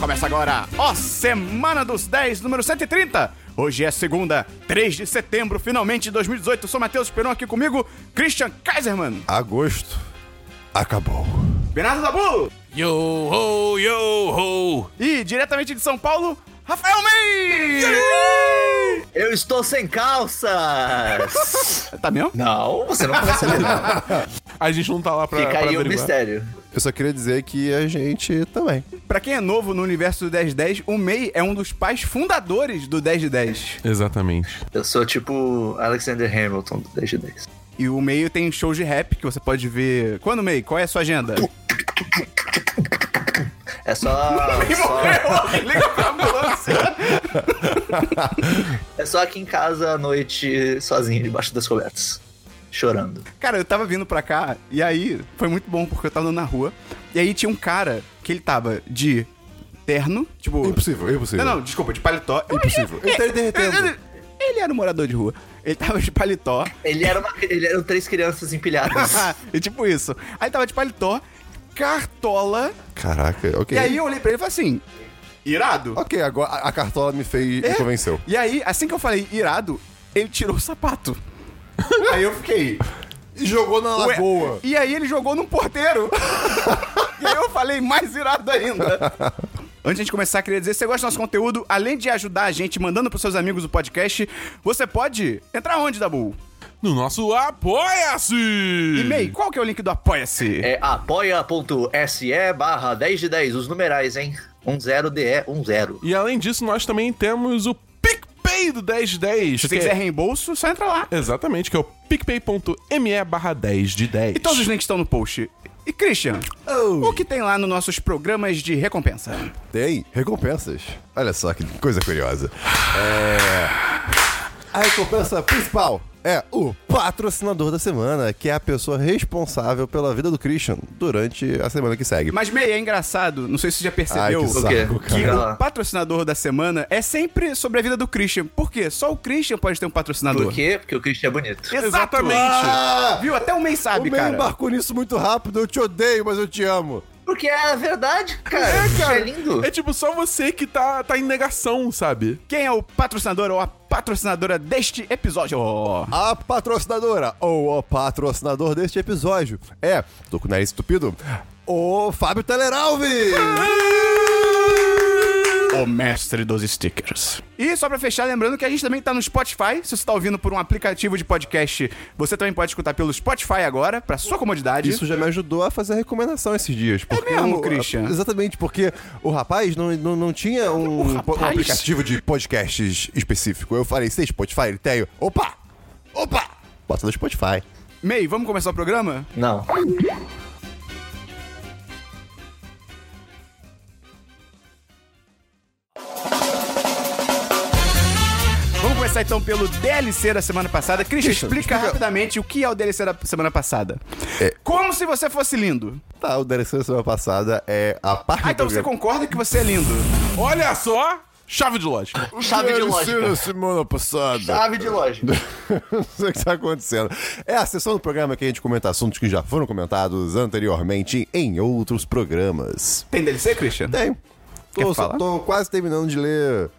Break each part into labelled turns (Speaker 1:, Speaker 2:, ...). Speaker 1: Começa agora, ó, Semana dos 10, número 130. Hoje é segunda, 3 de setembro, finalmente de 2018. Eu sou Matheus Peron aqui comigo, Christian Kaiserman.
Speaker 2: Agosto acabou.
Speaker 1: Bernardo Dabu!
Speaker 3: Yo, ho, yo, ho!
Speaker 1: E diretamente de São Paulo, Rafael Meis!
Speaker 4: Eu estou sem calças!
Speaker 1: Tá mesmo?
Speaker 4: não, você não começa a
Speaker 3: A gente não tá lá pra,
Speaker 4: Fica
Speaker 3: pra
Speaker 4: aí o
Speaker 3: averiguar.
Speaker 4: mistério.
Speaker 2: Eu só queria dizer que a gente também.
Speaker 1: Pra quem é novo no universo do 1010, o MEI é um dos pais fundadores do 1010.
Speaker 3: Exatamente.
Speaker 4: Eu sou tipo Alexander Hamilton do 10 de 10.
Speaker 1: E o MEI tem shows de rap que você pode ver. Quando, MEI? Qual é a sua agenda?
Speaker 4: É só. só-
Speaker 1: Liga pra ambulância.
Speaker 4: é só aqui em casa à noite, sozinho, debaixo das cobertas. Chorando.
Speaker 1: Cara, eu tava vindo pra cá e aí foi muito bom porque eu tava andando na rua. E aí tinha um cara que ele tava de terno, tipo.
Speaker 2: Impossível, impossível.
Speaker 1: Não, não, desculpa, de paletó. Eu-
Speaker 2: Impossível. Ele tá derretendo.
Speaker 1: Ele, ele era um morador de rua. Ele tava de paletó.
Speaker 4: Ele era uma- ele eram três crianças empilhadas.
Speaker 1: e tipo isso. Aí tava de paletó, cartola.
Speaker 2: Caraca, ok.
Speaker 1: E aí eu olhei pra ele e falei assim: irado.
Speaker 2: Ok, agora a a cartola me fez,
Speaker 1: É?
Speaker 2: me convenceu.
Speaker 1: E aí, assim que eu falei irado, ele tirou o sapato. aí eu fiquei.
Speaker 2: E jogou na
Speaker 1: Ué,
Speaker 2: lagoa.
Speaker 1: E aí ele jogou num porteiro. e aí eu falei, mais irado ainda. Antes de a gente começar, queria dizer, se você gosta do nosso conteúdo, além de ajudar a gente mandando pros seus amigos o podcast, você pode entrar onde, Dabu?
Speaker 3: No nosso Apoia-se!
Speaker 1: E Mei, qual que é o link do Apoia-se?
Speaker 4: É apoia.se barra 10 de 10, os numerais, hein? 10DE10.
Speaker 3: E além disso, nós também temos o PicPay do 1010.
Speaker 1: Se
Speaker 3: que
Speaker 1: você
Speaker 3: é-
Speaker 1: quiser reembolso, só entra lá.
Speaker 3: Exatamente, que é o picpay.me barra 10 de 10.
Speaker 1: E todos os links estão no post. E Christian, o que tem lá nos nossos programas de recompensa?
Speaker 2: Tem recompensas. Olha só que coisa curiosa. É... A recompensa principal é o patrocinador da semana, que é a pessoa responsável pela vida do Christian durante a semana que segue.
Speaker 1: Mas Mei, é engraçado, não sei se você já
Speaker 2: Ai,
Speaker 1: percebeu.
Speaker 2: que
Speaker 4: O quê?
Speaker 2: saco,
Speaker 1: que
Speaker 2: cara.
Speaker 4: Diga
Speaker 1: o
Speaker 4: lá.
Speaker 1: patrocinador da semana é sempre sobre a vida do Christian. Por quê? Só o Christian pode ter um patrocinador.
Speaker 4: Por quê? Porque o Christian é bonito.
Speaker 1: Exato.
Speaker 3: Exatamente.
Speaker 2: Ah!
Speaker 1: Viu? Até o mês
Speaker 2: O
Speaker 1: sabe,
Speaker 2: meio
Speaker 1: cara.
Speaker 2: embarcou nisso muito rápido. Eu te odeio, mas eu te amo.
Speaker 4: Porque é a verdade, cara.
Speaker 3: É,
Speaker 4: Isso
Speaker 3: cara.
Speaker 4: é lindo.
Speaker 3: É tipo só você que tá, tá em negação, sabe?
Speaker 1: Quem é o patrocinador ou a patrocinadora deste episódio?
Speaker 2: A patrocinadora ou o patrocinador deste episódio é, tô com o nariz estupido, o Fábio Teleralves.
Speaker 1: O mestre dos stickers. E só pra fechar, lembrando que a gente também tá no Spotify. Se você tá ouvindo por um aplicativo de podcast, você também pode escutar pelo Spotify agora, pra sua comodidade.
Speaker 2: Isso já me ajudou a fazer a recomendação esses dias. Porque
Speaker 1: mesmo,
Speaker 2: o-
Speaker 1: Christian?
Speaker 2: Exatamente, porque o rapaz não, não, não tinha um, um aplicativo de podcasts específico. Eu falei, sei Spotify? Ele tem. Opa! Opa! Bota no Spotify.
Speaker 1: Mei, vamos começar o programa?
Speaker 4: Não.
Speaker 1: Vamos começar então pelo DLC da semana passada. Christian,
Speaker 2: Christian,
Speaker 1: explica,
Speaker 2: explica-
Speaker 1: rapidamente o que é o DLC da semana passada.
Speaker 2: É.
Speaker 1: Como se você fosse lindo.
Speaker 2: Tá, o DLC da semana passada é a parte
Speaker 1: Ah, então
Speaker 2: do
Speaker 1: você
Speaker 2: programa-
Speaker 1: concorda que você é lindo.
Speaker 3: Olha só, chave de lógica.
Speaker 4: Chave de
Speaker 2: DLC da
Speaker 4: lógica.
Speaker 2: semana passada.
Speaker 4: Chave de lógica.
Speaker 2: Não sei o que tá acontecendo. É a sessão do programa que a gente comenta assuntos que já foram comentados anteriormente em outros programas.
Speaker 1: Tem DLC, Christian?
Speaker 2: Tem.
Speaker 1: Quer
Speaker 2: Tô,
Speaker 1: falar?
Speaker 2: tô quase terminando de ler.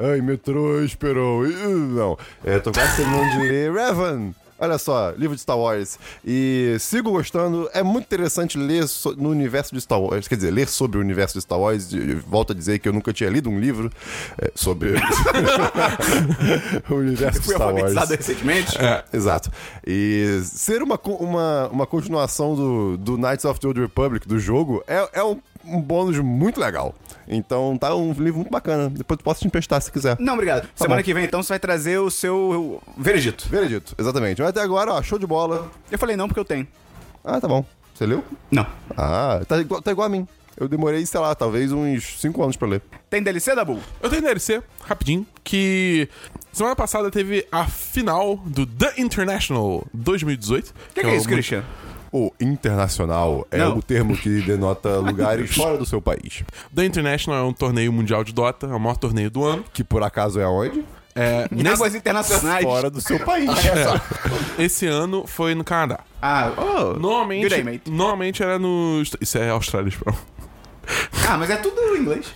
Speaker 2: Ai, metrô esperou. Ih, Não. É, tô quase terminando de ler Revan. Olha só, livro de Star Wars. E sigo gostando. É muito interessante ler so- no universo de Star Wars. Quer dizer, ler sobre o universo de Star Wars. E- e Volto a dizer que eu nunca tinha lido um livro é, sobre o universo de
Speaker 1: Fui
Speaker 2: Star Wars.
Speaker 1: alfabetizado recentemente.
Speaker 2: É, Exato. E ser uma, co- uma, uma continuação do, do Knights of the Old Republic, do jogo, é, é um, um bônus muito legal. Então tá um livro muito bacana. Depois eu posso te emprestar se quiser.
Speaker 1: Não, obrigado.
Speaker 3: Tá
Speaker 1: Semana que vem, então, você vai trazer o seu veredito.
Speaker 2: Veredito, exatamente. Mas até agora, ó, show de bola.
Speaker 1: Eu falei não porque eu tenho.
Speaker 2: Ah, tá bom. Você leu?
Speaker 1: Não.
Speaker 2: Ah, tá igual, tá igual a mim. Eu demorei, sei lá, talvez uns 5 anos pra ler.
Speaker 1: Tem DLC, Dabu?
Speaker 3: Eu tenho DLC, rapidinho, que semana passada teve a final do The International 2018.
Speaker 1: O que, que é isso, Christian?
Speaker 2: O internacional é
Speaker 1: Não.
Speaker 2: o termo que denota lugares fora do seu país.
Speaker 3: The International é um torneio mundial de Dota, é o maior torneio do ano.
Speaker 2: Que por acaso é onde?
Speaker 3: É,
Speaker 1: Em
Speaker 3: nesse,
Speaker 1: Águas internacionais.
Speaker 2: Fora do seu país.
Speaker 3: esse ano foi no Canadá.
Speaker 1: Ah, oh.
Speaker 3: Normalmente,
Speaker 1: Good day, mate.
Speaker 3: tipo. normalmente era no... Isso é Austrália, bro.
Speaker 1: Ah, mas é tudo em inglês.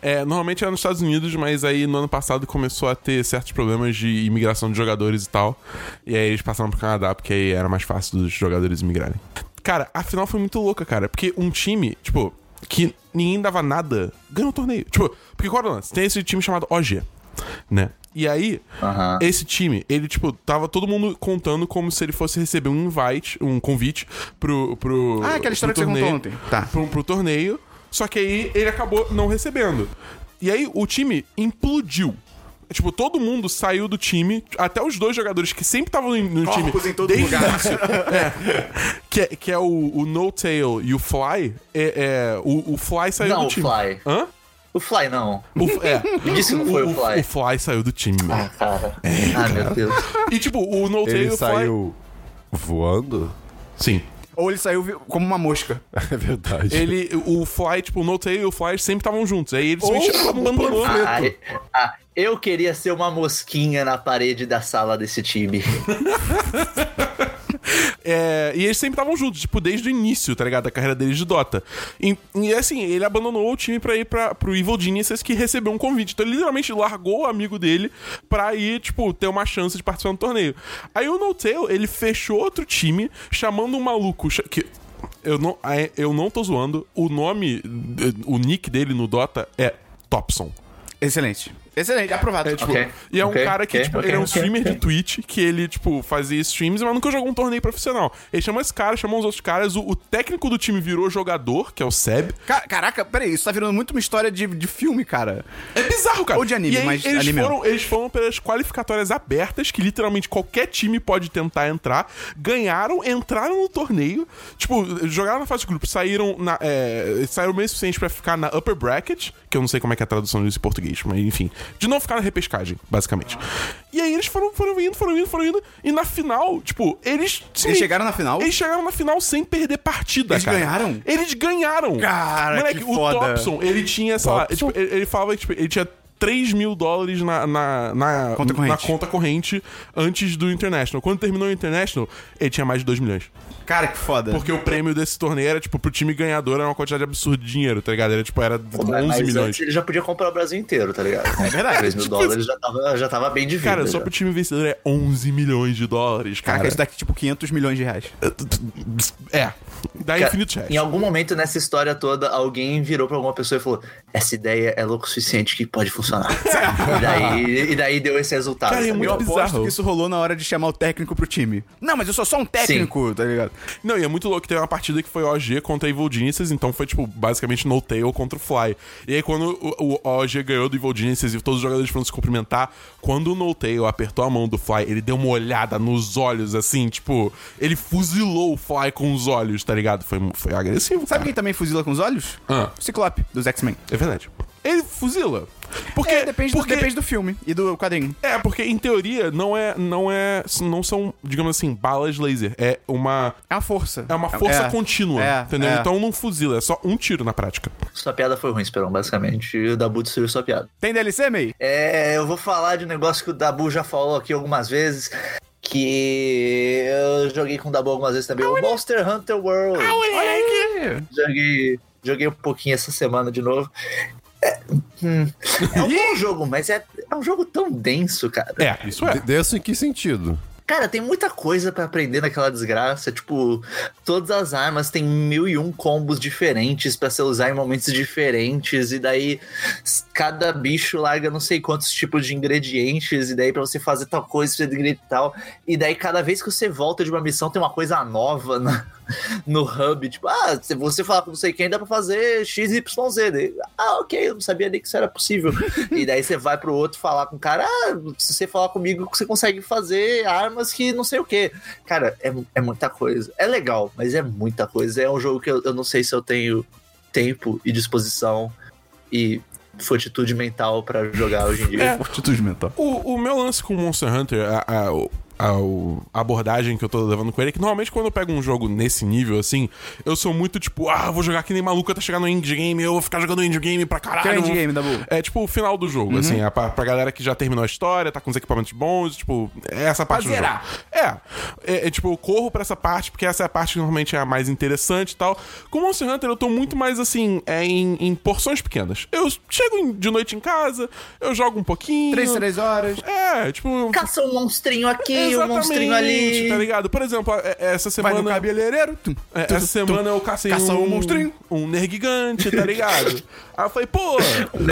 Speaker 3: É, normalmente era nos Estados Unidos, mas aí no ano passado começou a ter certos problemas de imigração de jogadores e tal. E aí eles passaram pro Canadá, porque aí era mais fácil dos jogadores imigrarem. Cara, a final foi muito louca, cara, porque um time, tipo, que ninguém dava nada, ganhou o torneio. Tipo, porque qual era o lance? Tem esse time chamado OG, né? E aí,
Speaker 4: Aham.
Speaker 3: esse time, ele, tipo, tava todo mundo contando como se ele fosse receber um invite, um convite pro. pro
Speaker 1: Ah, aquela história
Speaker 3: pro
Speaker 1: que você contou
Speaker 3: torneio-
Speaker 1: ontem. Tá.
Speaker 3: Pro, pro torneio. Só que aí ele acabou não recebendo. E aí o time implodiu. Tipo, todo mundo saiu do time, até os dois jogadores que sempre estavam no, no time.
Speaker 1: Corpos em todo
Speaker 3: desde
Speaker 1: lugar.
Speaker 3: o início, é, que, é- que é o, o No Tail e o Fly. É, é, o, o Fly saiu
Speaker 4: Não,
Speaker 3: do
Speaker 4: o
Speaker 3: time.
Speaker 4: Fly.
Speaker 3: Hã?
Speaker 4: O Fly não.
Speaker 3: O, é.
Speaker 4: Me disse que não foi o Fly.
Speaker 3: O Fly saiu do time, mano.
Speaker 4: Ah, cara. ah, meu Deus.
Speaker 3: E tipo, o No Tail e
Speaker 2: Ele
Speaker 3: o Fly.
Speaker 2: saiu voando?
Speaker 3: Sim.
Speaker 1: Ou ele saiu vi- como uma mosca.
Speaker 2: É verdade.
Speaker 3: Ele, o Fly, tipo, o No Tail e o Fly sempre estavam juntos. Aí eles simplesmente abandonou.
Speaker 4: Ah, e- ah, eu queria ser uma mosquinha na parede da sala desse time.
Speaker 3: É, e eles sempre estavam juntos, tipo, desde o início, tá ligado? Da carreira deles de Dota. E, e, assim, ele abandonou o time pra ir pra, pro Evil Geniuses que recebeu um convite. Então ele literalmente largou o amigo dele pra ir, tipo, ter uma chance de participar do torneio. Aí o No Tail, ele fechou outro time, chamando um maluco. cha- Que, eu, não, é, eu não tô zoando, o nome, eh, o nick dele no Dota é Topson.
Speaker 1: Excelente. Excelente, aprovado.
Speaker 3: É, tipo,
Speaker 4: Ok,
Speaker 3: E é um
Speaker 4: ok,
Speaker 3: cara que,
Speaker 4: ok,
Speaker 3: tipo,
Speaker 4: ok,
Speaker 3: ele é um
Speaker 4: ok,
Speaker 3: streamer
Speaker 4: ok.
Speaker 3: de Twitch, que ele, tipo, fazia streams, mas nunca jogou um torneio profissional. Ele chamou esse cara, chamou os outros caras, o, o técnico do time virou jogador, que é o Seb.
Speaker 1: Ca- Caraca, peraí, isso tá virando muito uma história de, de filme, cara.
Speaker 3: É bizarro, cara.
Speaker 1: Ou de anime,
Speaker 3: E aí,
Speaker 1: mas
Speaker 3: eles
Speaker 1: anime não.
Speaker 3: foram, eles foram pelas qualificatórias abertas, que literalmente qualquer time pode tentar entrar. Ganharam, entraram no torneio. Tipo, jogaram na fase de grupo, saíram na, é, saíram bem o suficiente pra ficar na upper bracket, que eu não sei como é que é a tradução disso em português, mas enfim. De não ficar na repescagem, basicamente. E aí eles foram, foram indo, foram indo, foram indo. E na final, tipo, eles.
Speaker 1: Eles chegaram na final?
Speaker 3: Eles chegaram na final sem perder partida,
Speaker 1: Eles
Speaker 3: cara.
Speaker 1: ganharam?
Speaker 3: Eles ganharam.
Speaker 1: Cara,
Speaker 3: Moleque,
Speaker 1: que
Speaker 3: o
Speaker 1: foda.
Speaker 3: Topson Thompson, ele tinha, sei lá, tipo, ele, ele falava que tipo, ele tinha 3 mil dólares na, na, na,
Speaker 1: Conta corrente.
Speaker 3: na conta corrente antes do International. Quando terminou o International, ele tinha mais de 2 milhões.
Speaker 1: Cara, que foda.
Speaker 3: Porque o prêmio desse torneio era, tipo, pro time ganhador era uma quantidade absurda de dinheiro, tá ligado? Era, tipo, era 11
Speaker 4: Mas é antes
Speaker 3: milhões. tipo
Speaker 4: ele já podia comprar o Brasil inteiro, tá ligado? É
Speaker 1: verdade.
Speaker 4: 3 mil dólares já tava, já tava bem de vida.
Speaker 3: Cara, só
Speaker 4: já.
Speaker 3: pro time vencedor é 11 milhões de dólares,
Speaker 1: Caraca,
Speaker 3: cara.
Speaker 1: isso daqui tipo 500 milhões de reais.
Speaker 3: É. Dá
Speaker 4: Cara,
Speaker 3: infinito reais.
Speaker 4: Em algum momento nessa história toda, alguém virou pra alguma pessoa e falou: Essa ideia é louco o suficiente que pode funcionar. e, daí, e daí deu esse resultado.
Speaker 3: Cara, é
Speaker 4: sabe?
Speaker 3: muito
Speaker 4: Eu-
Speaker 3: bizarro.
Speaker 1: Aposto que isso rolou na hora de chamar o técnico pro time. Não, mas eu sou só um técnico, tá ligado?
Speaker 3: Não, e é muito louco. Teve uma partida que foi OG contra Evil Geniuses, então foi, tipo, basicamente no tail contra o Fly. E aí, quando o, o OG ganhou do Evil Geniuses e todos os jogadores foram se cumprimentar, quando o no tail apertou a mão do Fly, ele deu uma olhada nos olhos, assim, tipo, ele fuzilou o Fly com os olhos, tá ligado? Foi, foi agressivo.
Speaker 1: Sabe quem também fuzila com os olhos?
Speaker 3: Ah.
Speaker 1: O Ciclope, dos X-Men.
Speaker 3: É verdade. Ele fuzila. Porque,
Speaker 1: É, depende,
Speaker 3: porque
Speaker 1: do, depende do filme e do quadrinho.
Speaker 3: É, porque em teoria não é, não é, não são, digamos assim, balas laser. É uma,
Speaker 1: É uma força.
Speaker 3: é uma força contínua,
Speaker 1: é,
Speaker 3: entendeu?
Speaker 1: é.
Speaker 3: Então não fuzila, é só um tiro na prática.
Speaker 4: Sua piada foi ruim, Esperão, basicamente. E o Dabu destruiu sua piada.
Speaker 1: Tem DLC, May?
Speaker 4: É, eu vou falar de um negócio que o Dabu já falou aqui algumas vezes. Que eu joguei com o Dabu algumas vezes também. O Monster Hunter World.
Speaker 3: er
Speaker 1: Olha aqui!
Speaker 4: Joguei, joguei um pouquinho essa semana de novo. É, hum, é um bom jogo, mas é, é um jogo tão denso, cara.
Speaker 3: É, isso é.
Speaker 2: De- Desse em que sentido?
Speaker 4: Cara, tem muita coisa pra aprender naquela desgraça. Tipo, todas as armas têm mil e um combos diferentes pra você usar em momentos diferentes. E daí, s- cada bicho larga não sei quantos tipos de ingredientes. E daí, pra você fazer tal coisa, você ingrediente tal. E daí, cada vez que você volta de uma missão, tem uma coisa nova na- no hub. Tipo, ah, se você falar com não sei quem, dá pra fazer XYZ. Daí, ah, ok, eu não sabia nem que isso era possível. e daí, você vai pro outro falar com o cara, ah, se você falar comigo, você consegue fazer armas que não sei o que. Cara, é, é muita coisa. É legal, mas é muita coisa. É um jogo que eu, eu não sei se eu tenho tempo e disposição e fortitude mental pra jogar hoje em dia.
Speaker 1: É.
Speaker 3: É.
Speaker 2: É
Speaker 1: Fortitude mental.
Speaker 3: O, o meu lance com Monster Hunter, a, a- o- a, o- a abordagem que eu tô levando com ele é que normalmente quando eu pego um jogo nesse nível, assim, eu sou muito tipo, ah, vou jogar que nem maluco até chegar no indie game, eu vou ficar jogando indie game pra caralho.
Speaker 1: Que é indie
Speaker 3: eu vou-
Speaker 1: game, Dabu? Uhum.
Speaker 3: É tipo o final do jogo, assim, é pra, pra galera que já terminou a história, tá com os equipamentos bons, tipo, é essa parte do jogo.
Speaker 1: zerar.
Speaker 3: É. É, é, tipo, eu corro pra essa parte, porque essa é a parte que normalmente é a mais interessante e tal. Com Monster Hunter, eu tô muito mais assim, é em, em porções pequenas. Eu chego em- de noite em casa, eu jogo um pouquinho.
Speaker 1: Três, três horas.
Speaker 3: É, tipo.
Speaker 4: Caça um monstrinho aqui, um
Speaker 3: Exatamente,
Speaker 4: monstrinho ali.
Speaker 3: tá ligado? Por exemplo, a- é- essa
Speaker 1: Vai no
Speaker 3: semana.
Speaker 1: cabeleireiro. tum,
Speaker 3: é,
Speaker 1: tum,
Speaker 3: essa
Speaker 1: tum.
Speaker 3: semana eu cacei
Speaker 1: Caça
Speaker 3: um,
Speaker 1: um monstrinho.
Speaker 3: Um nergigante, tá ligado? Aí eu falei, pô,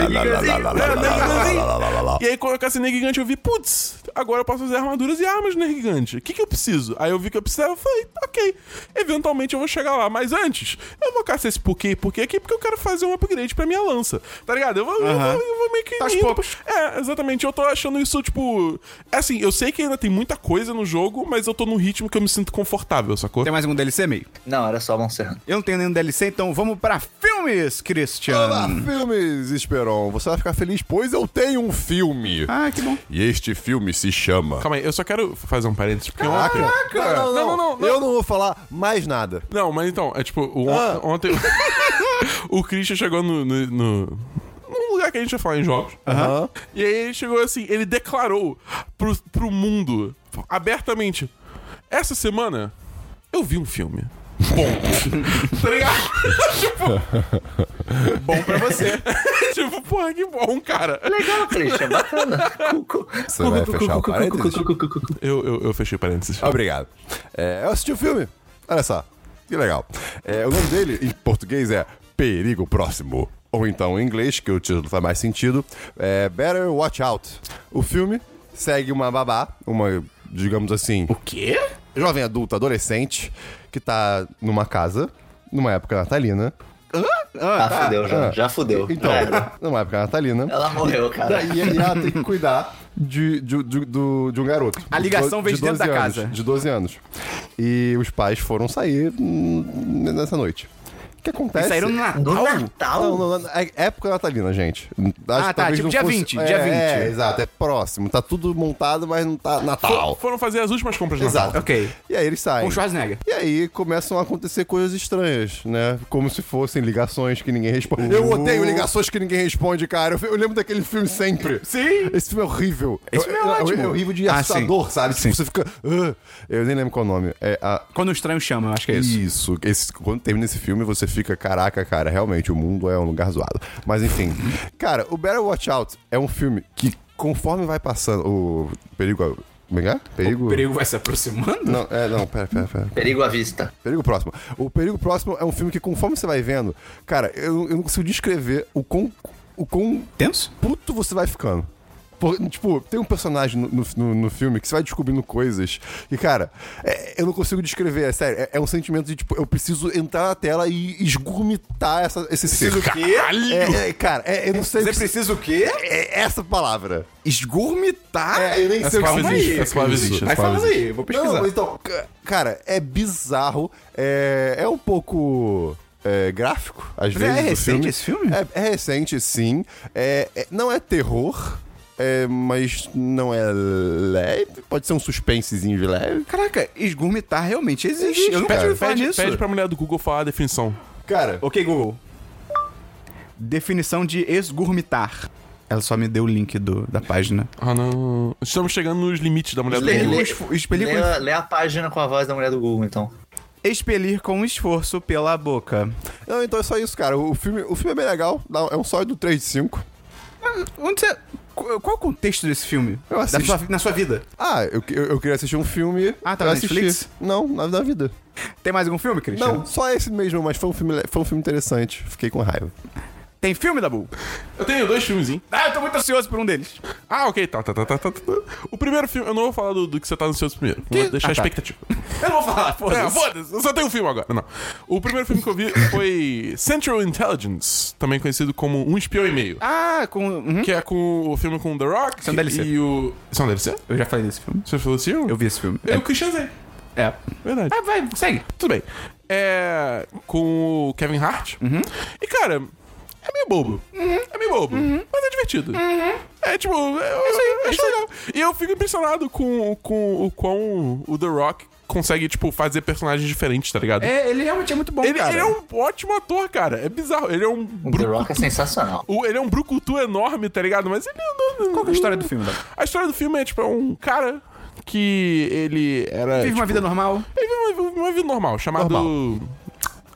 Speaker 3: é, Nergigantezinho. E aí, quando eu cacei Nerd Gigante, eu vi, putz, agora eu posso fazer armaduras e armas do Nerd Gigante. O que, que eu preciso? Aí eu vi que eu precisava e falei, ok, eventualmente eu vou chegar lá. Mas antes, eu vou caçar esse porquê, porquê aqui, porque eu quero fazer um upgrade pra minha lança. Tá ligado? Eu vou, eu vou, eu vou meio que.
Speaker 1: Tá aos
Speaker 3: indo-
Speaker 1: poucos.
Speaker 3: É, exatamente. Eu tô achando isso, tipo. é Assim, eu sei que ainda tem muita coisa no jogo, mas eu tô num ritmo que eu me sinto confortável, sacou?
Speaker 1: Tem um- mais algum DLC, meio?
Speaker 4: Não, era só Monster Hunter.
Speaker 1: Eu não tenho nenhum DLC, então vamos pra filmes, Christian.
Speaker 2: Olá, filmes, Esperon. Você vai ficar feliz, pois eu tenho um filme.
Speaker 1: Ah, que bom.
Speaker 2: E este filme se chama.
Speaker 3: Calma aí, eu só quero fazer um parênteses, porque
Speaker 2: Caraca!
Speaker 3: ontem.
Speaker 2: Não, não, não,
Speaker 3: Não, não, não.
Speaker 2: Eu não vou falar mais nada.
Speaker 3: Não, mas então, é tipo, o on-
Speaker 2: Ah.
Speaker 3: ontem. o Christian chegou no. no, no- num lugar que a gente ia falar em jogos.
Speaker 1: Ah.
Speaker 2: Aham.
Speaker 3: E aí ele chegou assim, ele declarou pro, pro mundo, abertamente: Essa semana eu vi um filme. Bom. tá ligado?
Speaker 1: Bom pra você.
Speaker 3: tipo, porra, que bom, cara.
Speaker 4: Legal, Christian, bacana. Cucu.
Speaker 2: Você vai fechar o parênteses?
Speaker 3: Eu, eu, eu fechei parênteses.
Speaker 1: Ah,
Speaker 2: Obrigado. É, eu assisti o filme. Olha só. Que legal. É, o nome dele, em português, é Perigo Próximo. Ou então, em inglês, que o título faz mais sentido, é Better Watch Out. O filme segue uma babá, uma, digamos assim,
Speaker 1: O quê?
Speaker 2: jovem adulta, adolescente, que tá numa casa, numa época natalina.
Speaker 4: Ah, fudeu, já,
Speaker 2: Ah.
Speaker 4: já fudeu.
Speaker 2: Então,
Speaker 4: Já era.
Speaker 2: numa época natalina.
Speaker 4: Ela morreu, cara.
Speaker 2: Daí e ela tem que cuidar de, de, de- do- de um garoto.
Speaker 1: A ligação
Speaker 2: De
Speaker 1: vem de dentro
Speaker 2: 12
Speaker 1: da
Speaker 2: anos,
Speaker 1: casa.
Speaker 2: De 12 anos. E os pais foram sair hum, nessa noite. O que acontece?
Speaker 1: Saíram no
Speaker 4: No
Speaker 1: Natal?
Speaker 4: Natal?
Speaker 2: Não, não, não, é época natalina, gente. Acho
Speaker 1: Ah, tá,
Speaker 2: talvez
Speaker 1: tipo
Speaker 2: não
Speaker 1: dia
Speaker 2: fosse-
Speaker 1: 20,
Speaker 2: é,
Speaker 1: dia
Speaker 2: É,
Speaker 1: 20.
Speaker 2: exato, é próximo. Tá tudo montado, mas não tá Natal.
Speaker 3: Foram fazer as últimas compras de Natal.
Speaker 2: Exato.
Speaker 1: Ok.
Speaker 2: E aí eles saem.
Speaker 1: Com Schwarzenegger.
Speaker 2: E aí começam a acontecer coisas estranhas, né? Como se fossem ligações que ninguém responde. Eu odeio ligações que ninguém responde, cara. Eu, eu lembro daquele filme sempre.
Speaker 1: Sim.
Speaker 2: Esse filme é horrível.
Speaker 1: Esse filme é ótimo.
Speaker 2: É horrível de
Speaker 1: Ah,
Speaker 2: assustador,
Speaker 1: sim.
Speaker 2: sabe?
Speaker 1: Sim.
Speaker 2: Tipo, você fica... "Ah". eu nem lembro qual é o nome. É a...
Speaker 1: Quando o estranho chama, eu acho que é isso.
Speaker 2: Isso. Esse- quando termina esse filme, você fica, caraca, cara, realmente o mundo é um lugar zoado. Mas enfim. cara, o Better Watch Out é um filme que, conforme vai passando. O perigo. Como é que é? Perigo.
Speaker 1: O perigo vai se aproximando?
Speaker 2: Não, é, não, pera, pera, pera.
Speaker 4: Perigo à vista.
Speaker 2: Perigo Próximo. O Perigo Próximo é um filme que, conforme você vai vendo, cara, eu, eu não consigo descrever o quão, o quão
Speaker 1: Tenso?
Speaker 2: puto você vai ficando. Por- tipo, tem um personagem no, no- no, no filme que você vai descobrindo coisas que, cara, é- eu não consigo descrever, é sério. É, é um sentimento de, tipo, eu preciso entrar na tela e esgurmitar essa, esse ser.
Speaker 1: o quê?
Speaker 2: É, é, cara, é- eu não sei... o que-
Speaker 1: precisa o quê?
Speaker 2: é essa palavra.
Speaker 1: Esgurmitar?
Speaker 2: É, eu nem sei o que
Speaker 3: palavra
Speaker 2: significa.
Speaker 3: existe, essa palavra existe.
Speaker 1: Vai
Speaker 3: essa palavra
Speaker 1: falando
Speaker 3: existe.
Speaker 1: aí, vou pesquisar.
Speaker 2: Não, então, ca- cara, é bizarro. É, é um pouco. é, gráfico, às
Speaker 1: Mas é
Speaker 2: vezes. do
Speaker 1: recente esse filme?
Speaker 2: É, é recente, sim. É- é- não é terror, é, mas não é leve. Pode ser um suspensezinho de leve.
Speaker 1: Caraca, esgurmitar realmente existe. Eu nunca
Speaker 2: cara.
Speaker 1: tive falar
Speaker 3: É, Pede,
Speaker 1: nisso.
Speaker 3: pede pra mulher do Google falar a definição.
Speaker 2: Cara,
Speaker 1: Ok, Google. Definição de esgurmitar. Ela só me deu o link do, da página.
Speaker 3: Ah, não. Estamos chegando nos limites da mulher do
Speaker 4: Lê-
Speaker 3: Google.
Speaker 4: lê-
Speaker 1: esfo- espelho
Speaker 4: Lê,
Speaker 1: com-
Speaker 4: a- lê a página com a voz da mulher do Google, então.
Speaker 1: Expelir com esforço pela boca.
Speaker 2: não, então é só isso, cara. O filme, o filme é bem legal. dá- É um sólido 3 de 5.
Speaker 1: Onde você. Qu- Qual é o contexto desse filme?
Speaker 2: Eu
Speaker 1: Da
Speaker 2: assisto.
Speaker 1: sua vi- na sua vida.
Speaker 2: Ah, eu, eu, eu queria assistir um filme.
Speaker 1: Ah, tá
Speaker 2: eu
Speaker 1: na
Speaker 2: assisti.
Speaker 1: Netflix?
Speaker 2: Não, na, na vida.
Speaker 1: Tem mais algum filme, Christian?
Speaker 2: Não, só esse mesmo, mas foi um filme, le- foi um filme interessante. Fiquei com raiva.
Speaker 1: Tem filme, Dabu?
Speaker 3: Eu tenho dois filmes, hein?
Speaker 1: Ah, eu tô muito ansioso por um deles.
Speaker 3: Ah, ok, tá, tá, tá, tá, tá, tá. O primeiro filme, eu não vou falar do, do que você tá no seu primeiro. Vou deixar a
Speaker 1: Ah, tá.
Speaker 3: expectativa.
Speaker 1: Eu não vou falar,
Speaker 3: É,
Speaker 1: foda-se.
Speaker 3: foda-se, eu só tenho um filme agora. Não. O primeiro filme que eu vi foi Central Intelligence, também conhecido como Um Espião e Meio.
Speaker 1: ah, com. uhum.
Speaker 3: Que é com o filme com o The Rock
Speaker 1: é um DLC.
Speaker 3: e o. Isso é um DLC?
Speaker 1: Eu já falei desse filme.
Speaker 3: Você falou assim?
Speaker 1: Eu vi esse filme.
Speaker 3: Eu Christianzei.
Speaker 1: É.
Speaker 3: Verdade.
Speaker 1: Ah, vai, segue.
Speaker 3: Tudo bem. É. Com o Kevin Hart. E, cara, é meio bobo. É meio bobo. Mas é divertido. É tipo, é, isso aí, acho legal. E eu fico impressionado com, com o quão o The Rock consegue, tipo, fazer personagens diferentes, tá ligado?
Speaker 1: É, ele realmente é muito bom,
Speaker 3: ele,
Speaker 1: cara.
Speaker 3: ele é um ótimo ator, cara. É bizarro. Ele é um
Speaker 4: O The
Speaker 3: brucutu.
Speaker 4: Rock é sensacional.
Speaker 3: o- Ele é um brucutu enorme, tá ligado? Mas ele não, não-
Speaker 1: Qual que é a história do filme, Davi?
Speaker 3: A história do filme é, tipo, é um cara que ele era...
Speaker 1: Vive uma
Speaker 3: tipo,
Speaker 1: vida normal.
Speaker 3: Ele vive uma, uma vida um normal, chamado...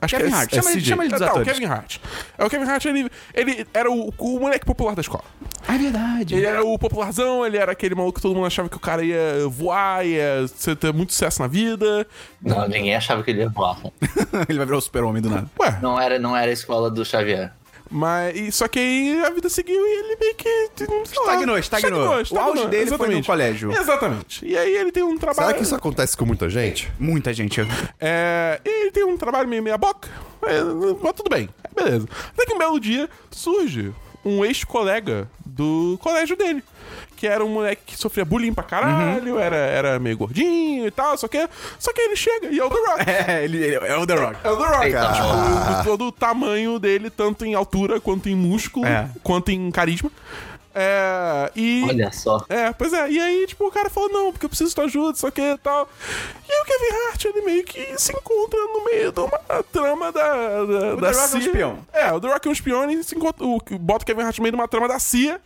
Speaker 3: Acho
Speaker 1: Kevin
Speaker 3: que é,
Speaker 1: Hart.
Speaker 3: é
Speaker 1: Chama ele-
Speaker 3: CJ.
Speaker 1: chama ele dos
Speaker 3: Tá, o
Speaker 1: atores.
Speaker 3: Kevin Hart. É, o Kevin Hart, ele, ele era o, o moleque popular da escola.
Speaker 1: Ah, é verdade.
Speaker 3: Ele era o popularzão, ele era aquele maluco que todo mundo achava que o cara ia voar, ia ser- ter muito sucesso na vida.
Speaker 4: Não, ninguém achava que ele ia voar.
Speaker 1: ele vai virar o super-homem do nada.
Speaker 3: Ué,
Speaker 4: Não era, não era a escola do Xavier.
Speaker 3: mas. e- Só que aí a vida seguiu e ele meio que. sei lá,
Speaker 1: Estagnou, estagnou. O auge dele foi no colégio.
Speaker 3: Exatamente. E aí ele tem um trabalho.
Speaker 2: Será que isso acontece com muita gente?
Speaker 1: Muita gente.
Speaker 3: É, e ele tem um trabalho meio meia boca, é, mas tudo bem, beleza. Até que um belo dia surge um ex-colega do colégio dele, que era um moleque que sofria bullying pra caralho,
Speaker 1: Uhum.
Speaker 3: era, era meio gordinho e tal, só que, só que ele chega e é o The Rock.
Speaker 1: É, ele, ele é o The Rock.
Speaker 3: É o The Rock,
Speaker 4: Eita,
Speaker 3: tipo, do- todo o tamanho dele, tanto em altura, quanto em músculo,
Speaker 1: É.
Speaker 3: quanto em carisma. É, e...
Speaker 4: Olha só.
Speaker 3: É, pois é. E aí, tipo, o cara falou, não, porque eu preciso de tua ajuda, só que e tal. E aí o Kevin Hart, ele meio que se encontra no meio de uma trama da... da o da
Speaker 1: The Rock é um
Speaker 3: CIA.
Speaker 1: espião.
Speaker 3: É, o The Rock é um espião e se encontra, o, bota o Kevin Hart no meio de uma trama da CIA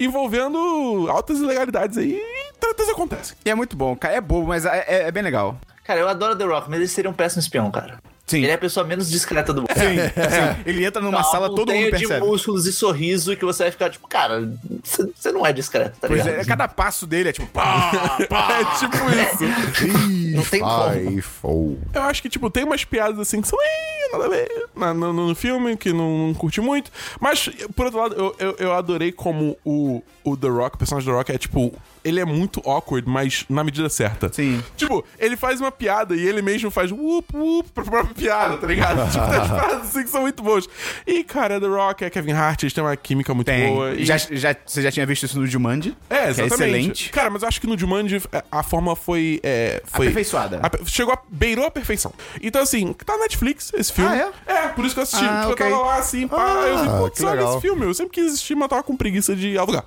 Speaker 3: envolvendo altas ilegalidades aí e tretas acontecem.
Speaker 1: E é muito bom, cara. É bobo, mas é, é- é bem legal.
Speaker 4: Cara, eu adoro The Rock, mas ele seria um péssimo espião, cara.
Speaker 1: Sim.
Speaker 4: Ele é a pessoa menos discreta do mundo.
Speaker 1: Sim, ele entra numa sala, todo mundo
Speaker 4: de
Speaker 1: percebe.
Speaker 4: músculos e sorriso que você vai ficar tipo, cara, você você não é discreto, tá
Speaker 1: Pois
Speaker 4: ligado?
Speaker 1: é, cada passo dele é tipo... Pá,
Speaker 3: É tipo isso.
Speaker 4: Não tem como.
Speaker 2: Ai, fou.
Speaker 3: Eu acho que, tipo, tem umas piadas assim que são "Ih, nada a ver na- no, no- no filme, que não, não curti muito. Mas, por outro lado, eu, eu, eu adorei como o, o The Rock, o personagem do The Rock, é tipo. Ele é muito awkward, mas na medida certa.
Speaker 1: Sim.
Speaker 3: Tipo, ele faz uma piada e ele mesmo faz whoop, whoop pra própria piada, tá ligado? tipo, tem umas piadas assim que são muito boas. E, cara, The Rock é Kevin Hart, eles têm uma química muito boa.
Speaker 1: Tem.
Speaker 3: e-
Speaker 1: Já, já, você já tinha visto isso no Jumanji?
Speaker 3: é,
Speaker 1: que
Speaker 3: exatamente.
Speaker 1: excelente.
Speaker 3: Cara, mas eu acho que no Jumanji é, a a fórmula foi... é, foi-
Speaker 1: Aperfeiçoada.
Speaker 3: Ape- Chegou, a... beirou a perfeição. Então, assim, tá na Netflix esse filme.
Speaker 1: Ah,
Speaker 3: é? por isso que eu assisti.
Speaker 1: Ah,
Speaker 3: Tipo,
Speaker 1: ok.
Speaker 3: Eu tava lá, assim, pá, eu vi,
Speaker 2: Ah,
Speaker 3: pô,
Speaker 2: que
Speaker 3: que legal.
Speaker 2: legal.
Speaker 3: esse filme. Eu sempre quis assistir, mas tava com preguiça de alugar.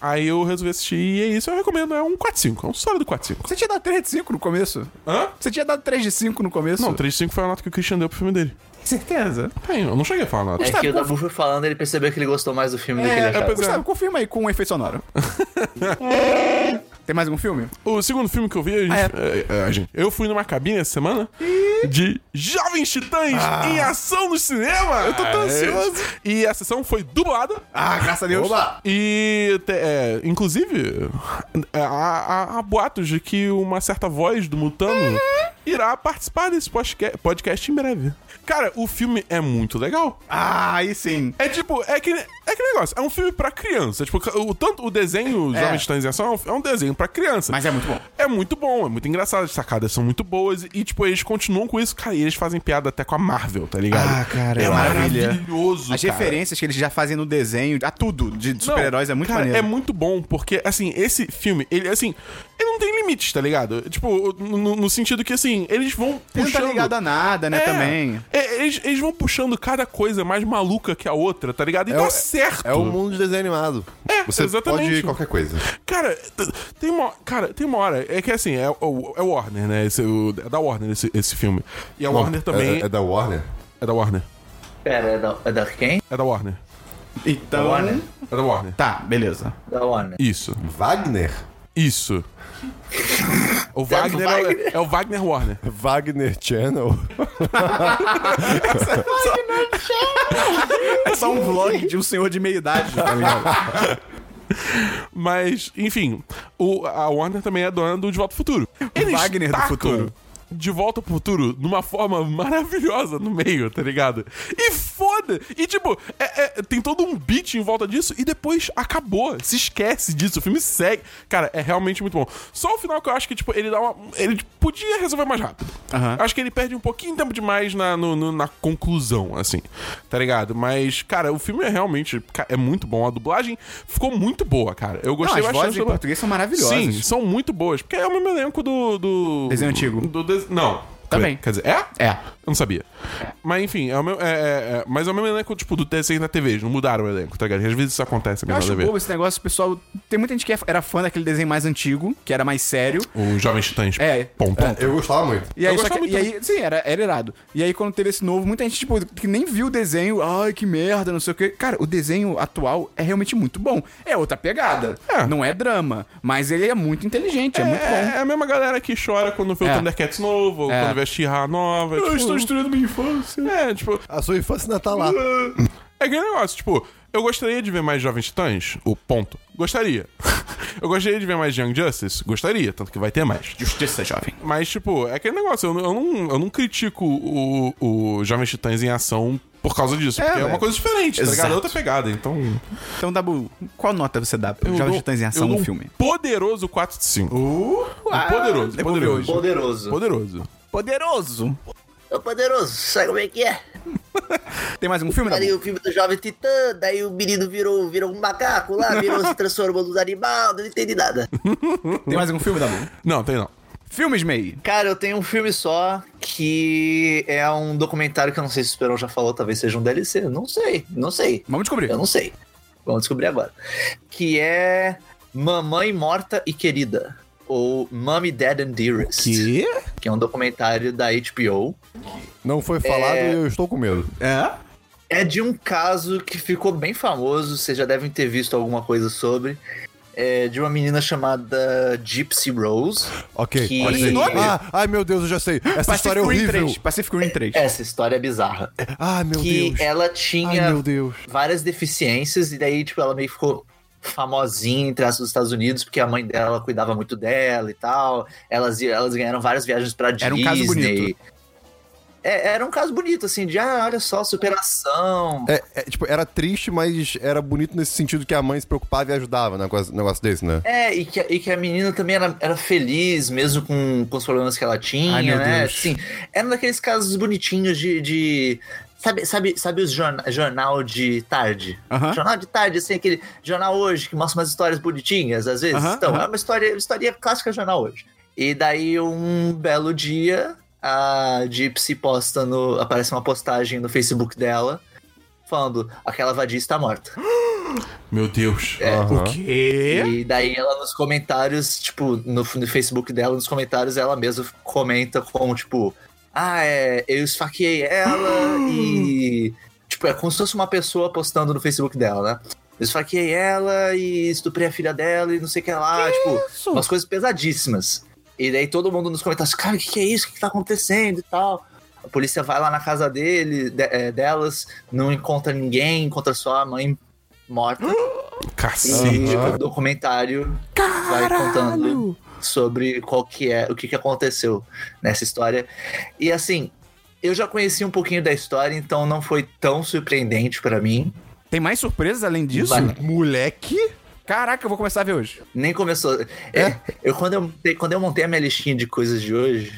Speaker 3: Aí eu resolvi assistir e é isso. Eu recomendo, é um 4-5, é um sólido 4-5.
Speaker 1: Você tinha dado 3 de 5 no começo?
Speaker 3: Hã?
Speaker 1: Você tinha dado 3 de 5 no começo?
Speaker 3: Não, 3-5 foi a nota que o Christian deu pro filme dele.
Speaker 1: certeza.
Speaker 3: Bem, eu não cheguei a falar nada.
Speaker 4: É
Speaker 1: Gustavo,
Speaker 4: que o
Speaker 1: qual-
Speaker 4: Dabu foi falando, ele percebeu que ele gostou mais do filme do que ele
Speaker 1: É,
Speaker 4: achava.
Speaker 3: pois é.
Speaker 1: Gustavo, confirma aí com um efeito sonoro. Tem mais algum filme?
Speaker 3: O segundo filme que eu vi, a gente- é, é, a gente- eu fui numa cabine essa semana de Jovens Titãs em ação no cinema. Ah. Eu tô tão ansioso. E a sessão foi dublada.
Speaker 1: Ah, graças a Deus.
Speaker 3: E, te- é, inclusive, é, há, há- há boatos de que uma certa voz do Mutano irá participar desse podca- podcast em breve. Cara, o filme é muito legal.
Speaker 1: Ah, aí sim.
Speaker 3: É tipo, é que, é que negócio, é um filme pra criança. Tipo, o, tanto o desenho
Speaker 1: É.
Speaker 3: Jovens Titãs em Ação é um- é um desenho pra criança.
Speaker 1: Mas é muito bom.
Speaker 3: É muito bom, é muito engraçado, as sacadas são muito boas e, tipo, eles continuam com isso, cara, e eles fazem piada até com a Marvel, tá ligado?
Speaker 1: Ah, cara,
Speaker 3: é
Speaker 1: é maravilha.
Speaker 3: maravilhoso,
Speaker 1: As
Speaker 3: cara.
Speaker 1: referências que eles já fazem no desenho, a tudo de
Speaker 3: Não,
Speaker 1: super-heróis é muito
Speaker 3: cara,
Speaker 1: maneiro.
Speaker 3: É muito bom, porque, assim, esse filme, ele, assim, ele não tem limites, tá ligado? Tipo, no, no sentido que, assim, eles vão
Speaker 1: Ele
Speaker 3: puxando...
Speaker 1: não tá ligado a nada, né,
Speaker 3: É,
Speaker 1: também.
Speaker 3: é, eles, eles vão puxando cada coisa mais maluca que a outra, tá ligado? E dá
Speaker 2: o-
Speaker 3: certo.
Speaker 2: É o mundo de desenho animado.
Speaker 3: É,
Speaker 2: Você
Speaker 3: exatamente.
Speaker 2: pode qualquer coisa.
Speaker 3: Cara, t- tem uma, cara, tem uma hora. É que assim, é, o- é Warner, né? Esse, o- é da Warner esse, esse filme. E a Warner também.
Speaker 2: É, é da Warner?
Speaker 3: É da Warner.
Speaker 4: Pera, é da, é da quem?
Speaker 3: É da Warner.
Speaker 1: Então.
Speaker 4: Da Warner.
Speaker 3: É da Warner.
Speaker 1: Tá, beleza.
Speaker 4: Da Warner.
Speaker 3: Isso.
Speaker 2: Wagner?
Speaker 3: Isso. O Wagner, é o-
Speaker 4: Wagner.
Speaker 3: É, o Wagner Warner.
Speaker 2: Wagner Channel?
Speaker 1: É só um vlog de um senhor de meia idade, tá ligado?
Speaker 3: Mas, enfim, o, a Warner também é dona do De Volta ao Futuro. Eles
Speaker 1: Wagner do
Speaker 3: tacam
Speaker 1: futuro.
Speaker 3: De Volta ao Futuro numa forma maravilhosa no meio, tá ligado? E foda! E tipo, é- é- tem todo um beat em volta disso e depois acabou. Se esquece disso, o filme segue. Cara, é realmente muito bom. Só o final que eu acho que, tipo, ele dá uma. Ele podia resolver mais rápido.
Speaker 1: Aham.
Speaker 3: Acho que ele perde um pouquinho de tempo demais na, no- no- na conclusão, assim, tá ligado? Mas, cara, o filme é realmente. ca- É muito bom. A dublagem ficou muito boa, cara. Eu
Speaker 1: Não,
Speaker 3: gostei
Speaker 1: as
Speaker 3: bastante.
Speaker 1: vozes em
Speaker 3: da-
Speaker 1: português são
Speaker 3: Sim,
Speaker 1: maravilhosas.
Speaker 3: são muito boas. Porque é o mesmo elenco do. do
Speaker 1: Desenho antigo.
Speaker 3: do des- Não.
Speaker 1: Também.
Speaker 3: Quer dizer, é?
Speaker 1: É.
Speaker 3: Eu não sabia. Mas enfim, é o meu, é, é- é- mas é o mesmo elenco, tipo, do desenho da TV. Eles não mudaram o elenco, tá ligado? Às vezes isso acontece
Speaker 1: Eu
Speaker 3: mesmo na
Speaker 1: acho
Speaker 3: TV.
Speaker 1: bobo esse negócio, pessoal. Tem muita gente que é era fã daquele desenho mais antigo, que era mais sério.
Speaker 3: O Jovem Titãs.
Speaker 1: É.
Speaker 3: Ponto.
Speaker 2: Eu gostava muito.
Speaker 1: E aí,
Speaker 3: Eu
Speaker 1: só que,
Speaker 3: gostava
Speaker 1: e aí sim, era, era irado. E aí, quando teve esse novo, muita gente, tipo, que nem viu o desenho, ai, que merda, não sei o quê. Cara, o desenho atual é realmente muito bom. É outra pegada.
Speaker 3: É.
Speaker 1: Não é drama, mas ele é muito inteligente, é, muito bom.
Speaker 3: É, é a mesma galera que chora quando vê o
Speaker 1: É.
Speaker 3: Thundercats novo, ou
Speaker 1: É.
Speaker 3: quando vê a She-Ra nova. Eu
Speaker 1: estou
Speaker 3: destruindo minha infância. É, tipo,
Speaker 2: A sua infância ainda tá lá.
Speaker 3: É aquele negócio, tipo, eu gostaria de ver mais Jovens Titãs? O ponto. Gostaria. eu gostaria de ver mais Young Justice? Gostaria, tanto que vai ter mais.
Speaker 1: Justiça, jovem.
Speaker 3: Mas, tipo, é aquele negócio, eu, não- eu não, eu não critico o, o Jovens Titãs em ação por causa disso, porque é
Speaker 1: velho.
Speaker 3: uma coisa diferente, tá ligado? É outra pegada, então...
Speaker 1: Então, Dabu, qual nota você dá pro
Speaker 3: eu
Speaker 1: Jovem
Speaker 3: dou-
Speaker 1: Titãs em
Speaker 3: eu
Speaker 1: Ação
Speaker 3: dou
Speaker 1: no
Speaker 3: um
Speaker 1: filme?
Speaker 3: poderoso 4 de 5. um poderoso,
Speaker 1: devolvi
Speaker 3: poderoso.
Speaker 1: hoje.
Speaker 4: Poderoso.
Speaker 3: Poderoso.
Speaker 1: Poderoso!
Speaker 4: Ô, poderoso, sabe como é que é?
Speaker 1: Tem mais um filme, Dabu?
Speaker 4: Daí o filme do Jovem Titã, daí o menino virou, virou um macaco lá, virou, se transformou nos animais, não entendi nada.
Speaker 1: Tem mais um filme, Dabu?
Speaker 3: Não, tem não.
Speaker 1: Filmes, May.
Speaker 4: Cara, eu tenho um filme só que é um documentário que eu não sei se o Esperão já falou, talvez seja um DLC, não sei, não sei.
Speaker 1: Vamos descobrir.
Speaker 4: Eu não sei. Vamos descobrir agora. Que é Mamãe Morta e Querida. Ou Mommy, Dead and Dearest. Que é um documentário da HBO.
Speaker 2: Não foi falado e eu estou com medo.
Speaker 1: É?
Speaker 4: É de um caso que ficou bem famoso, vocês já devem ter visto alguma coisa sobre. É de uma menina chamada Gypsy Rose.
Speaker 2: Ok.
Speaker 4: Que-
Speaker 2: ok.
Speaker 4: Olha esse nome.
Speaker 2: Ah, ai, meu Deus, eu já sei. Essa história é
Speaker 1: Rim
Speaker 2: horrível.
Speaker 1: 3. Pacific Rim 3.
Speaker 4: Essa história é bizarra.
Speaker 2: Ah, meu
Speaker 4: que
Speaker 2: Deus.
Speaker 4: ela
Speaker 2: Ai,
Speaker 4: tinha
Speaker 2: meu Deus.
Speaker 4: várias deficiências, e daí, tipo, ela meio que ficou famosinha entre as dos Estados Unidos, porque a mãe dela cuidava muito dela e tal. Elas, ia- elas ganharam várias viagens pra Disney.
Speaker 1: Era um caso
Speaker 4: É, era um caso bonito, assim, de, ah, olha só, superação.
Speaker 2: É, é, tipo, era triste, mas era bonito nesse sentido que a mãe se preocupava e ajudava, né? Com esse negócio desse, né?
Speaker 4: É, e que, e que a menina também era, era feliz, mesmo com, com os problemas que ela tinha,
Speaker 1: Ai, meu
Speaker 4: né?
Speaker 1: Deus.
Speaker 4: Assim, era um daqueles casos bonitinhos de. de- sabe, sabe, sabe os jorna- jornal de tarde?
Speaker 1: Aham.
Speaker 4: Jornal de tarde, assim, aquele jornal hoje que mostra umas histórias bonitinhas, às vezes.
Speaker 1: Aham,
Speaker 4: então,
Speaker 1: aham.
Speaker 4: é uma história, história clássica jornal hoje. E daí, um belo dia, a Gypsy posta no. aparece uma postagem no Facebook dela falando: aquela vadia está morta.
Speaker 3: Meu Deus.
Speaker 2: Aham.
Speaker 3: O quê?
Speaker 4: E daí ela nos comentários, tipo, no, no Facebook dela, nos comentários, ela mesma comenta como, tipo, ah, é, eu esfaqueei ela e. Tipo, é como se fosse uma pessoa postando no Facebook dela, né? Eu esfaqueei ela e estuprei a filha dela e não sei o que lá. tipo, umas coisas pesadíssimas. E daí todo mundo nos comentários, cara, o que, que é isso? O que, que tá acontecendo e tal? A polícia vai lá na casa dele, de- é, delas, não encontra ninguém, encontra só a mãe morta. E
Speaker 3: Cacete.
Speaker 4: tipo, o documentário vai contando sobre qual que é, o que, que aconteceu nessa história. E assim, eu já conheci um pouquinho da história, então não foi tão surpreendente pra mim.
Speaker 1: Tem mais surpresas além disso?
Speaker 4: Vai.
Speaker 2: Moleque?
Speaker 1: Caraca, eu vou começar a ver hoje.
Speaker 4: Nem começou. É, eu, quando, eu, montei- quando eu montei a minha listinha de coisas de hoje,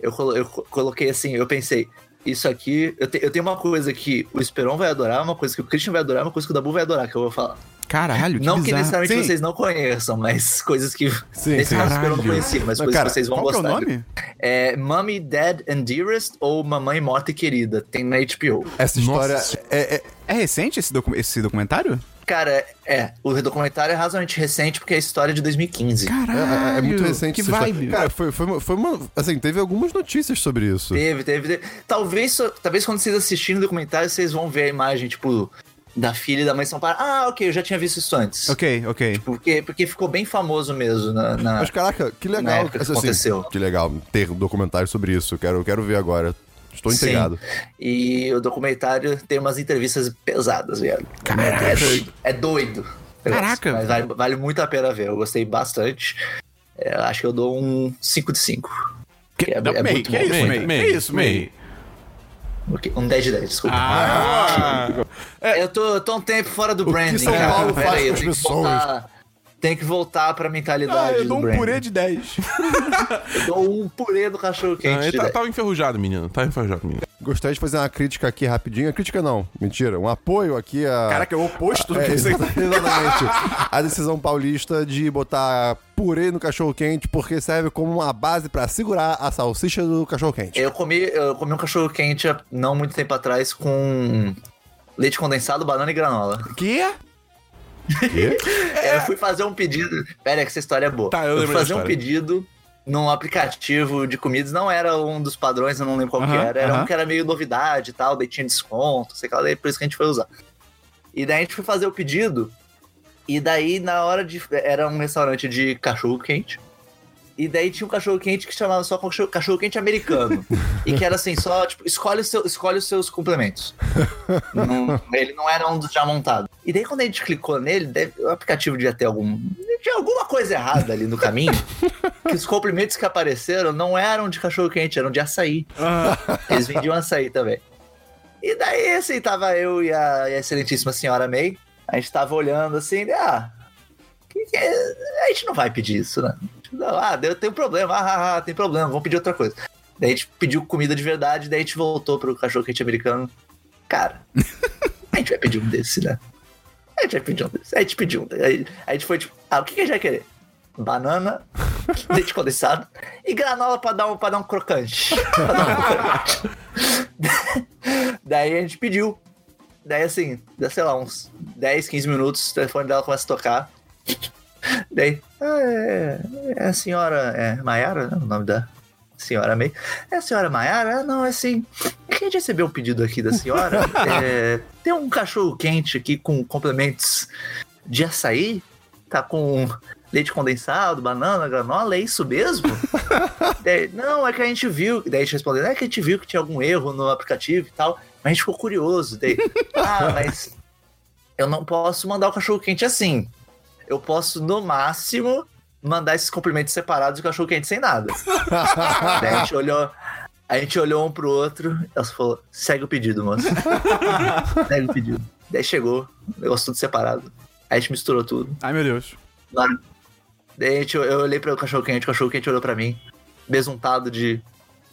Speaker 4: eu, colo- eu co- coloquei assim, eu pensei. Isso aqui, eu, te- eu tenho uma coisa que o Esperon vai adorar, uma coisa que o Christian vai adorar, uma coisa que o Dabu vai adorar, que eu vou falar.
Speaker 1: Caralho, que
Speaker 4: não que
Speaker 1: bizarro.
Speaker 4: necessariamente
Speaker 1: Sim.
Speaker 4: vocês não conheçam, mas coisas que.
Speaker 2: Sim,
Speaker 4: nesse
Speaker 2: sim.
Speaker 4: caso eu não
Speaker 3: Caralho.
Speaker 4: conheci, mas coisas
Speaker 2: Cara,
Speaker 4: que vocês vão
Speaker 1: Qual que é
Speaker 4: gostar.
Speaker 1: o nome?
Speaker 4: É Mommy, Dead and Dearest ou Mamãe Morta e Querida. Tem na HBO.
Speaker 2: Essa história
Speaker 3: Nossa.
Speaker 2: é, é-
Speaker 1: É recente esse, docu- esse documentário?
Speaker 4: Cara, é. O documentário é razoavelmente recente porque é a história de 2015.
Speaker 1: Caralho.
Speaker 2: é- é muito recente.
Speaker 1: Que
Speaker 2: essa história.
Speaker 1: vibe.
Speaker 2: Cara, foi, foi, uma- foi uma. Assim, teve algumas notícias sobre isso.
Speaker 4: Teve, teve, teve. Talvez, só- talvez quando vocês assistirem o documentário, vocês vão ver a imagem, tipo, da filha e da mãe são para. Ah, ok, eu já tinha visto isso antes.
Speaker 1: ok, ok.
Speaker 4: Porque, porque ficou bem famoso mesmo na. na-
Speaker 2: Mas caraca, que legal. Assim,
Speaker 4: Na época que aconteceu.
Speaker 2: Que legal ter um documentário sobre isso. Quero, quero ver agora. Estou
Speaker 4: Sim.
Speaker 2: intrigado.
Speaker 4: E o documentário tem umas entrevistas pesadas, velho.
Speaker 1: Caraca.
Speaker 4: É doido. É doido. Eu gosto,
Speaker 1: Caraca.
Speaker 4: Mas vale, vale muito a pena ver. Eu gostei bastante. É, eu acho que eu dou um 5 de 5.
Speaker 1: Que,
Speaker 4: é-
Speaker 1: não,
Speaker 4: é
Speaker 1: May,
Speaker 4: muito
Speaker 1: que
Speaker 4: bom.
Speaker 1: é isso, May?
Speaker 3: May, May,
Speaker 1: Que é isso, May?
Speaker 3: May.
Speaker 4: Ok, Um 10 de 10, desculpa.
Speaker 3: Ah,
Speaker 1: É.
Speaker 4: Eu tô, eu tô um tempo fora do branding,
Speaker 2: São
Speaker 4: cara.
Speaker 2: Paulo faz
Speaker 4: Pera aí,
Speaker 2: com
Speaker 4: eu
Speaker 2: as
Speaker 4: tenho que
Speaker 2: pessoas?
Speaker 4: voltar- Tem que voltar pra
Speaker 1: Ah,
Speaker 4: mentalidade.
Speaker 1: eu dou
Speaker 4: do
Speaker 1: um
Speaker 4: Brandon.
Speaker 1: purê de 10.
Speaker 2: Ah.
Speaker 4: Eu dou um purê do cachorro
Speaker 3: Ah,
Speaker 1: então
Speaker 4: quente.
Speaker 3: ele tá- tava enferrujado, menino. Tava enferrujado, menino.
Speaker 2: Gostaria de fazer uma crítica aqui rapidinho. Crítica não, mentira. Um apoio aqui a.
Speaker 1: Caraca, é o oposto do
Speaker 2: É,
Speaker 1: que você...
Speaker 2: exa- exatamente. A decisão paulista de botar purê no cachorro quente porque serve como uma base pra segurar a salsicha do cachorro quente.
Speaker 4: Eu comi, eu comi um cachorro quente há não muito tempo atrás com leite condensado, banana e granola.
Speaker 1: Que?
Speaker 4: Eu fui fazer um pedido. Pera, aí que essa história é boa.
Speaker 3: É. Tá, eu
Speaker 4: eu
Speaker 3: lembro
Speaker 4: fui
Speaker 3: da
Speaker 4: fazer um
Speaker 3: história.
Speaker 4: pedido num aplicativo de comidas, não era um dos padrões, eu não lembro qual que
Speaker 1: Aham,
Speaker 4: era. Era
Speaker 1: aham.
Speaker 4: um que era meio novidade e tal, daí tinha desconto, sei lá, daí por isso que a gente foi usar. E daí a gente foi fazer o pedido, e daí na hora de. Era um restaurante de cachorro quente. E daí tinha um cachorro quente que chamava só cachorro quente americano. e que era assim, só, tipo, escolhe, o seu, escolhe os seus complementos. Não- ele não era um dos já montados. E daí quando a gente clicou nele, deve- o aplicativo devia ter algum. Tinha alguma coisa errada ali no caminho. que os comprimentos que apareceram não eram de cachorro quente, eram de açaí. Eles vendiam açaí também. E daí, assim, tava eu e a, e a excelentíssima senhora May. A gente tava olhando assim, ah, que que é? a gente não vai pedir isso, né? Não, ah, deu, tem um problema, ah, ah, ah, tem problema, vamos pedir outra coisa. Daí a gente pediu comida de verdade, daí a gente voltou pro cachorro quente americano. Cara, a gente vai pedir um desse, né? A gente vai pedir um desse. A gente pediu um desse. Aí a gente foi tipo, ah, o que que a gente vai querer? Banana, leite condensado e granola pra dar um, pra dar um crocante. Pra dar um crocante. Daí a gente pediu. Daí assim, dá, sei lá, uns 10, 15 minutos, o telefone dela começa a tocar. Daí, ah, é, é a senhora é, Maiara, né, o nome da senhora May. É a senhora Maiara? Ah, não, é assim, é que a gente recebeu um pedido aqui da senhora. é, tem um cachorro quente aqui com complementos de açaí, tá com leite condensado, banana, granola, é isso mesmo? Daí, não, é que a gente viu, daí a gente respondeu, é que a gente viu que tinha algum erro no aplicativo e tal, mas a gente ficou curioso. Daí, ah, mas eu não posso mandar o cachorro quente assim. Eu posso, no máximo, mandar esses cumprimentos separados e o cachorro quente sem nada. Daí a gente olhou. A gente olhou um pro outro, ela falou, segue o pedido, moço. segue o pedido. Daí chegou, o negócio tudo separado. Aí a gente misturou tudo.
Speaker 1: Ai, meu Deus.
Speaker 4: Na hora- Daí a gente, eu olhei pro cachorro quente, o cachorro quente olhou pra mim, besuntado de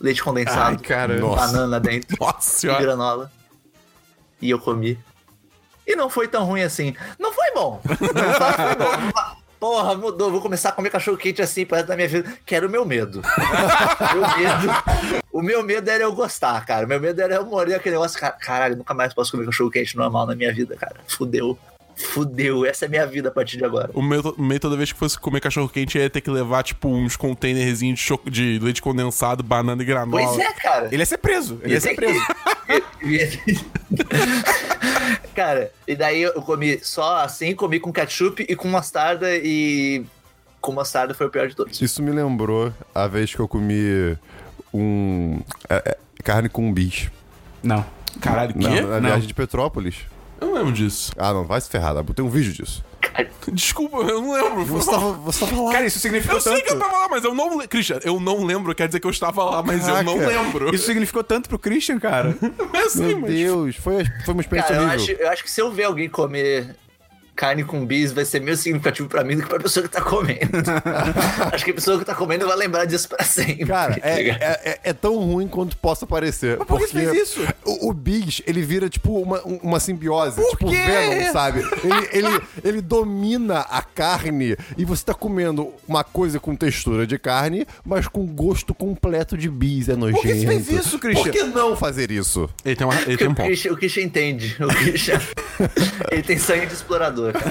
Speaker 4: leite condensado,
Speaker 3: cara.
Speaker 4: banana dentro
Speaker 3: Nossa
Speaker 4: e
Speaker 3: senhora.
Speaker 4: granola. E eu comi. E não foi tão ruim assim. Não foi bom. Não foi bom. Porra, mudou. Vou começar a comer cachorro quente assim pra resto da minha vida. Que era o meu medo. meu medo. O meu medo era eu gostar, cara. O meu medo era eu morrer aquele negócio. cara, Caralho, nunca mais posso comer cachorro quente normal na minha vida, cara. Fudeu. Fudeu. Essa é minha vida a partir de agora.
Speaker 3: O meu, o meu, toda vez que fosse comer cachorro quente, ia ter que levar, tipo, uns containerzinhos de, choco- de leite condensado, banana e granola.
Speaker 4: Pois é, cara.
Speaker 1: Ele ia ser preso.
Speaker 2: é
Speaker 1: Ele ia ser preso.
Speaker 4: Cara, e daí eu comi só assim, comi com ketchup e com mostarda e. Com mostarda foi o pior de todos.
Speaker 2: Isso me lembrou a vez que eu comi um. é, é, carne com bis.
Speaker 1: Não. Caralho,
Speaker 2: Na,
Speaker 1: quê?
Speaker 2: na
Speaker 1: Não.
Speaker 2: viagem de Petrópolis.
Speaker 3: Eu não lembro disso.
Speaker 2: Ah, não, vai se ferrar, Dabu. Tem um vídeo disso.
Speaker 3: Desculpa, eu não lembro.
Speaker 2: Você tava, você tava lá.
Speaker 1: Cara, isso significou
Speaker 3: Eu sei
Speaker 1: tanto.
Speaker 3: que eu tava lá, mas eu não lembro. Christian, eu não lembro, quer dizer que eu estava lá, mas eu não
Speaker 2: Caraca.
Speaker 3: lembro.
Speaker 1: Isso significou tanto pro Christian, cara.
Speaker 3: é assim,
Speaker 2: Meu
Speaker 3: mas.
Speaker 2: Deus, foi, foi uma experiência
Speaker 4: Cara, eu acho,
Speaker 2: horrível.
Speaker 4: eu acho que se eu ver alguém comer carne com bis, vai ser meio significativo pra mim do que pra pessoa que tá comendo. acho que a pessoa que tá comendo vai lembrar disso pra sempre.
Speaker 2: Cara, é, é, é- é tão ruim quanto possa parecer. Mas
Speaker 1: por que você fez isso?
Speaker 2: O, o Biggs, ele vira tipo uma, um- uma simbiose.
Speaker 1: Por
Speaker 2: tipo o
Speaker 1: quê?
Speaker 2: Venom, sabe? Ele, ele, ele domina a carne e você tá comendo uma coisa com textura de carne, mas com gosto completo de bis. É nojento.
Speaker 1: que você fez isso, Christian?
Speaker 2: Por que não fazer isso?
Speaker 3: Ele tem, uma, ele
Speaker 2: é-
Speaker 4: Porque
Speaker 3: tem um
Speaker 4: o
Speaker 3: ponto.
Speaker 4: Christian, o Christian entende. O Christian. ele tem sangue de explorador, cara.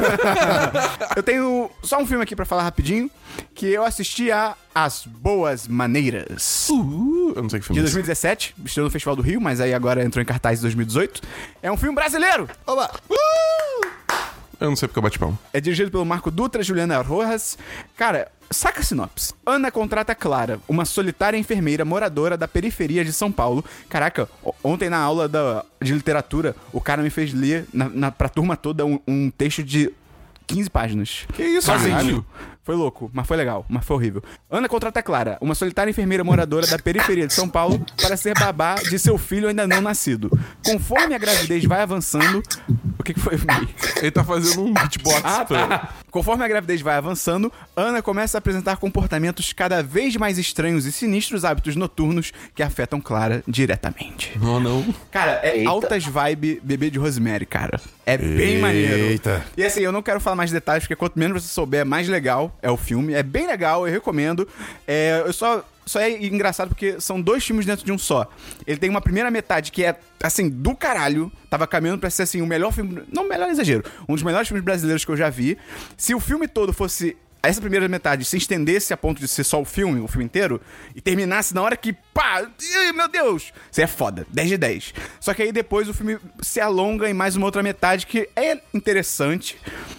Speaker 1: Eu tenho só um filme aqui pra falar rapidinho, que eu assisti a As Boas Maneiras.
Speaker 3: Uh, eu não sei que
Speaker 1: De
Speaker 3: filme é esse.
Speaker 1: 2017, estreou no Festival do Rio, mas aí agora entrou em cartaz em 2018. É um filme brasileiro!
Speaker 2: Oba!
Speaker 3: Eu não sei porque eu bati palma.
Speaker 1: É dirigido pelo Marco Dutra, Juliana Rojas. Cara, saca a sinopse. Ana contrata Clara, uma solitária enfermeira moradora da periferia de São Paulo. Caraca, o- ontem na aula da, de literatura, o cara me fez ler na, na, pra turma toda um, um texto de 15 páginas.
Speaker 2: Que isso,
Speaker 1: Sozinho.
Speaker 3: Tá
Speaker 2: cara?
Speaker 3: Caralho.
Speaker 1: Foi Foi louco, mas foi legal, mas foi horrível. Ana contrata Clara, uma solitária enfermeira moradora da periferia de São Paulo, para ser babá de seu filho ainda não nascido. Conforme a gravidez vai avançando. O que, que foi, Fih?
Speaker 3: Ele tá fazendo um beatbox.
Speaker 1: Ah,
Speaker 3: pra-
Speaker 1: tá. Conforme a gravidez vai avançando, Ana começa a apresentar comportamentos cada vez mais estranhos e sinistros hábitos noturnos que afetam Clara diretamente.
Speaker 3: Não, não.
Speaker 1: Cara, é
Speaker 4: Eita.
Speaker 1: altas vibe bebê de Rosemary, cara. É bem maneiro.
Speaker 2: Eita.
Speaker 1: E assim, eu não quero falar mais detalhes, porque quanto menos você souber, mais legal é o filme. É bem legal, eu recomendo. É, eu só. Só é engraçado porque são dois filmes dentro de um só. Ele tem uma primeira metade que é, assim, do caralho. Tava caminhando pra ser, assim, o melhor filme. Não, o melhor é exagero. Um dos melhores filmes brasileiros que eu já vi. Se o filme todo fosse. Essa primeira metade se estendesse a ponto de ser só o filme, o filme inteiro, e terminasse na hora que, pá, ih, meu Deus, você é foda, 10 de 10. Só que aí depois o filme se alonga em mais uma outra metade que é interessante,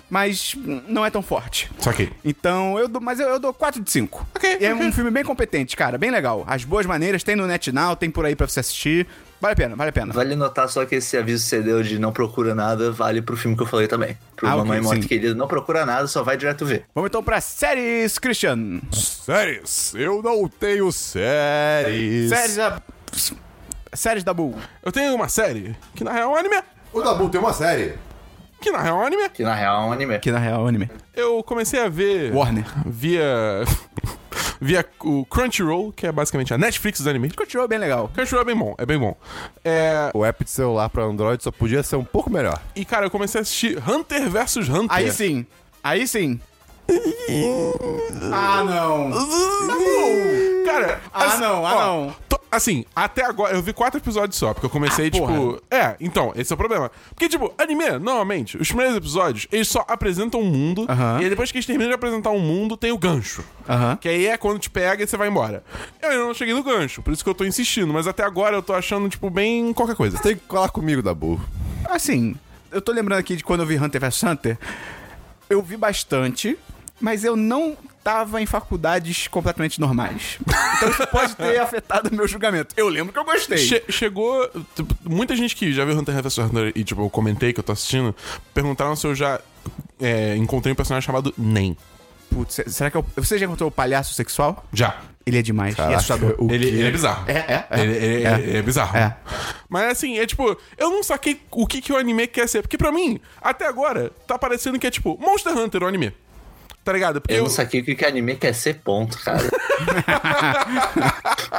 Speaker 1: mas não é tão forte.
Speaker 3: Saquei.
Speaker 1: Então, eu dou, mas eu, eu dou 4 de 5.
Speaker 3: Ok,
Speaker 1: E é
Speaker 3: ok.
Speaker 1: um filme bem competente, cara, bem legal. As boas maneiras tem no NetNow, tem por aí pra você assistir. Vale a pena, vale a pena.
Speaker 4: Vale notar só que esse aviso que você deu de não procura nada vale pro filme que eu falei também. Pro
Speaker 1: Ah, ok,
Speaker 4: Mamãe Morta
Speaker 1: sim.
Speaker 4: Querida, não procura nada, só vai direto ver.
Speaker 1: Vamos então pra séries, Christian.
Speaker 2: Séries? Eu não tenho séries.
Speaker 1: Séries da... Séries da Bull.
Speaker 3: Eu tenho uma série que na real é um anime.
Speaker 2: O Dabu tem uma série.
Speaker 3: Que na real é um anime.
Speaker 4: Que na real é um anime.
Speaker 1: Que na real é um anime.
Speaker 3: Eu comecei a ver.
Speaker 1: Warner.
Speaker 3: Via. via o Crunchyroll, que é basicamente a Netflix do anime.
Speaker 1: Continuou bem legal.
Speaker 3: Crunchyroll é bem bom, é bem bom. É,
Speaker 2: O app de celular pra Android só podia ser um pouco melhor.
Speaker 3: e cara, eu comecei a assistir Hunter vs Hunter.
Speaker 1: Aí sim. Aí sim. ah, não.
Speaker 3: Cara,
Speaker 1: Ah,
Speaker 3: assim,
Speaker 1: não, ah,
Speaker 3: ó,
Speaker 1: não.
Speaker 3: to- assim, até agora, eu vi quatro episódios só, porque eu comecei, tipo.
Speaker 1: Ah, porra.
Speaker 3: É, então, esse é o problema. Porque, tipo, anime, normalmente, os primeiros episódios, eles só apresentam o mundo,
Speaker 1: Aham.
Speaker 3: e aí depois que eles terminam de apresentar o mundo, tem o gancho.
Speaker 1: Aham.
Speaker 3: Que aí é quando te pega e você vai embora. Eu ainda não cheguei no gancho, por isso que eu tô insistindo, mas até agora eu tô achando, tipo, bem qualquer coisa.
Speaker 2: Tem que colar comigo, Dabu.
Speaker 1: Assim, eu tô lembrando aqui de quando eu vi Hunter vs Hunter. Eu vi bastante, mas eu não tava em faculdades completamente normais. Então isso pode ter afetado o meu julgamento. Eu lembro que eu gostei.
Speaker 3: Che- chegou. tipo, muita gente que já viu Hunter vs Hunter e, tipo, eu comentei que eu tô assistindo, perguntaram se eu já é, encontrei um personagem chamado Nem.
Speaker 1: Putz, será que eu... Você já encontrou o palhaço sexual?
Speaker 3: Já.
Speaker 1: Ele é demais. e é assustador.
Speaker 2: o
Speaker 3: Ele,
Speaker 2: quê?
Speaker 3: ele é bizarro.
Speaker 1: É, é, é.
Speaker 3: Ele, ele-
Speaker 1: É.
Speaker 3: ele é bizarro.
Speaker 1: É.
Speaker 3: Mas assim, é tipo, eu não saquei o que, que o anime quer ser. Porque pra mim, até agora, tá parecendo que é tipo Monster Hunter o anime. Tá ligado? Porque
Speaker 4: Eu, não saquei o que que anime quer ser ponto, cara.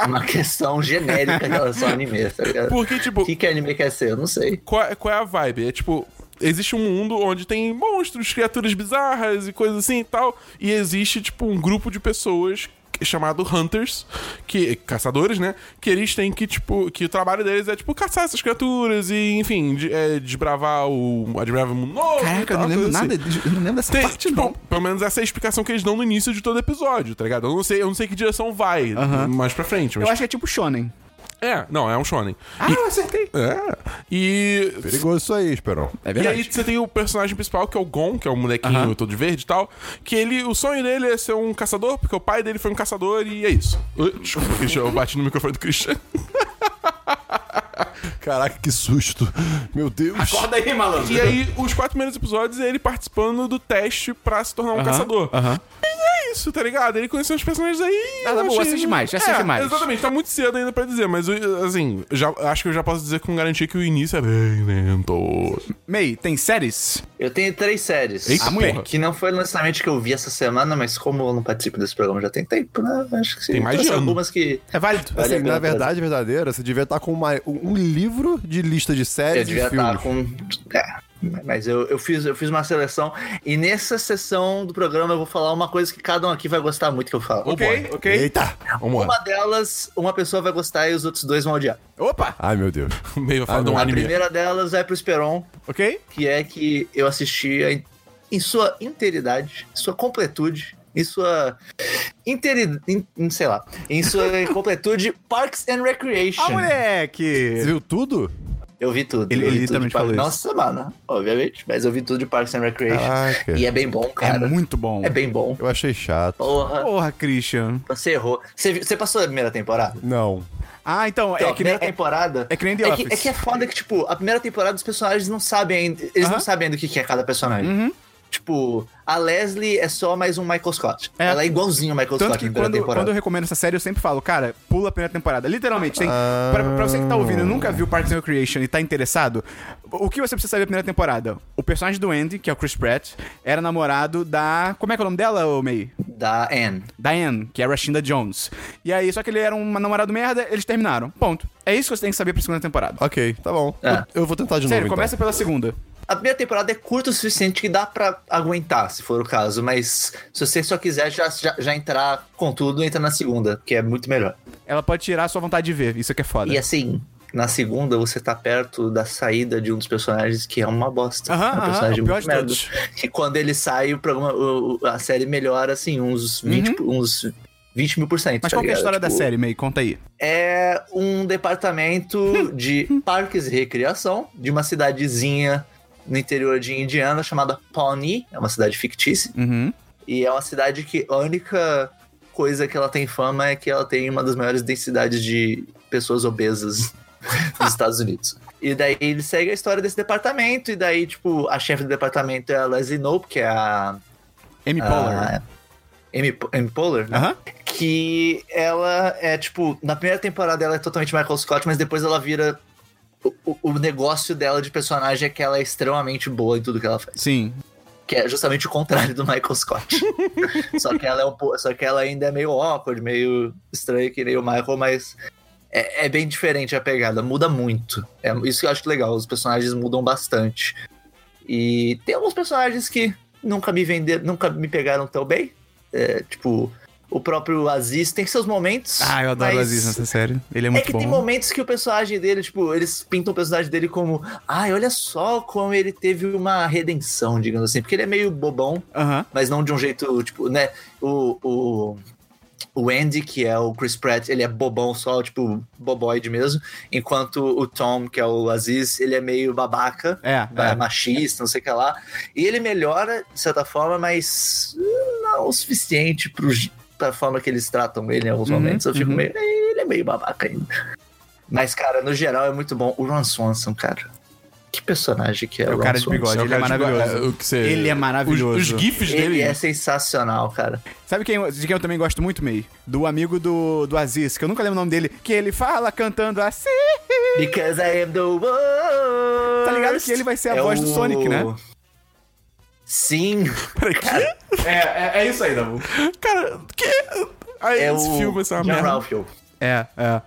Speaker 4: Uma questão genérica em relação ao anime, tá ligado?
Speaker 3: Porque, tipo-
Speaker 4: O que, que anime quer ser? Eu não sei.
Speaker 3: qual, é- qual é a vibe? É tipo, existe um mundo onde tem monstros, criaturas bizarras e coisas assim e tal. E existe, tipo, um grupo de pessoas que- chamado Hunters, que caçadores, né? Que eles têm que, tipo, que o trabalho deles é, tipo, caçar essas criaturas e, enfim, de- é, desbravar o. desbravar o mundo novo. e
Speaker 1: Caraca, eu não
Speaker 3: tal,
Speaker 1: lembro
Speaker 3: coisa assim.
Speaker 1: nada. disso. Eu não lembro dessa
Speaker 3: Tem,
Speaker 1: parte,
Speaker 3: tipo,
Speaker 1: não.
Speaker 3: pelo menos essa é a explicação que eles dão no início de todo episódio, tá ligado? Eu não sei, eu não sei que direção vai mais pra frente.
Speaker 1: Eu
Speaker 3: Mas...
Speaker 1: acho que é tipo Shonen.
Speaker 3: É, não, é um shonen.
Speaker 1: Ah, eu acertei.
Speaker 3: É. E
Speaker 2: Perigoso isso aí, Esperão.
Speaker 1: É
Speaker 3: e
Speaker 1: verdade.
Speaker 3: aí você tem o personagem principal, que é o Gon, que é o molequinho
Speaker 1: Aham.
Speaker 3: todo verde e tal, que ele, o sonho dele é ser um caçador, porque o pai dele foi um caçador e é isso. Ui, Desculpa, Christian, eu bati no microfone do Christian.
Speaker 2: Caraca, que susto. Meu Deus.
Speaker 1: Acorda aí, malandro.
Speaker 3: E aí, os quatro primeiros episódios é ele participando do teste pra se tornar um caçador.
Speaker 1: aham.
Speaker 3: Mas é isso, tá ligado? Ele conheceu os personagens aí.
Speaker 1: Ah,
Speaker 3: eu
Speaker 1: tá bom, assiste mais, já assiste mais.
Speaker 3: Exatamente, tá muito cedo ainda pra dizer, mas assim, já, acho que eu já posso dizer com garantia que o início é bem lento.
Speaker 1: May, tem séries?
Speaker 4: Eu tenho três séries.
Speaker 3: Eita,
Speaker 4: Ah,
Speaker 3: porra.
Speaker 4: Que não foi o lançamento que eu vi essa semana, mas como eu não participo desse programa já tem tempo, né? Acho que sim.
Speaker 3: Tem mais de
Speaker 4: Trouxe
Speaker 3: ano.
Speaker 4: algumas que.
Speaker 1: É válido.
Speaker 4: Vale a
Speaker 2: Assim,
Speaker 4: pena
Speaker 2: na verdade verdadeira, você devia estar com uma- um livro de lista de
Speaker 4: Eu
Speaker 2: séries e
Speaker 4: devia tá estar
Speaker 2: filmes.
Speaker 4: com. É, mas eu, eu, fiz, eu fiz uma seleção. E nessa sessão do programa eu vou falar uma coisa que cada um aqui vai gostar muito que eu falo.
Speaker 3: Oh,
Speaker 1: Ok, ok.
Speaker 2: Eita!
Speaker 3: Vamos lá.
Speaker 4: Uma delas, uma pessoa vai gostar e os outros dois vão odiar.
Speaker 1: Opa, Ah,
Speaker 2: Ai, meu Deus.
Speaker 3: Meio falar de um
Speaker 4: A
Speaker 3: anime.
Speaker 4: primeira delas vai pro Esperon,
Speaker 1: ok.
Speaker 4: que é que eu assisti em- em sua integridade, sua completude, em sua. Interi... Em, em- sei lá. Em sua completude, Parks and
Speaker 1: Ah,
Speaker 4: Recreation.
Speaker 2: Você
Speaker 1: moleque!
Speaker 2: viu tudo?
Speaker 4: Eu vi tudo.
Speaker 1: Ele-
Speaker 4: eu vi
Speaker 1: ele
Speaker 4: tudo
Speaker 1: também
Speaker 4: de Parks-
Speaker 1: falou isso.
Speaker 4: Nossa semana, obviamente. Mas eu vi tudo de Parks and Recreation.
Speaker 2: Caraca.
Speaker 4: E é bem bom,
Speaker 1: É
Speaker 4: cara.
Speaker 1: muito bom.
Speaker 4: É bem bom.
Speaker 2: Eu achei chato.
Speaker 4: Porra,
Speaker 1: Porra, Christian.
Speaker 4: você errou. Você, vi- você passou a primeira temporada?
Speaker 2: Não.
Speaker 1: Ah, então,
Speaker 4: Então,
Speaker 1: é
Speaker 4: a
Speaker 1: que nem.
Speaker 4: primeira temporada.
Speaker 1: é que nem The
Speaker 4: é que,
Speaker 1: Office.
Speaker 4: é que é foda que, tipo, a primeira temporada os personagens não sabem ainda. Eles
Speaker 1: Aham. Uhum.
Speaker 4: não sabem ainda o que que é cada personagem. Tipo, a Leslie é só mais um Michael Scott.
Speaker 1: É.
Speaker 4: Ela é igualzinha o Michael
Speaker 1: Tanto
Speaker 4: Scott
Speaker 1: que
Speaker 4: na primeira
Speaker 1: quando,
Speaker 4: temporada.
Speaker 1: quando eu recomendo essa série, eu sempre falo, cara, pula a primeira temporada. Literalmente, tem. Pra, pra você que tá ouvindo e nunca viu Parks and Recreation e tá interessado, o que você precisa saber da primeira temporada? O personagem do Andy, que é o Chris Pratt, era namorado da. Como é que é o nome dela, ô May?
Speaker 4: Da Anne.
Speaker 1: Diane, que é a Rashinda Jones. E aí, só que ele era um namorado merda, eles terminaram. Ponto. É isso que você tem que saber pra segunda temporada.
Speaker 2: Ok, tá bom.
Speaker 4: É.
Speaker 2: Eu, eu vou tentar de
Speaker 1: Sério,
Speaker 2: novo.
Speaker 1: começa
Speaker 2: então.
Speaker 1: pela segunda.
Speaker 4: A primeira temporada é curta o suficiente que dá pra aguentar, se for o caso, mas se você só quiser já, já, já entrar com tudo, entra na segunda, que é muito melhor.
Speaker 1: Ela pode tirar a sua vontade de ver, isso que é foda.
Speaker 4: E assim, na segunda você tá perto da saída de um dos personagens que é uma bosta.
Speaker 1: Aham,
Speaker 4: É um
Speaker 1: aham,
Speaker 4: personagem
Speaker 1: o pior
Speaker 4: muito
Speaker 1: de
Speaker 4: merda.
Speaker 1: todos.
Speaker 4: Que quando ele sai, o programa, o- o- a série melhora, assim, uns 20, uns 20 mil por cento.
Speaker 1: Uhum. Mas
Speaker 4: tá
Speaker 1: qual que é a
Speaker 4: ligado?
Speaker 1: história da
Speaker 4: Tipo,
Speaker 1: série, May? Conta aí.
Speaker 4: É um departamento de parques e recreação de uma cidadezinha no interior de Indiana chamada Pawnee. É uma cidade fictícia.
Speaker 1: Uhum.
Speaker 4: E é uma cidade que a única coisa que ela tem fama é que ela tem uma das maiores densidades de pessoas obesas dos Estados Unidos. E daí ele segue a história desse departamento, e daí, tipo, a chefe do departamento é a Leslie Knope, que é a.
Speaker 1: Amy
Speaker 4: Ah,
Speaker 1: Poehler.
Speaker 4: a Amy, Po- Amy Poehler, né?
Speaker 1: Aham.
Speaker 4: Que ela é, tipo, na primeira temporada ela é totalmente Michael Scott, mas depois ela vira. o- o- o negócio dela de personagem é que ela é extremamente boa em tudo que ela faz
Speaker 1: Sim.
Speaker 4: que é justamente o contrário do Michael Scott. só que ela é um po- só que ela ainda é meio awkward, meio estranha que nem o Michael, mas é, é bem diferente a pegada, muda muito. É isso que eu acho legal, os personagens mudam bastante. E tem alguns personagens que nunca me venderam, nunca me pegaram tão bem. É, tipo, o próprio Aziz tem seus momentos.
Speaker 1: Ah, eu adoro o
Speaker 4: mas-
Speaker 1: Aziz nessa série. Ele é
Speaker 4: é
Speaker 1: muito
Speaker 4: que
Speaker 1: bom.
Speaker 4: tem momentos que o personagem dele, tipo, eles pintam o personagem dele como, ai, olha só como ele teve uma redenção, digamos assim, porque ele é meio bobão,
Speaker 1: Aham.
Speaker 4: mas não de um jeito, tipo, né? O, o, o Andy, que é o Chris Pratt, ele é bobão só, tipo, boboide mesmo, enquanto o Tom, que é o Aziz, ele é meio babaca.
Speaker 1: É,
Speaker 4: né,
Speaker 1: é.
Speaker 4: machista, não sei o que lá. E ele melhora, de certa forma, mas hum, não o suficiente pro, j- pra forma que eles tratam ele em alguns
Speaker 1: Uhum,
Speaker 4: momentos. Eu fico
Speaker 1: uhum.
Speaker 4: meio. "É, Ele é meio babaca ainda. Mas, cara, no geral é muito bom. O Ron Swanson, cara. Que personagem que é,
Speaker 1: É o cara de
Speaker 4: Swanson?
Speaker 1: bigode, ele é
Speaker 3: cara de-
Speaker 1: maravilhoso.
Speaker 3: é, o que você-
Speaker 1: Ele é maravilhoso.
Speaker 3: Os, os gifs
Speaker 4: Ele
Speaker 3: dele.
Speaker 1: né?
Speaker 4: é sensacional, cara.
Speaker 1: Sabe quem, eu- de quem eu também gosto muito, May? Do amigo do, do Aziz, que eu nunca lembro o nome dele, que ele fala cantando assim.
Speaker 4: Because I am the worst. É
Speaker 1: Tá ligado que ele vai ser a voz do Sonic, né?
Speaker 4: Sim.
Speaker 3: Peraí, que?
Speaker 1: É, é, isso aí, Dabu.
Speaker 3: Cara, que? Aí
Speaker 4: É
Speaker 3: esse
Speaker 4: o
Speaker 3: filme, essa
Speaker 4: John
Speaker 3: merda.
Speaker 4: Ralphio.
Speaker 1: É, é.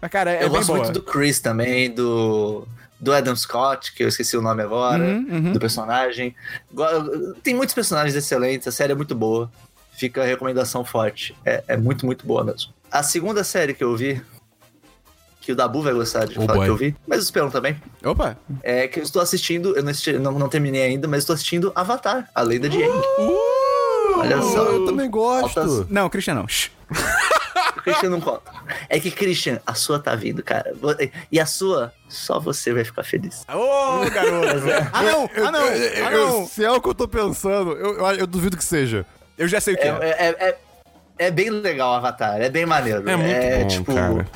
Speaker 1: Mas, cara, é
Speaker 4: eu
Speaker 1: bem
Speaker 4: gosto
Speaker 1: boa.
Speaker 4: muito do Chris também, do, do Adam Scott, que eu esqueci o nome agora,
Speaker 1: Uhum,
Speaker 4: do personagem. Go- Tem muitos personagens excelentes, a série é muito boa. Fica a recomendação forte. É, é muito, muito boa mesmo. A segunda série que eu vi, que o Dabu vai gostar de
Speaker 3: Oh,
Speaker 4: falar
Speaker 3: boy.
Speaker 4: que eu vi, mas o Esperão também,
Speaker 1: Opa.
Speaker 4: é que eu estou assistindo, eu não, assisti- não, não terminei ainda, mas estou assistindo Avatar, a Lei da de Aang.
Speaker 3: Uh!
Speaker 4: Olha
Speaker 2: Pô,
Speaker 4: só.
Speaker 2: então. eu também gosto.
Speaker 1: Não, Christian não. Shh.
Speaker 4: O Christian não conta. É que, Christian, a sua tá vindo, cara. E a sua, só você vai ficar feliz.
Speaker 1: Ô, garoto. ah, não, ah, não,
Speaker 2: Eu-
Speaker 1: ah, não.
Speaker 2: eu- se é o que eu tô pensando, eu, eu- eu duvido que seja.
Speaker 1: Eu já sei o que
Speaker 4: É,
Speaker 1: é.
Speaker 4: é- é- é bem legal o Avatar, é bem maneiro.
Speaker 3: É muito bom,
Speaker 4: tipo,
Speaker 3: cara.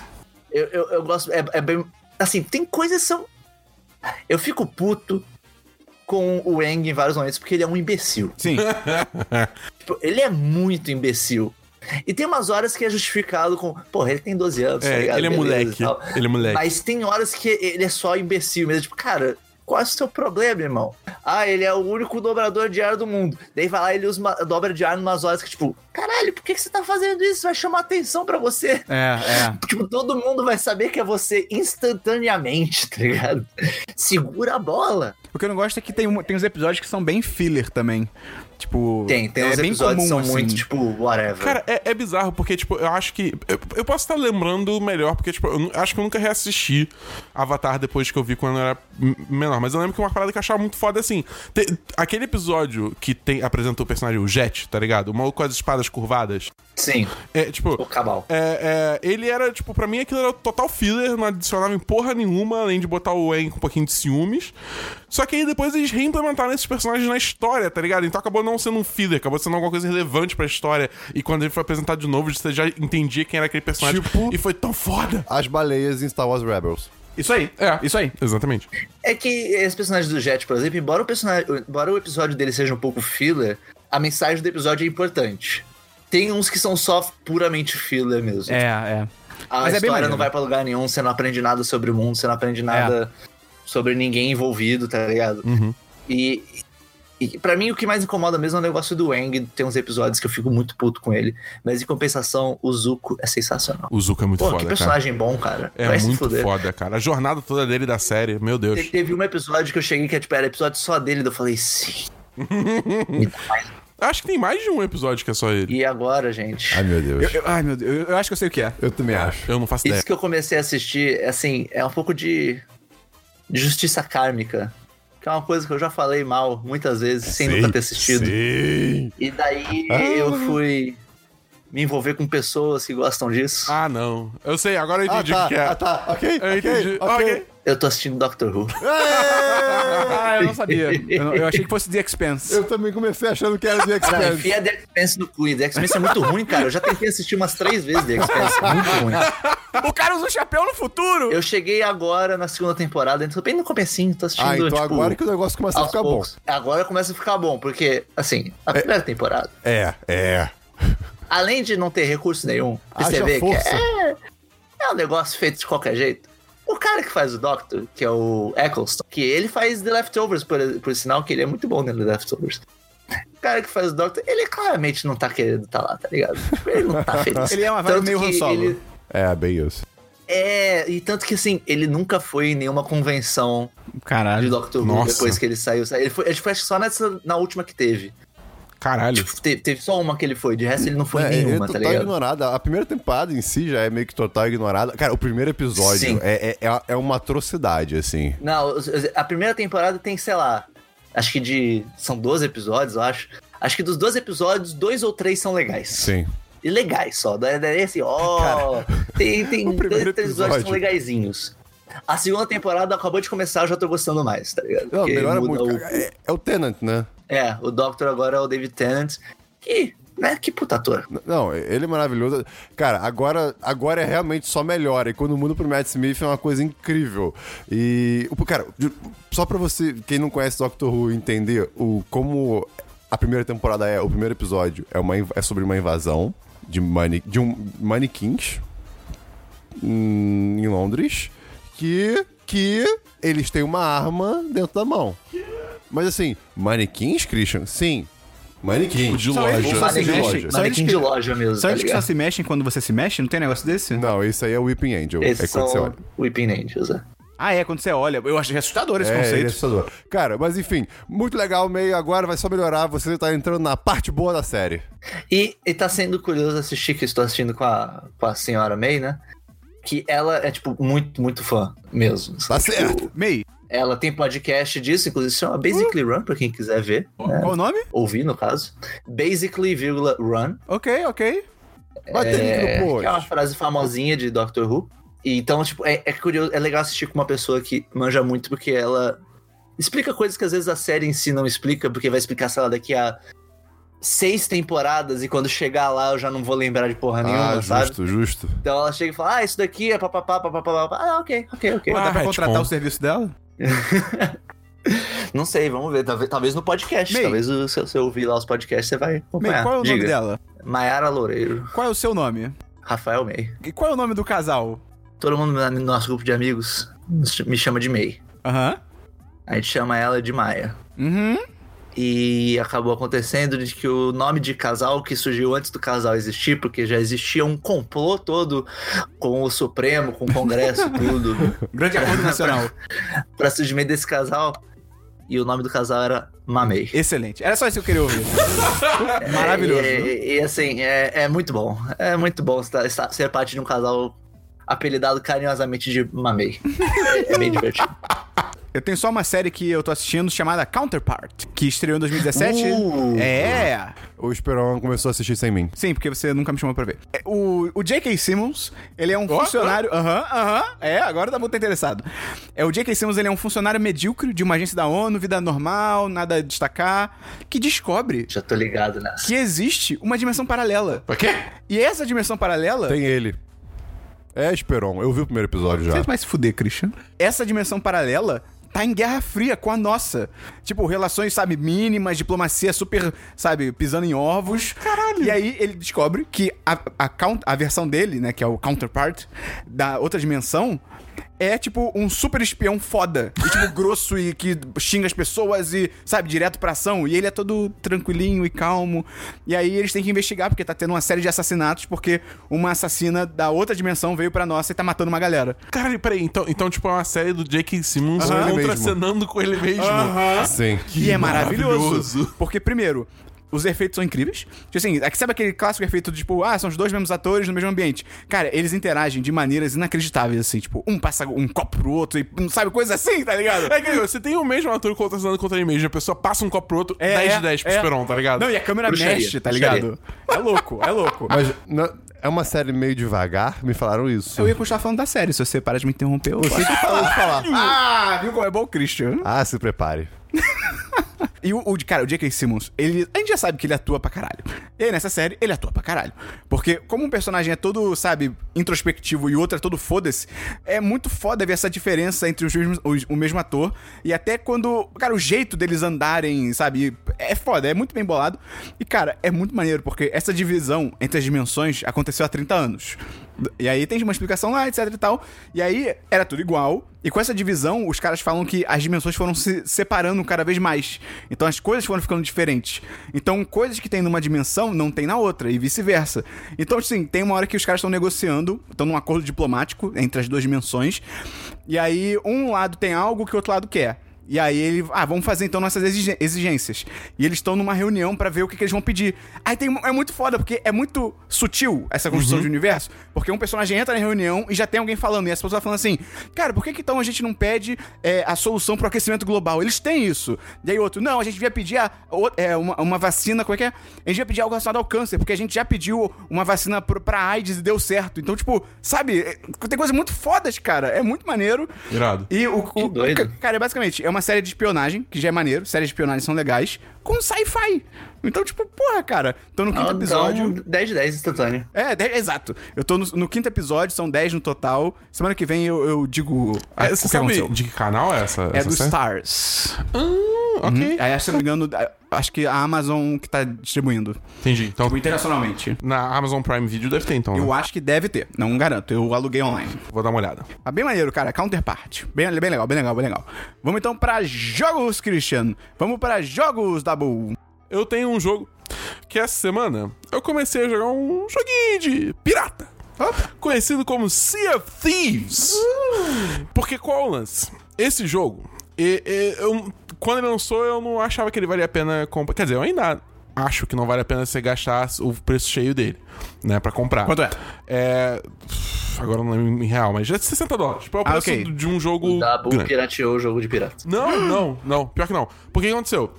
Speaker 4: Eu, eu, eu gosto, é, é bem... Assim, tem coisas que são... Eu fico puto com o Eng em vários momentos, porque ele é um imbecil.
Speaker 1: Sim.
Speaker 4: Tipo, ele é muito imbecil. E tem umas horas que é justificado com... Porra, ele tem 12 anos, tá
Speaker 3: É,
Speaker 4: ligado?
Speaker 3: ele é
Speaker 4: Beleza e
Speaker 3: moleque.
Speaker 4: tal.
Speaker 3: Ele é moleque.
Speaker 4: Mas tem horas que ele é só imbecil mesmo. Tipo, cara, qual é o seu problema, irmão? Ah, ele é o único dobrador de ar do mundo. Daí vai lá e ele usa uma, dobra de ar numas horas que, tipo, caralho, por que, que você tá fazendo isso? Vai chamar atenção pra você.
Speaker 1: É, é.
Speaker 4: Tipo, todo mundo vai saber que é você instantaneamente, tá ligado? Segura a bola.
Speaker 1: O que eu não gosto é que tem, um- tem uns episódios que são bem filler também. Tipo.
Speaker 4: Tem, tem
Speaker 1: é
Speaker 4: uns
Speaker 1: bem
Speaker 4: episódios
Speaker 1: comum,
Speaker 4: que são
Speaker 1: assim.
Speaker 4: muito, tipo, whatever.
Speaker 3: Cara, é, é bizarro, porque, tipo, eu acho que. Eu, eu posso estar lembrando melhor, porque, tipo, eu nu- acho que eu nunca reassisti Avatar depois que eu vi quando eu era m- menor. Mas eu lembro que uma parada que eu achava muito foda é assim. te- aquele episódio que tem, apresenta o personagem, o Jet, tá ligado? O maluco com as espadas curvadas.
Speaker 4: Sim,
Speaker 3: É, tipo.
Speaker 4: o Cabal.
Speaker 3: É, é, ele era, tipo, pra mim aquilo era total filler, não adicionava em porra nenhuma, além de botar o Wen com um pouquinho de ciúmes. Só que aí depois eles reimplementaram esses personagens na história, tá ligado? Então acabou não sendo um filler, acabou sendo alguma coisa relevante pra história. E quando ele foi apresentado de novo, você já entendia quem era aquele personagem.
Speaker 2: Tipo-
Speaker 3: E foi tão foda!
Speaker 2: As baleias em Star Wars Rebels.
Speaker 1: Isso aí.
Speaker 3: É.
Speaker 1: Isso aí.
Speaker 3: Exatamente.
Speaker 4: É que esse personagem do Jet, por exemplo, embora o, personagem, embora o episódio dele seja um pouco filler, a mensagem do episódio é importante. Tem uns que são só puramente filler mesmo.
Speaker 1: É, é.
Speaker 4: a
Speaker 1: mas é bem
Speaker 4: história
Speaker 1: maneiro. É.
Speaker 4: não vai pra lugar nenhum, você não aprende nada sobre o mundo, você não aprende nada sobre ninguém envolvido, tá ligado?
Speaker 1: Uhum.
Speaker 4: E, e para mim o que mais incomoda mesmo é o negócio do Wang, tem uns episódios que eu fico muito puto com ele, mas em compensação, o Zuko é sensacional.
Speaker 3: O Zuko é muito
Speaker 4: Pô,
Speaker 3: foda,
Speaker 4: que
Speaker 3: cara.
Speaker 4: personagem bom, cara.
Speaker 3: É
Speaker 4: Vai se
Speaker 3: muito
Speaker 4: fuder.
Speaker 3: foda, cara. A jornada toda dele da série, meu Deus.
Speaker 4: Te- Teve um episódio que eu cheguei que tipo, era episódio só dele, daí eu falei, sim.
Speaker 3: Acho que tem mais de um episódio que é só ele.
Speaker 4: E agora, gente?
Speaker 2: Ai, meu Deus.
Speaker 1: Eu- eu-
Speaker 2: Eu,
Speaker 1: ai, meu Deus, eu, eu acho que eu sei o que é.
Speaker 2: também acho.
Speaker 3: Eu não faço ideia.
Speaker 4: Isso que eu comecei a assistir, assim, é um pouco de, de justiça kármica. Que é uma coisa que eu já falei mal muitas vezes, sem nunca ter assistido.
Speaker 2: Sim.
Speaker 4: E daí
Speaker 2: Ah.
Speaker 4: eu fui me envolver com pessoas que gostam disso.
Speaker 3: Ah, não. Eu sei, agora eu
Speaker 2: Ah,
Speaker 3: entendi o
Speaker 2: tá,
Speaker 3: que que é.
Speaker 2: ah, tá. Ok,
Speaker 3: Eu entendi.
Speaker 2: ok, ok.
Speaker 3: Ok.
Speaker 4: Eu tô assistindo Doctor Who.
Speaker 1: Ah, eu não sabia. Eu, não- eu achei que fosse The Expanse.
Speaker 2: Eu também comecei achando que era The
Speaker 4: Cara,
Speaker 2: Expanse.
Speaker 4: enfia é The Expanse no cu. e The Expanse é muito ruim, cara. Eu já tentei assistir umas três vezes The Expanse. é Muito ruim.
Speaker 1: O cara usa um chapéu no futuro!
Speaker 4: Eu cheguei agora na segunda temporada, então bem no comecinho, tô assistindo,
Speaker 2: Ah, então
Speaker 4: tipo,
Speaker 2: agora que o negócio começa a
Speaker 4: aos
Speaker 2: ficar bom.
Speaker 4: poucos. Agora começa a ficar bom, porque, assim, a primeira temporada,
Speaker 2: É, é.
Speaker 4: além de não ter recurso nenhum, e você
Speaker 2: Haja
Speaker 4: vê que
Speaker 2: força.
Speaker 4: é, é um negócio feito de qualquer jeito. O cara que faz o Doctor, que é o Eccleston, que ele faz The Leftovers, por, por sinal, que ele é muito bom no The Leftovers. O cara que faz o Doctor, ele claramente não tá querendo tá lá, tá ligado? Ele não tá feliz.
Speaker 1: Ele é uma vibe
Speaker 4: Tanto
Speaker 1: meio
Speaker 4: que
Speaker 1: Han Solo.
Speaker 4: ele-
Speaker 2: É, bem isso.
Speaker 4: É, e tanto que assim, ele nunca foi em nenhuma convenção de
Speaker 1: Caralho.
Speaker 4: Doctor Who
Speaker 3: Nossa.
Speaker 4: depois que ele saiu. Ele foi, ele foi acho que só nessa, na última que teve.
Speaker 3: Caralho.
Speaker 4: Tipo, te- teve. só uma que ele foi, de resto ele não foi
Speaker 2: É, ele é
Speaker 4: nenhuma,
Speaker 2: total
Speaker 4: tá ligado?
Speaker 2: ignorada. A primeira temporada em si já é meio que total ignorada. Cara, o primeiro episódio
Speaker 4: Sim.
Speaker 2: é, é, é- é uma atrocidade, assim.
Speaker 4: Não, os- os- a primeira temporada tem, sei lá, acho que de. São 12 episódios, eu acho. Acho que dos 12 episódios, dois ou três são legais.
Speaker 2: Sim.
Speaker 4: E legais só. Daí daí, assim, ó. tem tem dois,
Speaker 2: primeiro
Speaker 4: três episódios que
Speaker 2: episódio.
Speaker 4: são legaisinhos. A segunda temporada acabou de começar, eu já tô gostando mais, tá ligado?
Speaker 2: Não,
Speaker 4: Porque
Speaker 2: melhora
Speaker 4: muda
Speaker 2: muito.
Speaker 4: o-
Speaker 2: cara. É, é o Tenant, né?
Speaker 4: É, o Doctor agora é o David Tennant. Que, né, que puta ator.
Speaker 2: N- Não, ele é maravilhoso. Cara, agora, agora é realmente só melhora. E quando muda pro Matt Smith é uma coisa incrível. E, o- cara, ju- só pra você, quem não conhece Doctor Who, entender o, como a primeira temporada é, o primeiro episódio é, uma, inv- é sobre uma invasão de, mani, de um, manequins hum, em Londres que, que eles têm uma arma dentro da mão. Mas assim, manequins, Christian? Sim. Manequins.
Speaker 3: De
Speaker 1: Só eles que
Speaker 3: loja.
Speaker 1: só se
Speaker 4: Manequim de
Speaker 1: mexem.
Speaker 2: loja.
Speaker 1: Só eles
Speaker 4: Manequim de
Speaker 1: que-
Speaker 4: loja mesmo,
Speaker 1: só
Speaker 4: tá
Speaker 1: eles que só
Speaker 4: ligado?
Speaker 1: se mexem quando você se mexe? Não tem negócio desse?
Speaker 2: Não, isso aí é o Weeping Angel. é
Speaker 4: Esses
Speaker 2: quando você
Speaker 4: são
Speaker 2: olha.
Speaker 4: Weeping Angels, é.
Speaker 1: Ah, é, quando você olha. Eu achei assustador esse
Speaker 2: É, ele é
Speaker 1: conceito.
Speaker 2: assustador. Cara, mas enfim, muito legal o meio agora, vai só melhorar. Você tá entrando na parte boa da série.
Speaker 4: E, e tá sendo curioso assistir, que eu estou assistindo com a, com a senhora May, né? Que ela é, tipo, muito, muito fã mesmo.
Speaker 2: Tá
Speaker 4: Tipo,
Speaker 2: certo.
Speaker 1: Mei,
Speaker 4: Ela tem podcast disso, inclusive se chama Basically Run, pra quem quiser ver, né?
Speaker 1: qual o nome?
Speaker 4: ouvir no caso. Basically, vírgula, Run.
Speaker 1: Ok, ok.
Speaker 2: Vai
Speaker 4: É,
Speaker 2: ter link no
Speaker 4: que é uma
Speaker 2: post.
Speaker 4: frase famosinha de Doctor Who. E então, tipo, é, é curioso, é legal assistir com uma pessoa que manja muito, porque ela explica coisas que às vezes a série em si não explica, porque vai explicar, sei lá, daqui a seis temporadas e quando chegar lá eu já não vou lembrar de porra nenhuma,
Speaker 2: Ah,
Speaker 4: sabe?
Speaker 2: justo, justo.
Speaker 4: Então ela chega e fala, ah, isso daqui é papapá, papapá, papapá. Ah, ok, ok, ok.
Speaker 1: Pô, dá pra
Speaker 3: retcon.
Speaker 1: contratar o serviço dela?
Speaker 4: Não sei, vamos ver, talvez, talvez no podcast,
Speaker 1: May.
Speaker 4: talvez o- se você ouvir lá os podcasts você vai
Speaker 1: Mei,
Speaker 4: acompanhar.
Speaker 1: qual é o nome
Speaker 4: Diga.
Speaker 1: dela?
Speaker 4: Maiara Loureiro,
Speaker 1: Qual é o seu nome?
Speaker 4: Rafael May.
Speaker 1: E qual é o nome do casal?
Speaker 4: Todo mundo no nosso grupo de amigos me chama de May.
Speaker 1: Aham.
Speaker 4: A gente chama ela de Maia.
Speaker 1: Uhum.
Speaker 4: E acabou acontecendo de que o nome de casal que surgiu antes do casal existir, porque já existia um complô todo com o Supremo, com o Congresso, tudo,
Speaker 1: Grande acordo nacional.
Speaker 4: pra surgimento desse casal. E o nome do casal era Mamei.
Speaker 1: Excelente. Era só isso que eu queria ouvir. Maravilhoso.
Speaker 4: E, e- e, assim, é, é muito bom. É muito bom estar, estar- ser parte de um casal apelidado carinhosamente de Mamei. É, é bem divertido.
Speaker 1: Eu tenho só uma série que eu tô assistindo chamada Counterpart, que estreou em 2017.
Speaker 4: Uh.
Speaker 1: É.
Speaker 2: O Esperon começou a assistir sem mim.
Speaker 1: Sim, porque você nunca me chamou pra ver. É, O, o J.K. Simmons, ele é um
Speaker 3: Ó,
Speaker 1: funcionário. Aham, aham. é, agora tá muito interessado. É, o J.K. Simmons, ele é um funcionário medíocre de uma agência da ONU, vida normal, nada a destacar, que descobre
Speaker 4: Já tô ligado né? nessa.
Speaker 1: que existe uma dimensão paralela.
Speaker 3: Pra quê?
Speaker 1: E essa dimensão paralela
Speaker 2: Tem ele. É Esperon. Eu vi o primeiro episódio já.
Speaker 1: Você vai se fuder, Christian. Essa dimensão paralela tá em guerra fria com a nossa. Tipo, relações, sabe, mínimas, diplomacia super, sabe, pisando em ovos. Caralho! E aí ele descobre que a, a, count- a versão dele, né, que é o counterpart da outra dimensão, é tipo um super espião foda. E, tipo, grosso e que xinga as pessoas e, sabe, direto pra ação. E ele é todo tranquilinho e calmo. E aí eles têm que investigar, porque tá tendo uma série de assassinatos, porque uma assassina da outra dimensão veio pra nossa e tá matando uma galera.
Speaker 3: Caralho, peraí, então, então tipo, é uma série do Jake Simmons
Speaker 2: Aham. Ele mesmo.
Speaker 3: contracenando com ele mesmo.
Speaker 2: Sim.
Speaker 1: E é maravilhoso. Porque, primeiro, os efeitos são incríveis. Tipo assim, aqui sabe aquele clássico efeito de tipo, ah, são os dois mesmos atores no mesmo ambiente. Cara, eles interagem de maneiras inacreditáveis, assim, tipo, um passa um copo pro outro e sabe, coisa assim, tá ligado?
Speaker 3: É que você tem o mesmo ator contracenando contra ele mesmo, a pessoa passa um copo pro outro,
Speaker 1: É,
Speaker 3: 10
Speaker 1: é,
Speaker 3: de 10 pro
Speaker 1: é.
Speaker 3: Esperon, tá ligado?
Speaker 1: Não, e a câmera
Speaker 4: Bruxaria,
Speaker 1: mexe, tá
Speaker 4: bruxaria.
Speaker 1: ligado? É louco, é louco.
Speaker 2: Mas na- é uma série meio devagar, me falaram isso.
Speaker 1: Eu ia continuar falando da série, se você parar de me interromper, eu
Speaker 2: Você que falou de falar.
Speaker 1: Ah, viu como é bom o Christian?
Speaker 2: Ah, se prepare.
Speaker 1: E o, o de- cara, o J.K. Simmons, ele, a gente já sabe que ele atua pra caralho. E nessa série, ele atua pra caralho. Porque como um personagem é todo, sabe, introspectivo e o outro é todo foda-se, é muito foda ver essa diferença entre os mesmos- os- o mesmo ator e até quando, cara, o jeito deles andarem, sabe, é foda, é muito bem bolado. E, cara, é muito maneiro, porque essa divisão entre as dimensões aconteceu há 30 anos. E aí tem uma explicação lá, etc e tal. E aí era tudo igual. E com essa divisão, os caras falam que as dimensões foram se separando cada vez mais. Então as coisas foram ficando diferentes. Então coisas que tem numa dimensão não tem na outra, e vice-versa. Então, assim, tem uma hora que os caras estão negociando, estão num acordo diplomático entre as duas dimensões. E aí um lado tem algo que o outro lado quer. E aí ele, ah, vamos fazer então nossas exige- exigências. E eles estão numa reunião pra ver o que, que eles vão pedir. Aí tem, é muito foda, porque é muito sutil essa construção de universo, porque um personagem entra na reunião e já tem alguém falando, e essa pessoa falando assim, cara, por que, que então a gente não pede é, a solução pro aquecimento global? Eles têm isso. E aí outro, não, a gente devia pedir a- o- é, uma, uma vacina, como é que é? A gente devia pedir algo relacionado ao câncer, porque a gente já pediu uma vacina pro, pra AIDS e deu certo. Então, tipo, sabe, é- tem coisas muito fodas, cara. É muito maneiro.
Speaker 3: Irado.
Speaker 1: E o, o-
Speaker 4: doido.
Speaker 1: ca- cara, é basicamente, é uma série de espionagem, que já é maneiro, séries de espionagem são legais, com sci-fi. Então, tipo, porra, cara, tô no quinto
Speaker 4: Então,
Speaker 1: episódio.
Speaker 4: 10 de 10 instantâneo.
Speaker 1: É, dez- exato. Eu tô no, no quinto episódio, são 10 no total. Semana que vem eu, eu digo. a-
Speaker 3: É, você
Speaker 1: o que
Speaker 3: sabe
Speaker 1: aconteceu.
Speaker 3: de que canal é essa?
Speaker 1: É
Speaker 3: essa
Speaker 1: do Uhum.
Speaker 3: série?
Speaker 1: Stars.
Speaker 3: Hum, ok.
Speaker 1: Aí, se eu não me engano, a- acho que a Amazon que tá distribuindo.
Speaker 3: Entendi. Então,
Speaker 1: Tipo, internacionalmente.
Speaker 3: na Amazon Prime Video deve ter, então. né?
Speaker 1: Eu acho que deve ter, não garanto, eu aluguei online.
Speaker 3: Vou dar uma olhada.
Speaker 1: Mas Ah, bem maneiro, cara, counterpart. Bem, bem legal, bem legal, bem legal. Vamos então pra jogos, Christian. Vamos pra jogos, Dabu.
Speaker 3: Eu tenho um jogo que essa semana eu comecei a jogar um joguinho de pirata. Conhecido como Sea of Thieves.
Speaker 1: Hum.
Speaker 3: Porque qual é o lance? Esse jogo, e- e- eu- quando ele lançou, eu não achava que ele valia a pena comprar. Quer dizer, eu ainda acho que não vale a pena você gastar o preço cheio dele, né, pra comprar.
Speaker 1: Quanto é?
Speaker 3: É. pff, Agora eu não lembro em real, mas é 60 dólares. Tipo, é o
Speaker 1: Ah,
Speaker 3: preço
Speaker 1: ok.
Speaker 3: de um jogo.
Speaker 4: O Dabu
Speaker 3: grande.
Speaker 4: pirateou o jogo de pirata.
Speaker 3: Não, não, não. Pior que não. Porque o que aconteceu?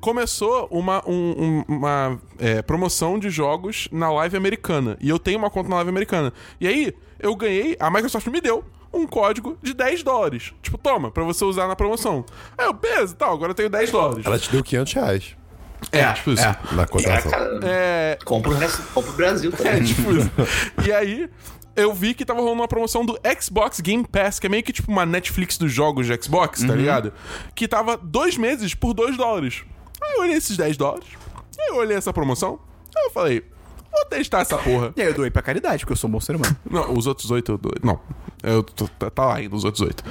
Speaker 3: Começou uma, um- um- uma é, promoção de jogos na live americana. E eu tenho uma conta na live americana. E aí, eu ganhei, a Microsoft me deu um código de 10 dólares. Tipo, toma, pra você usar na promoção. Aí eu, beleza, tal, agora eu tenho 10 dólares.
Speaker 2: Ela te deu 500 reais
Speaker 3: É, tipo isso.
Speaker 2: na contratação.
Speaker 3: É,
Speaker 4: Compra o resto, compra o Brasil tá
Speaker 3: É,
Speaker 4: também.
Speaker 3: tipo isso. E aí, eu vi que tava rolando uma promoção do Xbox Game Pass, que é meio que tipo uma Netflix dos jogos de Xbox, tá ligado? Que tava dois meses por 2 dólares. Aí eu olhei esses 10 dólares, aí eu olhei essa promoção, aí eu falei, vou testar essa porra.
Speaker 1: E aí eu doei pra caridade, porque eu sou um bom ser humano.
Speaker 3: Não, os outros oito eu dou. Não. Eu tô- tá, tá lá ainda, os outros oito.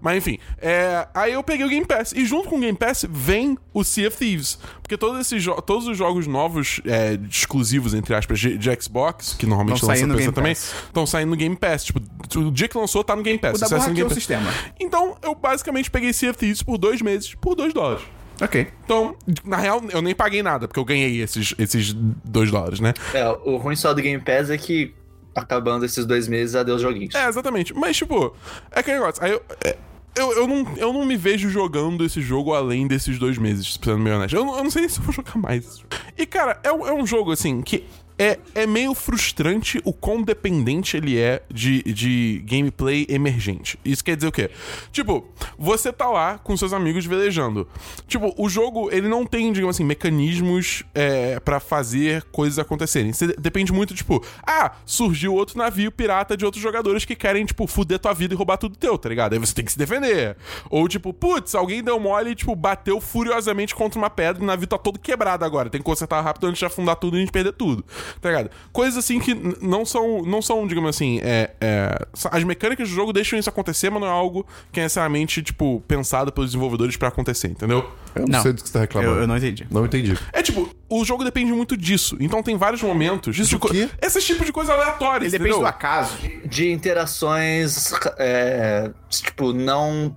Speaker 3: Mas enfim, é, aí eu peguei o Game Pass. E junto com o Game Pass vem o Sea of Thieves. Porque todos, esses jo- todos os jogos novos, é, exclusivos, entre aspas, de, de Xbox, que normalmente
Speaker 1: Tão
Speaker 3: lança
Speaker 1: saindo
Speaker 3: no
Speaker 1: no
Speaker 3: PC
Speaker 1: Game
Speaker 3: também,
Speaker 1: Pass.
Speaker 3: estão saindo no Game Pass. Tipo, o dia que lançou, tá no Game Pass.
Speaker 1: O da
Speaker 3: Acessa
Speaker 1: borracha
Speaker 3: no Game
Speaker 1: é o
Speaker 3: Pass.
Speaker 1: sistema.
Speaker 3: Então, eu basicamente peguei Sea of Thieves por dois meses, por dois dólares.
Speaker 1: ok.
Speaker 3: Então, na real, eu nem paguei nada, porque eu ganhei esses, esses dois dólares, né?
Speaker 4: É, o ruim só do Game Pass é que acabando esses dois meses, adeus joguinhos.
Speaker 3: É, exatamente. Mas, tipo, é aquele negócio. Aí eu. é, Eu, eu, não, eu não me vejo jogando esse jogo além desses dois meses, sendo meio honesto. Eu, não- eu não sei nem se eu vou jogar mais. esse jogo. E, cara, é, um- é um jogo, assim, que é, é meio frustrante o quão dependente ele é de, de gameplay emergente. Isso quer dizer o quê? Tipo, você tá lá com seus amigos velejando. Tipo, o jogo, ele não tem, digamos assim, mecanismos é, para fazer coisas acontecerem. Você depende muito, tipo, ah, surgiu outro navio pirata de outros jogadores que querem, tipo, fuder tua vida e roubar tudo teu, tá ligado? Aí você tem que se defender. Ou, tipo, putz, alguém deu mole e, tipo, bateu furiosamente contra uma pedra e o navio tá todo quebrado agora. Tem que consertar rápido antes de afundar tudo e a gente perder tudo. Tá ligado? Coisas assim que n- não são, não são digamos assim, é, é, sa- as mecânicas do jogo deixam isso acontecer, mas não é algo que é necessariamente, tipo, pensado pelos desenvolvedores pra acontecer, entendeu?
Speaker 2: Eu não,
Speaker 1: Não.
Speaker 2: sei do que você tá reclamando.
Speaker 1: Eu- eu não entendi.
Speaker 2: Não entendi.
Speaker 3: É tipo, o jogo depende muito disso. Então tem vários momentos. Disso
Speaker 2: quê?
Speaker 3: Esse tipo de coisa aleatória,
Speaker 1: Ele depende
Speaker 3: entendeu?
Speaker 1: do acaso.
Speaker 4: de interações é, tipo não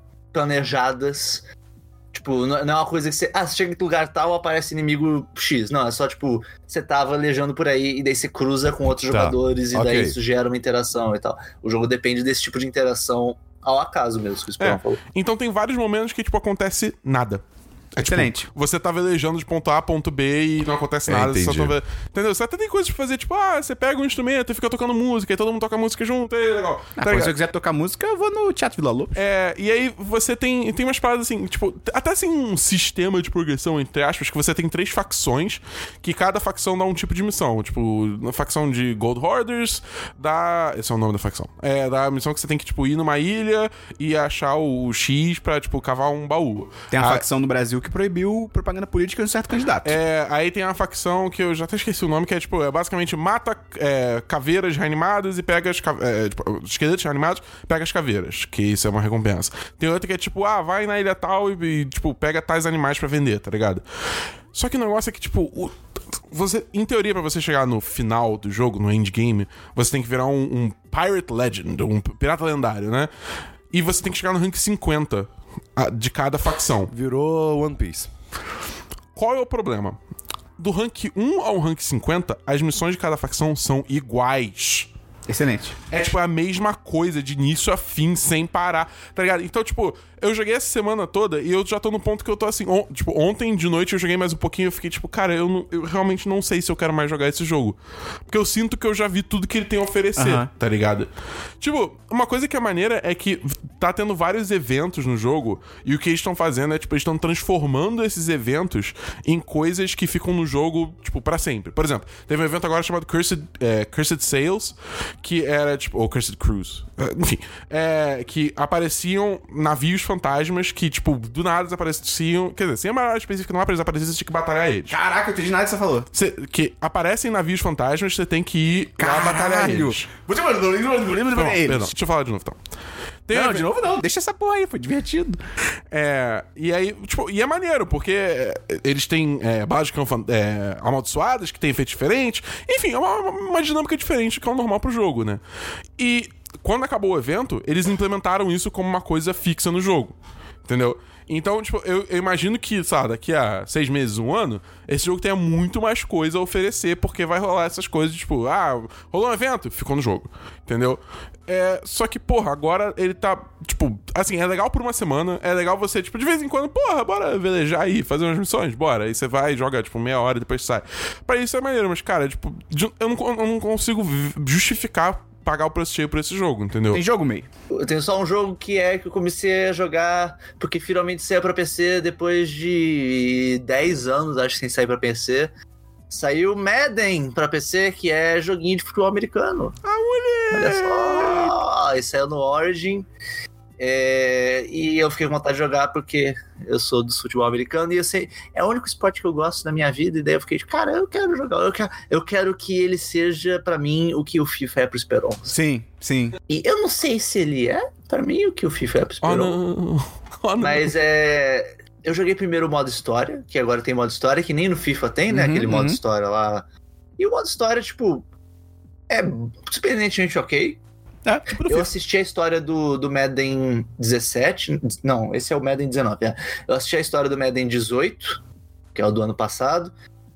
Speaker 4: planejadas. Tipo, não não é uma coisa que você. Ah, você chega em lugar tal, aparece inimigo X. Não, é só tipo, você tá valejando por aí e daí você cruza com outros
Speaker 2: Tá,
Speaker 4: jogadores e daí
Speaker 2: ok.
Speaker 4: isso gera uma interação e tal. O jogo depende desse tipo de interação ao acaso mesmo, que o Esperão
Speaker 3: É.
Speaker 4: falou.
Speaker 3: Então tem vários momentos que, tipo, acontece nada. É, tipo,
Speaker 1: Excelente.
Speaker 3: você tá velejando de ponto A a ponto B e não acontece
Speaker 2: É,
Speaker 3: nada. você só
Speaker 2: entendi.
Speaker 3: tá vele- Entendeu? Você até tem coisas pra fazer, tipo, ah, você pega um instrumento e fica tocando música, e todo mundo toca música junto, e legal.
Speaker 1: Ah,
Speaker 3: Tá
Speaker 1: pô, se eu
Speaker 3: ligado?
Speaker 1: quiser tocar música, eu vou no Teatro Vila Lobos.
Speaker 3: É, e aí você tem, tem umas paradas assim, tipo, t- até assim um sistema de progressão, entre aspas, que você tem três facções, que cada facção dá um tipo de missão. Tipo, na facção de Gold Hoarders, dá. Esse é o nome da facção. É, dá a missão que você tem que, tipo, ir numa ilha e achar o X pra, tipo, cavar um baú.
Speaker 1: Tem uma
Speaker 3: Ah,
Speaker 1: facção no Brasil que proibiu propaganda política de um certo candidato.
Speaker 3: é, aí tem a facção que eu já até esqueci o nome, que é tipo, é basicamente mata é, caveiras reanimadas e pega as ca- é, tipo, os esqueletos reanimados, pega as caveiras, que isso é uma recompensa. Tem outra que é tipo, ah, vai na ilha tal e, e, tipo, pega tais animais pra vender, tá ligado? Só que o negócio é que, tipo, o- você, em teoria, pra você chegar no final do jogo, no endgame, você tem que virar um, um Pirate Legend, um pirata lendário, né? E você tem que chegar no rank 50 ah, de cada facção.
Speaker 2: Virou One Piece.
Speaker 3: Qual é o problema? Do rank 1 ao rank 50, as missões de cada facção são iguais.
Speaker 1: Excelente.
Speaker 3: É tipo a mesma coisa, de início a fim, sem parar, tá ligado? Então, tipo, eu joguei essa semana toda e eu já tô no ponto que eu tô assim. on- tipo, ontem de noite eu joguei mais um pouquinho e eu fiquei tipo, cara, eu, não- eu realmente não sei se eu quero mais jogar esse jogo. Porque eu sinto que eu já vi tudo que ele tem a oferecer,
Speaker 1: Aham.
Speaker 3: tá ligado? Tipo, uma coisa que é maneira é que tá tendo vários eventos no jogo e o que eles estão fazendo é, tipo, eles estão transformando esses eventos em coisas que ficam no jogo, tipo, pra sempre. Por exemplo, teve um evento agora chamado Cursed, é, Cursed Sales, que era, tipo, ou Cursed Cruise, É, enfim, é, que apareciam navios fantasmas que, tipo, do nada desapareciam, quer dizer, sem uma área específica não aparecia, aparecia, você tinha que batalhar eles.
Speaker 1: Caraca, eu entendi nada que você falou.
Speaker 3: Cê- que aparecem navios fantasmas, você tem que ir lá batalhar
Speaker 1: Caralho!
Speaker 3: eles.
Speaker 1: Você mandou livro
Speaker 3: Perdão,
Speaker 1: pra eles.
Speaker 3: perdão. Deixa eu falar de novo, então. Tem
Speaker 1: Não, é
Speaker 3: um-
Speaker 1: de novo não. Deixa essa porra aí, foi divertido.
Speaker 3: É, e aí, tipo, e é maneiro, porque é, eles têm é, bases que são fan- é, amaldiçoadas, que têm efeito diferente. Enfim, é uma, uma dinâmica diferente do que é o normal pro jogo, né? E quando acabou o evento, eles implementaram isso como uma coisa fixa no jogo. Entendeu? Então, tipo, eu, eu imagino que, sabe, daqui a seis meses, um ano, esse jogo tenha muito mais coisa a oferecer, porque vai rolar essas coisas, tipo, ah, rolou um evento, ficou no jogo. Entendeu? É, só que, porra, agora ele tá, tipo, assim, é legal por uma semana, é legal você, tipo, de vez em quando, porra, bora velejar aí, fazer umas missões, bora. Aí você vai, joga, tipo, meia hora e depois sai. Pra isso é maneiro, mas, cara, tipo, de- eu não, con- eu não consigo vi- justificar pagar o preço cheio por esse jogo, entendeu?
Speaker 1: Tem jogo meio.
Speaker 4: Eu tenho só um jogo que é que eu comecei a jogar porque finalmente saiu pra PC depois de 10 anos, acho, sem sair pra PC. Saiu Madden pra PC, que é joguinho de futebol americano.
Speaker 3: Ah, moleque!
Speaker 4: Olha só! E saiu no Origin. É, e eu fiquei com vontade de jogar porque eu sou do futebol americano e eu sei, é o único esporte que eu gosto na minha vida. E daí eu fiquei tipo, cara, eu quero jogar, eu quero, eu quero que ele seja pra mim o que o FIFA é pro Esperon.
Speaker 1: Sim, sim.
Speaker 4: E eu não sei se ele é, pra mim, o que o FIFA é pro
Speaker 3: Oh,
Speaker 4: Esperon.
Speaker 3: não! Oh, não!
Speaker 4: Mas é. Eu joguei primeiro o modo história, que agora tem modo história, que nem no FIFA tem, né?
Speaker 1: Uhum,
Speaker 4: Aquele modo
Speaker 1: uhum.
Speaker 4: história lá. E o modo história, tipo. É surpreendentemente ok.
Speaker 1: É, tipo do
Speaker 4: Eu
Speaker 1: FIFA.
Speaker 4: assisti a história do, do Madden 17. Não, esse é o Madden 19. é. Eu assisti a história do Madden 18, que é o do ano passado,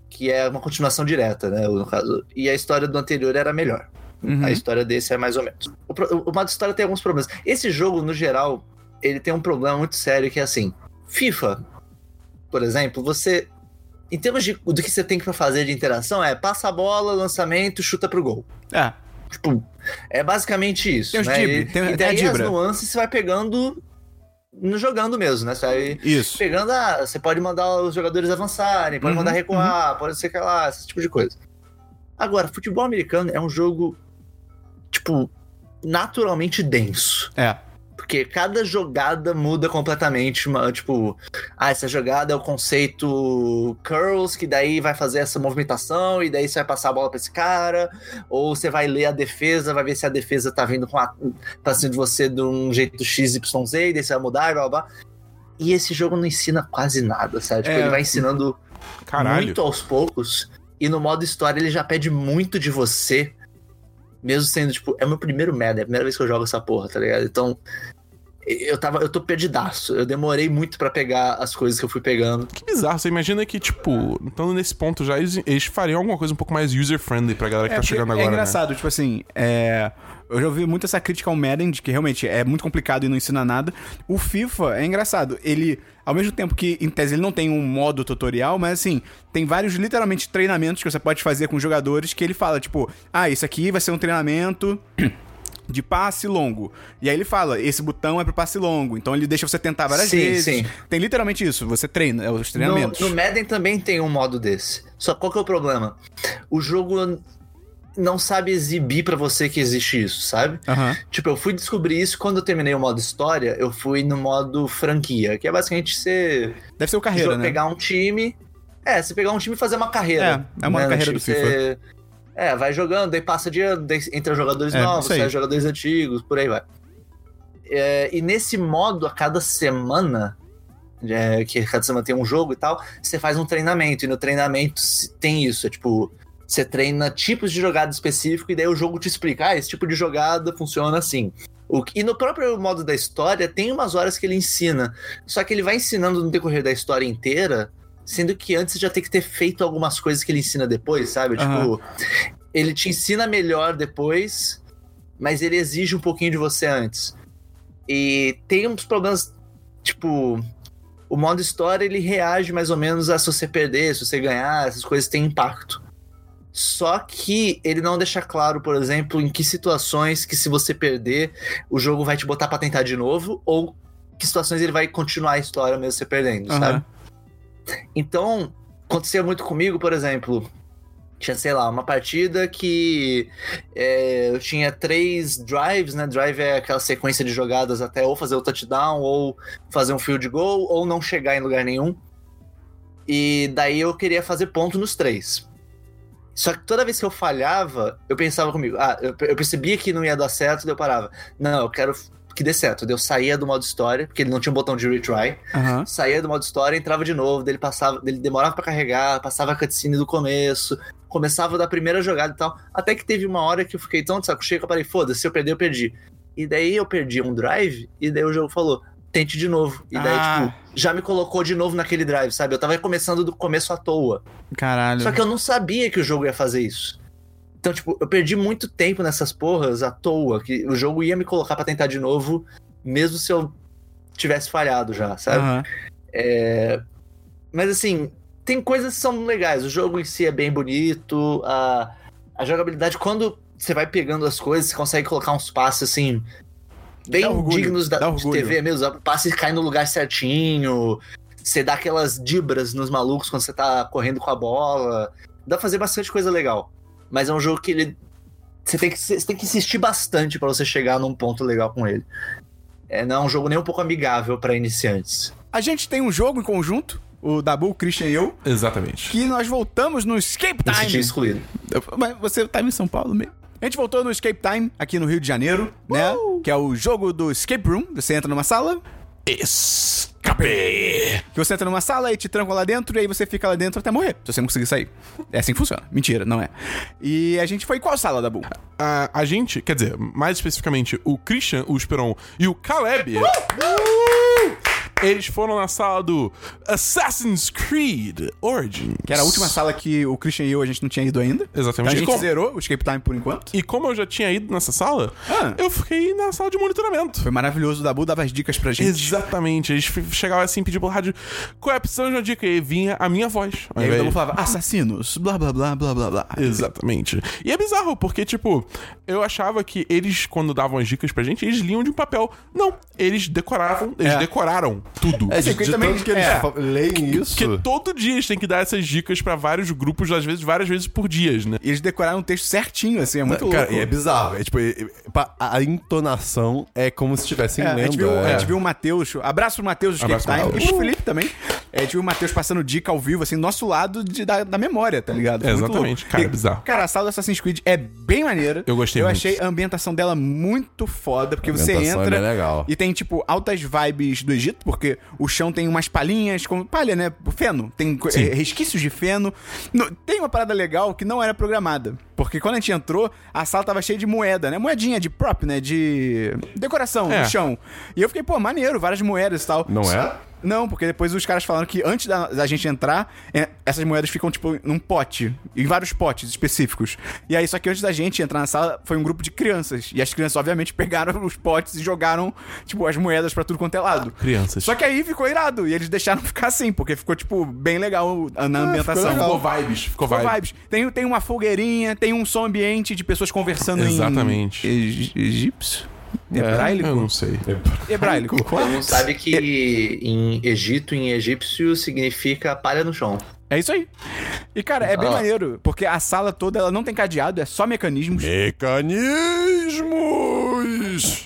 Speaker 4: que é uma continuação direta, né? No caso. E a história do anterior era melhor.
Speaker 1: Uhum.
Speaker 4: A história desse é mais ou menos. O, pro- o modo história tem alguns problemas. Esse jogo, no geral, ele tem um problema muito sério que é assim: FIFA, por exemplo, você em termos de, do que você tem pra fazer de interação, é passa a bola, lançamento, chuta pro gol.
Speaker 1: É.
Speaker 4: Tipo, é basicamente isso.
Speaker 1: Tem os
Speaker 4: né?
Speaker 1: dibre,
Speaker 4: e,
Speaker 1: tem- tem
Speaker 4: e
Speaker 1: a
Speaker 4: daí as
Speaker 1: dibra.
Speaker 4: nuances você vai pegando no- jogando mesmo, né? Você vai
Speaker 1: Isso.
Speaker 4: pegando, ah, você pode mandar os jogadores avançarem, pode
Speaker 1: Uhum,
Speaker 4: mandar recuar, pode ser que lá, esse tipo de coisa. Agora, futebol americano é um jogo, tipo, naturalmente denso.
Speaker 1: É.
Speaker 4: Porque cada jogada muda completamente. uma- tipo, ah, essa jogada é o conceito curls, que daí vai fazer essa movimentação, e daí você vai passar a bola pra esse cara. Ou você vai ler a defesa, vai ver se a defesa tá vindo com a, pra cima de você de um jeito XYZ, e daí você vai mudar e blá blá. blá. E esse jogo não ensina quase nada, sabe? Tipo,
Speaker 1: É.
Speaker 4: ele vai ensinando
Speaker 3: Caralho.
Speaker 4: muito aos poucos. E no modo história ele já pede muito de você. Mesmo sendo, tipo, é meu primeiro meta, é a primeira vez que eu jogo essa porra, tá ligado? Então. Eu tava. Eu tô perdidaço. Eu demorei muito pra pegar as coisas que eu fui pegando.
Speaker 3: Que bizarro. Você imagina que, tipo, estando nesse ponto já, eles, eles fariam alguma coisa um pouco mais user-friendly pra galera que tá
Speaker 1: porque
Speaker 3: chegando agora.
Speaker 1: É
Speaker 3: né?
Speaker 1: engraçado, tipo assim, é, Eu já ouvi muito essa crítica ao Madden, de que realmente é muito complicado e não ensina nada. O FIFA é engraçado. Ele, ao mesmo tempo que, em tese, ele não tem um modo tutorial, mas assim, tem vários, literalmente, treinamentos que você pode fazer com os jogadores que ele fala, tipo, ah, isso aqui vai ser um treinamento. De passe longo. E aí ele fala, esse botão é pro passe longo. Então ele deixa você tentar várias
Speaker 4: Sim,
Speaker 1: vezes.
Speaker 4: sim.
Speaker 1: Tem literalmente isso. Você treina, é os
Speaker 4: No,
Speaker 1: treinamentos.
Speaker 4: no Madden também tem um modo desse. Só qual que é o problema? O jogo não sabe exibir pra você que existe isso, sabe?
Speaker 1: Aham.
Speaker 4: Tipo, eu fui descobrir isso quando eu terminei o modo história, eu fui no modo franquia, que é basicamente você
Speaker 1: Deve ser o carreira,
Speaker 4: Jo-
Speaker 1: né?
Speaker 4: pegar um time. É, você pegar um time e fazer uma carreira. Né,
Speaker 1: É, é uma carreira do FIFA.
Speaker 4: você- É, vai jogando, daí passa de ano, daí entra jogadores
Speaker 1: É,
Speaker 4: novos,
Speaker 1: isso aí.
Speaker 4: sai jogadores antigos, por aí vai. É, e nesse modo, a cada semana, é, que cada semana tem um jogo e tal, você faz um treinamento. E no treinamento se- tem isso, é tipo. Você treina tipos de jogada específico e daí o jogo te explica, ah, esse tipo de jogada funciona assim. O que- e no próprio modo da história, tem umas horas que ele ensina. Só que ele vai ensinando no decorrer da história inteira, sendo que antes você já tem que ter feito algumas coisas que ele ensina depois, sabe?
Speaker 1: Aham.
Speaker 4: Tipo, ele te ensina melhor depois, mas ele exige um pouquinho de você antes. E tem uns problemas, tipo. O modo história ele reage mais ou menos a se você perder, se você ganhar, essas coisas têm impacto. Só que ele não deixa claro, por exemplo, em que situações que se você perder, o jogo vai te botar pra tentar de novo, ou que situações ele vai continuar a história mesmo você perdendo,
Speaker 1: Aham.
Speaker 4: sabe? Então, acontecia muito comigo, por exemplo. Tinha, sei lá, uma partida que é, eu tinha três drives, né? Drive é aquela sequência de jogadas até ou fazer o touchdown, ou fazer um field goal, ou não chegar em lugar nenhum. E daí eu queria fazer ponto nos três. Só que toda vez que eu falhava, eu pensava comigo, ah, eu, eu percebia que não ia dar certo, daí eu parava. Não, eu quero que dê certo. Daí eu saía do modo história, porque ele não tinha um botão de retry
Speaker 1: Aham.
Speaker 4: saía do modo história, entrava de novo, dele passava, dele demorava pra carregar, passava a cutscene do começo, começava da primeira jogada e tal. Até que teve uma hora que eu fiquei tão de saco cheio que eu parei, foda-se, se eu perder, eu perdi. E daí eu perdi um drive, e daí o jogo falou, tente de novo. E daí,
Speaker 1: Ah.
Speaker 4: tipo, já me colocou de novo naquele drive, sabe? Eu tava começando do começo à toa.
Speaker 1: Caralho.
Speaker 4: Só que eu não sabia que o jogo ia fazer isso. Então, tipo, eu perdi muito tempo nessas porras à toa, que o jogo ia me colocar pra tentar de novo, mesmo se eu tivesse falhado já, sabe?
Speaker 1: Aham.
Speaker 4: É, Mas assim, tem coisas que são legais. O jogo em si é bem bonito. A, a jogabilidade, quando você vai pegando as coisas, você consegue colocar uns passes assim. Bem
Speaker 1: Dá orgulho,
Speaker 4: dignos da,
Speaker 1: dá
Speaker 4: de
Speaker 1: orgulho.
Speaker 4: TV mesmo. O passe cai no lugar certinho. Você dá aquelas dibras nos malucos quando você tá correndo com a bola. Dá pra fazer bastante coisa legal. Mas é um jogo que ele. Você tem que, você tem que insistir bastante pra você chegar num ponto legal com ele. É, não é um jogo nem um pouco amigável pra iniciantes.
Speaker 1: A gente tem um jogo em conjunto, o Dabu, o Christian e eu,
Speaker 3: Exatamente.
Speaker 1: que nós voltamos no Escape
Speaker 4: Me senti
Speaker 1: Time.
Speaker 4: excluído.
Speaker 1: Mas você tá em São Paulo mesmo? A gente voltou no Escape Time, aqui no Rio de Janeiro, né? Que é o jogo do Escape Room. Você entra numa sala,
Speaker 3: Escape!
Speaker 1: que você entra numa sala e te trancam lá dentro, e aí você fica lá dentro até morrer, se você não conseguir sair. É assim que funciona. Mentira, não é. E a gente foi em qual sala, Dabu?
Speaker 3: A, a gente, quer dizer, mais especificamente, o Christian, o Esperon e o Caleb Eles foram na sala do Assassin's Creed Origins.
Speaker 1: Que era a última sala que o Christian e eu a gente não tinha ido ainda.
Speaker 3: Exatamente.
Speaker 1: Então a
Speaker 3: E
Speaker 1: gente
Speaker 3: como-
Speaker 1: zerou o Escape Time por enquanto.
Speaker 3: E como eu já tinha ido nessa sala,
Speaker 1: Ah.
Speaker 3: eu fiquei na sala de monitoramento.
Speaker 1: Foi maravilhoso. O Dabu dava as dicas pra gente.
Speaker 3: Exatamente. Eles f- chegavam assim, pediam pela rádio, qual é a precisão de uma dica? E vinha a minha voz. ao
Speaker 1: E aí o
Speaker 3: invés
Speaker 1: Dabu
Speaker 3: de-
Speaker 1: falava, assassinos, blá, blá, blá, blá, blá, blá.
Speaker 3: Exatamente. E é bizarro, porque, tipo, eu achava que eles, quando davam as dicas pra gente, eles liam de um papel. Não, eles decoravam, eles
Speaker 1: É.
Speaker 3: decoraram tudo.
Speaker 1: É, assim, porque
Speaker 2: de
Speaker 1: também-
Speaker 2: tanto que eles
Speaker 1: é.
Speaker 2: fa- leem isso.
Speaker 3: Porque todo dia eles têm que dar essas dicas pra vários grupos, às vezes, várias vezes por dias, né?
Speaker 1: E eles decoraram o texto certinho, assim, é muito
Speaker 2: Cara,
Speaker 1: louco.
Speaker 2: e é bizarro. É, tipo, é- é- pa- a entonação é como se estivessem
Speaker 1: É, a,
Speaker 2: lendo.
Speaker 1: gente viu,
Speaker 2: é.
Speaker 1: a gente viu o Matheus. Abraço pro Matheus do Escape
Speaker 3: Abraço Uh. pro
Speaker 1: Time.
Speaker 3: Matheus.
Speaker 1: E o Felipe também. É, a gente viu o Matheus passando dica ao vivo, assim, do nosso lado de- da, da memória, tá ligado? Foi muito
Speaker 3: Exatamente,
Speaker 1: louco.
Speaker 3: cara,
Speaker 1: E,
Speaker 3: bizarro.
Speaker 1: Cara, a sala do Assassin's Creed é bem maneira.
Speaker 3: Eu gostei
Speaker 1: Eu
Speaker 3: muito.
Speaker 1: achei a ambientação dela muito foda, porque
Speaker 2: A
Speaker 1: você
Speaker 2: ambientação é
Speaker 1: entra
Speaker 2: bem legal.
Speaker 1: e tem, tipo, altas vibes do Egito, porque o chão tem umas palhinhas, como palha, né? Feno. Tem co- eh, resquícios de feno. No- tem uma parada legal que não era programada. Porque quando a gente entrou, a sala tava cheia de moeda, né? Moedinha de prop, né? De decoração
Speaker 3: É.
Speaker 1: no chão. E eu fiquei, pô, maneiro, várias moedas e tal.
Speaker 2: Não é?
Speaker 1: Não, porque depois os caras falaram que antes da, da gente entrar, é, essas moedas ficam, tipo, num pote. Em vários potes específicos. E aí, só que antes da gente entrar na sala, foi um grupo de crianças. E as crianças, obviamente, pegaram os potes e jogaram, tipo, as moedas pra tudo quanto é lado.
Speaker 3: Crianças.
Speaker 1: Só que aí ficou irado. E eles deixaram ficar assim, porque ficou, tipo, bem legal na ambientação.
Speaker 2: legal.
Speaker 3: ficou vibes, ficou,
Speaker 1: Ficou
Speaker 3: vibes.
Speaker 1: vibes. Tem, tem uma fogueirinha, tem um som ambiente de pessoas conversando
Speaker 3: Exatamente. É,
Speaker 1: em... Exatamente. Egípcio? É Hebraico?
Speaker 3: Eu não sei.
Speaker 1: Hebraico.
Speaker 4: Todo mundo sabe que
Speaker 2: É-
Speaker 4: em Egito, em egípcio, significa palha no chão.
Speaker 1: É isso aí. E, cara, é bem
Speaker 4: Ah.
Speaker 1: maneiro, porque a sala toda ela não tem cadeado, é só mecanismos.
Speaker 2: Mecanismos!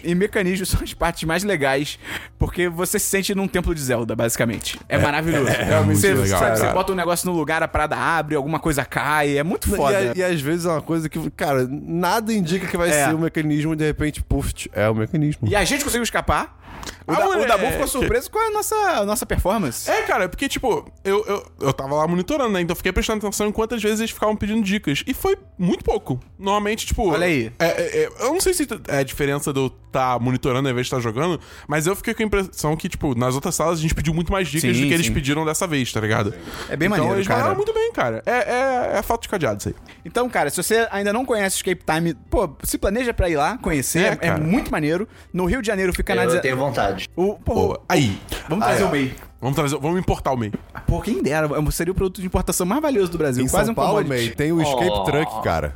Speaker 1: E mecanismos são as partes mais legais, porque você se sente num templo de Zelda, basicamente. É, maravilhoso.
Speaker 3: é muito
Speaker 1: você,
Speaker 3: legal,
Speaker 1: sabe, você
Speaker 3: cara.
Speaker 1: bota um negócio no lugar, a parada abre, alguma coisa cai, é muito
Speaker 2: E,
Speaker 1: foda.
Speaker 2: a- e às vezes é uma coisa que, cara, nada indica que vai
Speaker 1: É.
Speaker 2: ser um mecanismo e de repente, puf, é o mecanismo.
Speaker 1: E a gente conseguiu escapar. O,
Speaker 3: Ah,
Speaker 1: da, o
Speaker 3: moleque.
Speaker 1: Dabu ficou surpreso com a nossa, a nossa performance.
Speaker 3: É, cara, porque, tipo, eu, eu, eu tava lá monitorando, né? Então eu fiquei prestando atenção em quantas vezes eles ficavam pedindo dicas. E foi muito pouco. Normalmente, tipo.
Speaker 1: Olha aí.
Speaker 3: é- é- é- eu não sei se é a diferença de eu estar monitorando ao invés de estar jogando, mas eu fiquei com a impressão que, tipo, nas outras salas a gente pediu muito mais dicas
Speaker 1: Sim,
Speaker 3: do que eles
Speaker 1: sim.
Speaker 3: pediram dessa vez, tá ligado?
Speaker 1: É bem
Speaker 3: então,
Speaker 1: maneiro,
Speaker 3: eles
Speaker 1: cara.
Speaker 3: mandaram muito bem, cara. É, é, é falta de cadeado isso aí.
Speaker 1: Então, cara, se você ainda não conhece o Escape Time, pô, se planeja pra ir lá
Speaker 3: É,
Speaker 1: conhecer, é,
Speaker 3: cara.
Speaker 1: muito maneiro. No Rio de Janeiro fica na...
Speaker 4: Eu
Speaker 1: deze-
Speaker 4: tenho vontade.
Speaker 1: O, pô,
Speaker 3: Aí.
Speaker 1: vamos
Speaker 3: Ah,
Speaker 1: trazer o meio.
Speaker 3: Vamos trazer. Vamos importar o meio.
Speaker 1: Pô, quem dera, é, seria o produto de importação mais valioso do Brasil.
Speaker 2: Em
Speaker 1: quase
Speaker 2: São
Speaker 1: um
Speaker 2: Paulo,
Speaker 1: commodity.
Speaker 2: May, tem o escape
Speaker 4: Oh.
Speaker 2: truck, cara.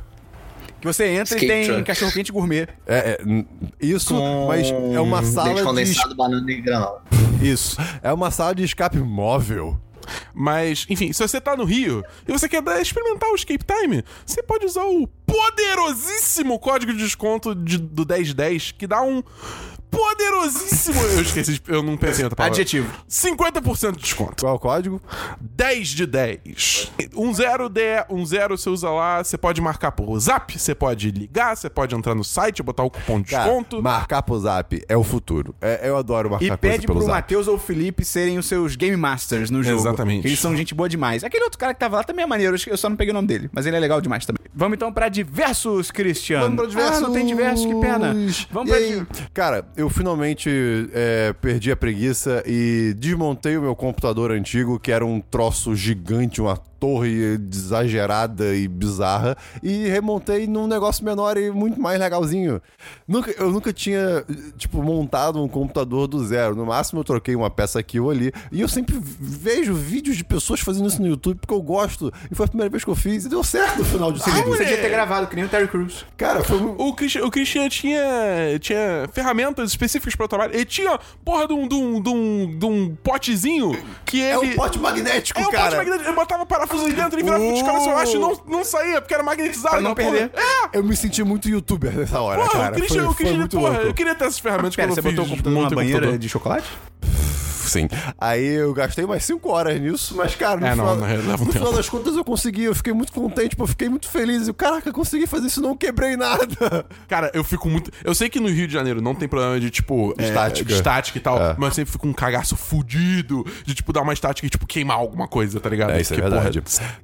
Speaker 1: Que você entra
Speaker 4: Skate
Speaker 1: e tem
Speaker 4: truck.
Speaker 1: cachorro-quente gourmet.
Speaker 2: É, é, n- isso, mas é uma
Speaker 4: Um Leite
Speaker 2: sala de,
Speaker 4: condensado, banana e granola.
Speaker 1: Isso.
Speaker 2: é uma sala de escape móvel.
Speaker 3: Mas, enfim, se você tá no Rio e você quer dar- experimentar o Escape Time, você pode usar o poderosíssimo código de desconto de- do 1010, que dá um poderosíssimo. Eu esqueci, de- eu não pensei em outra palavra.
Speaker 1: Adjetivo.
Speaker 3: 50% de desconto.
Speaker 2: Qual é o código?
Speaker 3: 10 de 10. Um zero de um zero você usa lá, você pode marcar por zap, você pode ligar, você pode entrar no site, botar o cupom de
Speaker 2: Cara,
Speaker 3: desconto.
Speaker 2: marcar pro zap é o futuro. É, eu adoro marcar
Speaker 1: E
Speaker 2: coisa
Speaker 1: pede
Speaker 2: pelo
Speaker 1: pro
Speaker 2: zap.
Speaker 1: Matheus ou o Felipe serem os seus Game Masters no jogo.
Speaker 3: Exatamente.
Speaker 1: Que Eles são gente boa demais. Aquele outro cara que tava lá também é maneiro, eu só não peguei o nome dele, mas ele é legal demais também. Vamos então pra diversos, Cristiano.
Speaker 2: Vamos pra diversos.
Speaker 1: Ah, não tem diversos, que pena. Vamos
Speaker 2: E
Speaker 1: pra.
Speaker 2: aí? Cara, eu finalmente é, perdi a preguiça e desmontei o meu computador antigo, que era um troço gigante, uma torre exagerada e bizarra, e remontei num negócio menor e muito mais legalzinho. Nunca, eu nunca tinha, tipo, montado um computador do zero. No máximo eu troquei uma peça aqui ou ali. E eu sempre vejo vídeos de pessoas fazendo isso no YouTube porque eu gosto. E foi a primeira vez que eu fiz e deu certo no final de tudo.
Speaker 1: Você devia ter gravado, que nem o Terry Crews.
Speaker 2: Cara, foi um-
Speaker 3: O Christian, o Christian tinha, tinha ferramentas específicas para o trabalho. Ele tinha porra de um, de um, de um, de um potezinho que ele.
Speaker 2: É um pote magnético,
Speaker 3: É um pote
Speaker 2: cara.
Speaker 3: magnético. Eu botava parafuso ali dentro, ele virava
Speaker 2: Uh.
Speaker 3: uh. descalço eu acho e não, não saía, porque era magnetizado.
Speaker 1: Pra não
Speaker 3: aquela porra.
Speaker 1: perder.
Speaker 3: É,
Speaker 2: Eu me senti muito youtuber nessa hora,
Speaker 3: porra,
Speaker 2: cara.
Speaker 3: o Christian,
Speaker 2: foi,
Speaker 3: o
Speaker 2: foi
Speaker 3: Christian,
Speaker 2: muito
Speaker 3: porra, eu
Speaker 2: louco.
Speaker 3: queria ter essas ferramentas
Speaker 1: Pera,
Speaker 3: quando
Speaker 1: você
Speaker 3: eu fiz
Speaker 1: botou o computador numa
Speaker 3: montei o
Speaker 1: banheira
Speaker 3: computador.
Speaker 1: de chocolate?
Speaker 2: Sim. Aí eu gastei umas 5 horas nisso, mas, cara, no,
Speaker 3: É, não,
Speaker 2: final,
Speaker 3: na real, leva um
Speaker 2: no
Speaker 3: tempo.
Speaker 2: final das contas eu consegui. Eu fiquei muito contente, pô, eu fiquei muito feliz. Eu, caraca, consegui fazer isso, não quebrei nada.
Speaker 3: Cara, eu fico muito. Eu sei que no Rio de Janeiro não tem problema de, tipo, é,
Speaker 2: Estática.
Speaker 3: estática e tal,
Speaker 2: É.
Speaker 3: mas eu sempre fico com um cagaço fudido de, tipo, dar uma estática e, tipo, queimar alguma coisa, tá
Speaker 2: É,
Speaker 3: ligado? Porque, porra,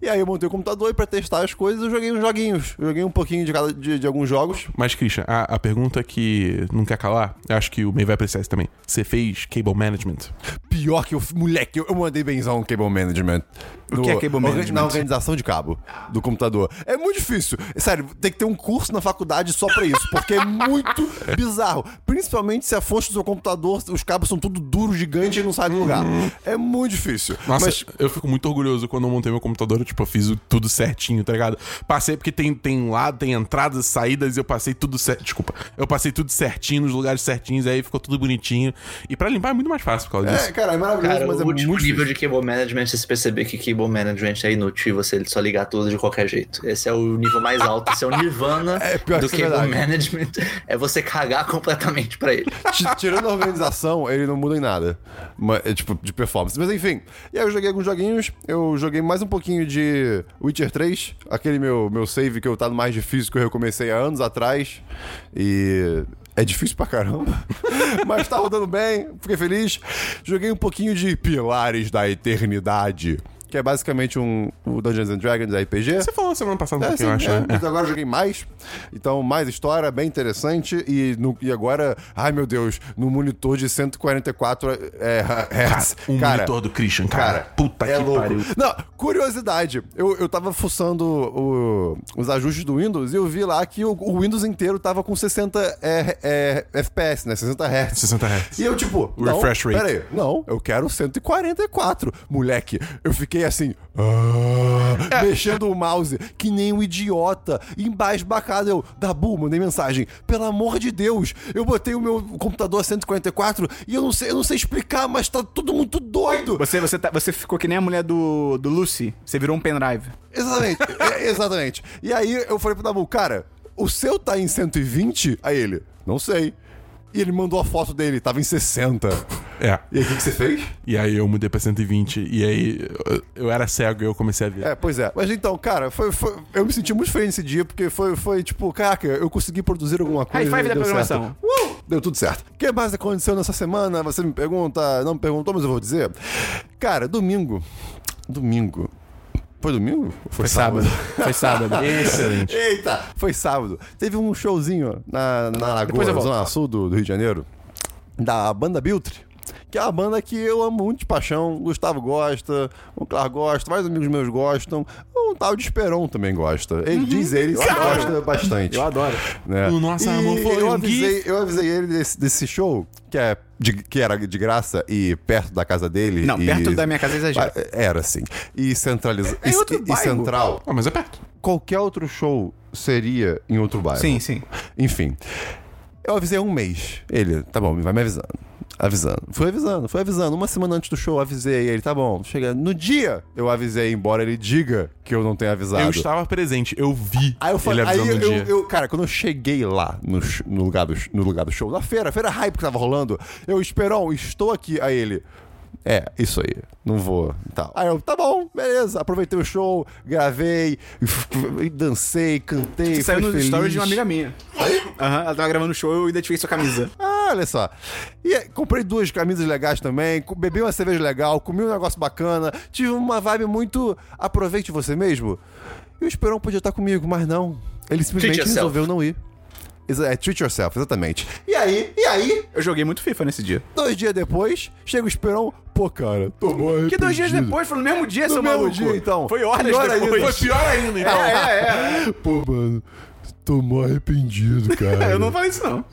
Speaker 2: E aí eu montei o computador e pra testar as coisas eu joguei uns joguinhos. Eu joguei um pouquinho de, cada- de- de alguns jogos.
Speaker 3: Mas, Christian, a, a pergunta que não quer calar, eu acho que o May vai apreciar isso também. Você fez cable management.
Speaker 2: Pior que eu. Moleque, eu, eu mandei benzão no Cable Management.
Speaker 1: O
Speaker 2: No-
Speaker 1: que é cable
Speaker 2: orga-
Speaker 1: management?
Speaker 2: Na organização de cabo do computador. É muito difícil. Sério, tem que ter um curso na faculdade só pra isso, porque é muito bizarro. Principalmente se a fonte do seu computador, os cabos são tudo duros, gigantes e não saem do lugar. É muito difícil.
Speaker 3: Nossa,
Speaker 2: Mas
Speaker 3: eu fico muito orgulhoso quando eu montei meu computador, eu, tipo, eu fiz o- tudo certinho, tá ligado? Passei porque tem, tem lado, tem entradas, saídas, e eu passei tudo certo. Desculpa, eu passei tudo certinho, nos lugares certinhos, aí ficou tudo bonitinho. E pra limpar é muito mais fácil por causa disso.
Speaker 2: É, cara, é maravilhoso,
Speaker 4: Cara,
Speaker 2: mas
Speaker 4: o
Speaker 2: é muito
Speaker 4: último
Speaker 2: difícil.
Speaker 4: nível de cable management é se perceber que cable management é inútil você só ligar tudo de qualquer jeito. Esse é o nível mais alto, esse é o nirvana
Speaker 2: É, pior
Speaker 4: do
Speaker 2: que isso é
Speaker 4: cable
Speaker 2: verdade.
Speaker 4: management. É você cagar completamente pra ele.
Speaker 2: Ti- Tirando a organização, ele não muda em nada. Ma- é, tipo, de performance. Mas enfim. E aí eu joguei alguns joguinhos. Eu joguei mais um pouquinho de Witcher 3, aquele meu, meu save que eu tá no mais difícil que eu recomecei há anos atrás. E. É difícil pra caramba. Mas tá rodando bem, fiquei feliz. Joguei um pouquinho de Pilares da Eternidade. Que é basicamente um, o Dungeons and Dragons RPG.
Speaker 3: Você falou semana passada um
Speaker 2: É, sim,
Speaker 3: pouquinho, eu acho,
Speaker 2: é,
Speaker 3: né?
Speaker 2: mas agora eu joguei mais. Então, mais história, bem interessante. E, no- e agora, ai meu Deus, no monitor de 144 é, Hz.
Speaker 3: Um
Speaker 2: Cara,
Speaker 3: monitor do Christian, cara.
Speaker 2: cara,
Speaker 3: puta
Speaker 2: é
Speaker 3: que
Speaker 2: louco.
Speaker 3: pariu.
Speaker 2: Não, curiosidade. Eu, eu tava fuçando o- os ajustes do Windows e eu vi lá que o, o Windows inteiro tava com 60 é, é, FPS, né? 60 Hz.
Speaker 3: 60 Hz.
Speaker 2: E eu, tipo,
Speaker 3: O
Speaker 2: não,
Speaker 3: refresh rate.
Speaker 2: Peraí, não, eu quero 144. Moleque, eu fiquei assim, ah,
Speaker 3: É.
Speaker 2: mexendo o mouse, que nem um idiota, embasbacado. Eu, Dabu, mandei mensagem. Pelo amor de Deus, eu botei o meu computador a 144 e eu não sei, eu não sei explicar, mas tá todo muito doido.
Speaker 1: Você, você, tá- você ficou que nem a mulher do, do Lucy. Você virou um pendrive.
Speaker 2: Exatamente, é, exatamente. E aí eu falei pro Dabu, cara, o seu tá em 120? Aí ele, não sei. E ele mandou a foto dele, tava em 60.
Speaker 3: É.
Speaker 2: E aí o que que você fez?
Speaker 3: E aí eu mudei pra 120, e aí eu- eu era cego e eu comecei a ver.
Speaker 2: É, pois é. Mas então, cara, foi, foi- eu me senti muito feliz nesse dia, porque foi, foi tipo, caraca, eu consegui produzir alguma coisa.
Speaker 1: five
Speaker 2: e
Speaker 1: da
Speaker 2: é, deu
Speaker 1: programação.
Speaker 2: certo. Uh! Deu tudo certo. O que mais aconteceu nessa semana? Você me pergunta, não me perguntou, mas eu vou dizer. Cara, domingo. Domingo. Foi domingo? Ou Foi,
Speaker 1: Foi sábado. Excelente.
Speaker 2: Eita! Foi sábado. Teve um showzinho na, na Lagoa,
Speaker 1: Depois eu volto.
Speaker 2: Zona Sul do, do Rio de Janeiro, da banda Biltre. Que é uma banda que eu amo muito de paixão. Gustavo gosta, o Clar gosta, vários amigos meus gostam. Um tal de Esperon também gosta. Ele diz ele que gosta bastante.
Speaker 1: Uhum. Eu adoro.
Speaker 2: né?
Speaker 3: O nosso
Speaker 2: E
Speaker 3: amor foi
Speaker 2: eu
Speaker 3: um
Speaker 2: avisei, eu avisei ele desse, desse show, que, é de- que era de graça e perto da casa dele.
Speaker 1: Não,
Speaker 2: e-
Speaker 1: perto da minha casa é exagero.
Speaker 2: Era, sim. E centraliza...
Speaker 1: É em
Speaker 2: e-
Speaker 1: outro
Speaker 2: e- e
Speaker 1: bairro.
Speaker 2: central
Speaker 3: Ah, mas é perto.
Speaker 2: qualquer outro show seria em outro bairro.
Speaker 1: Sim, sim.
Speaker 2: Enfim. Eu avisei há um mês. Ele, tá bom, vai me avisando. Avisando. Fui avisando, fui avisando. Uma semana antes do show, eu avisei ele, tá bom. Chega. No dia, eu avisei, embora ele diga que eu não tenha avisado.
Speaker 3: Eu estava presente, eu vi
Speaker 2: Aí eu falei,
Speaker 3: ele avisando
Speaker 2: aí
Speaker 3: um
Speaker 2: eu,
Speaker 3: dia.
Speaker 2: eu- cara, quando eu cheguei lá no, sh- no lugar, do, sh- no lugar do show, na feira, feira hype que tava rolando, eu, Esperon, estou aqui. Aí ele, é, isso aí, não vou. Tá. Aí eu, tá bom, beleza. Aproveitei o show, gravei, e dancei, cantei.
Speaker 1: Você saiu
Speaker 2: fui
Speaker 1: nos
Speaker 2: feliz.
Speaker 1: stories de uma amiga minha. Aham, ela tava gravando o show, eu identifiquei sua camisa.
Speaker 2: Ah, olha só. E eh, comprei duas camisas legais também, co- bebi uma cerveja legal, comi um negócio bacana, tive uma vibe muito aproveite você mesmo. E o Esperão podia estar comigo, mas não. Ele simplesmente
Speaker 4: Treat yourself.
Speaker 2: resolveu não ir. Exa- É, treat yourself, exatamente. E aí, e aí,
Speaker 1: Eu joguei muito FIFA nesse dia.
Speaker 2: dois dias depois, chega o Esperão, pô, cara, tomou
Speaker 1: Que dois dias depois, foi no mesmo dia, seu
Speaker 2: mesmo
Speaker 1: maluco.
Speaker 2: dia, então.
Speaker 1: Foi horas
Speaker 2: Pior ainda.
Speaker 1: depois.
Speaker 3: Foi pior ainda, então.
Speaker 1: É, é, é.
Speaker 2: Pô, mano, tô mó arrependido, cara.
Speaker 1: Eu não falei isso, não.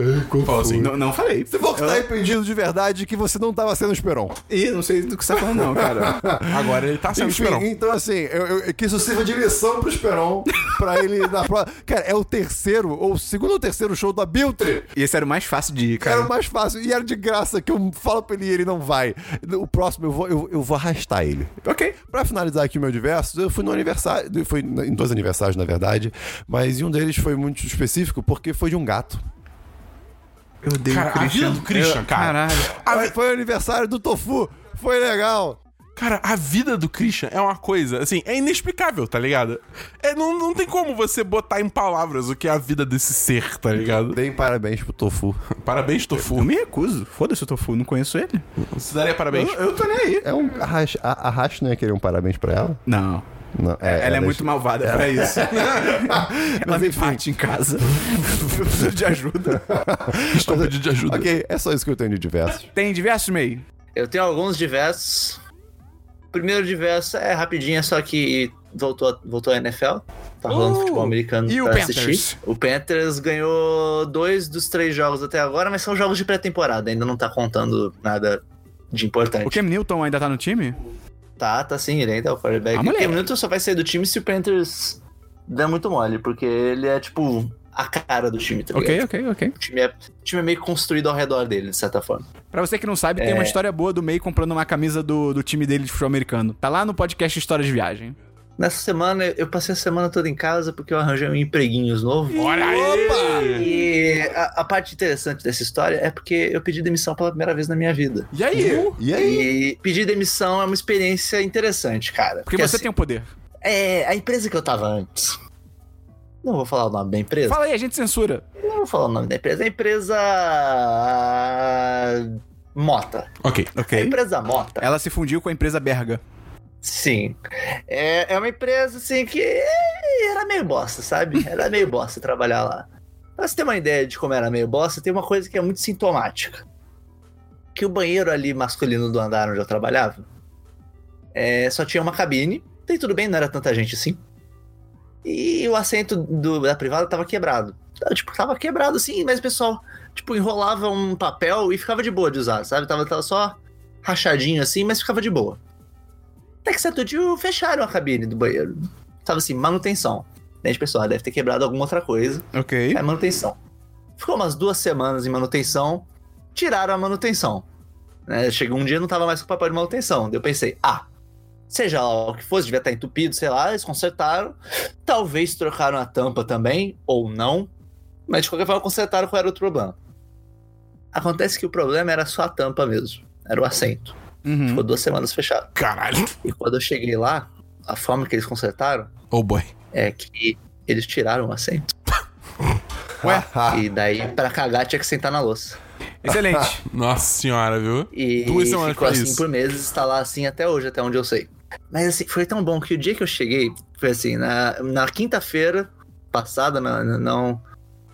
Speaker 3: Falou assim,
Speaker 1: Não, não falei.
Speaker 2: Você falou que tá arrependido de verdade que você não tava sendo o Esperon.
Speaker 1: Ih, não sei do que você tá falando, não, cara.
Speaker 3: Agora ele tá sendo
Speaker 2: Enfim,
Speaker 3: esperão.
Speaker 2: então assim, eu, eu- que isso sirva de lição pro Esperon, pra ele na próxima. Cara, é o terceiro, ou o segundo ou terceiro show da Biltre.
Speaker 1: E esse era o mais fácil de ir,
Speaker 2: Era
Speaker 1: cara.
Speaker 2: o mais fácil, e era de graça, que eu falo pra ele e ele não vai. O próximo eu vou, eu, eu vou arrastar ele.
Speaker 1: Ok.
Speaker 2: Pra finalizar aqui o meu diversos, eu fui no aniversário, eu fui em dois aniversários, na verdade, mas em um deles foi muito específico, porque foi de um gato.
Speaker 1: Eu odeio
Speaker 3: Cara, a vida do Christian, cara.
Speaker 1: Caralho.
Speaker 3: A vi-
Speaker 2: Foi o aniversário do Tofu, foi legal.
Speaker 3: Cara, a vida do Christian é uma coisa, assim, é inexplicável, tá ligado? É, não, não tem como você botar em palavras o que é a vida desse ser, tá ligado?
Speaker 2: Deem parabéns pro Tofu.
Speaker 3: Parabéns,
Speaker 1: Eu
Speaker 3: Tofu.
Speaker 1: me recuso. Foda-se o Tofu, não conheço ele.
Speaker 3: Você daria parabéns?
Speaker 1: Eu, eu tô nem aí.
Speaker 2: É um arraste, a, arraste não ia querer um parabéns pra ela?
Speaker 1: Não.
Speaker 2: Não,
Speaker 1: Ela é
Speaker 2: deixa-
Speaker 1: muito malvada pra isso. Ela me
Speaker 2: enfim.
Speaker 1: bate em casa. Eu preciso de ajuda.
Speaker 3: Estou pedindo de ajuda.
Speaker 2: Ok, é só isso que eu tenho de diversos.
Speaker 1: Tem diversos meio.
Speaker 4: Eu tenho alguns diversos. O primeiro diverso é rapidinho, só que voltou, a- voltou a NFL. Tá rolando
Speaker 1: Uh!
Speaker 4: futebol americano
Speaker 1: E o
Speaker 4: pra
Speaker 1: Panthers?
Speaker 4: assistir. O Panthers ganhou dois dos três jogos até agora, mas são jogos de pré-temporada, ainda não tá contando nada de importante.
Speaker 1: O Cam Newton ainda tá no time?
Speaker 4: Tá, tá sim, ele ainda é o quarterback.
Speaker 1: Ah,
Speaker 4: o
Speaker 1: moleque.
Speaker 4: Cam Newton só vai sair do time se o Panthers der muito mole, porque ele é, tipo, a cara do time, tá ligado?
Speaker 1: Ok, ok, ok.
Speaker 4: O time, é, o time é meio construído ao redor dele, de certa forma.
Speaker 1: Pra você que não sabe, tem uma história boa do May comprando uma camisa do, do time dele de futebol americano. Tá lá no podcast Histórias de Viagem.
Speaker 4: Nessa semana, eu passei a semana toda em casa porque eu arranjei um empreguinhos novo.
Speaker 3: Olha aí!
Speaker 4: E a, a parte interessante dessa história é porque eu pedi demissão pela primeira vez na minha vida.
Speaker 1: E aí?
Speaker 2: E aí?
Speaker 4: E pedir demissão é uma experiência interessante, cara.
Speaker 1: Porque assim- você tem um o poder.
Speaker 4: tem. É, a empresa que eu tava antes. Não vou falar o nome da empresa.
Speaker 1: Fala aí, a gente censura.
Speaker 4: Não vou falar o nome da empresa. É A empresa. Mota.
Speaker 3: Ok.
Speaker 4: A
Speaker 1: Ok.
Speaker 4: empresa Mota.
Speaker 1: Ela se fundiu com a empresa Berga.
Speaker 4: Sim. É, é uma empresa, assim, que era meio bosta, sabe? Era meio bosta trabalhar lá. Pra você ter uma ideia de como era meio bosta, tem uma coisa que é muito sintomática. Que o banheiro ali masculino do andar onde eu trabalhava é, só tinha uma cabine. E tudo bem, não era tanta gente assim. E o assento do- da privada tava quebrado. Tava, Tipo, tava quebrado assim, mas o pessoal, tipo, enrolava um papel e ficava de boa de usar, sabe? Tava, tava só rachadinho assim, mas ficava de boa. Até que certo dia fecharam a cabine do banheiro. Tava assim, manutenção. Daí a gente pensou, ah, deve ter quebrado alguma outra coisa.
Speaker 1: Ok.
Speaker 4: É manutenção. Ficou umas duas semanas em manutenção, tiraram a manutenção. Né, Chegou um dia e não tava mais com o papel de manutenção. Daí eu pensei, ah, seja lá o que fosse, devia estar entupido, sei lá, eles consertaram. Talvez trocaram a tampa também, ou não. Mas de qualquer forma, consertaram qual era o problema. Acontece que o problema era só a tampa mesmo. Era o assento.
Speaker 1: Uhum.
Speaker 4: Ficou duas semanas fechado.
Speaker 3: Caralho.
Speaker 4: E quando eu cheguei lá, a forma que eles consertaram
Speaker 3: Oh boy.
Speaker 4: é que eles tiraram o assento.
Speaker 2: Ué?
Speaker 3: Ah.
Speaker 4: E daí, pra cagar, tinha que sentar na louça.
Speaker 1: Excelente.
Speaker 3: Nossa senhora, viu?
Speaker 4: E
Speaker 3: Duas semanas
Speaker 4: ficou
Speaker 3: pra
Speaker 4: assim
Speaker 3: isso.
Speaker 4: por meses, tá lá assim até hoje, até onde eu sei. Mas assim, foi tão bom que o dia que eu cheguei, foi assim, na, na quinta-feira passada, na- na- não,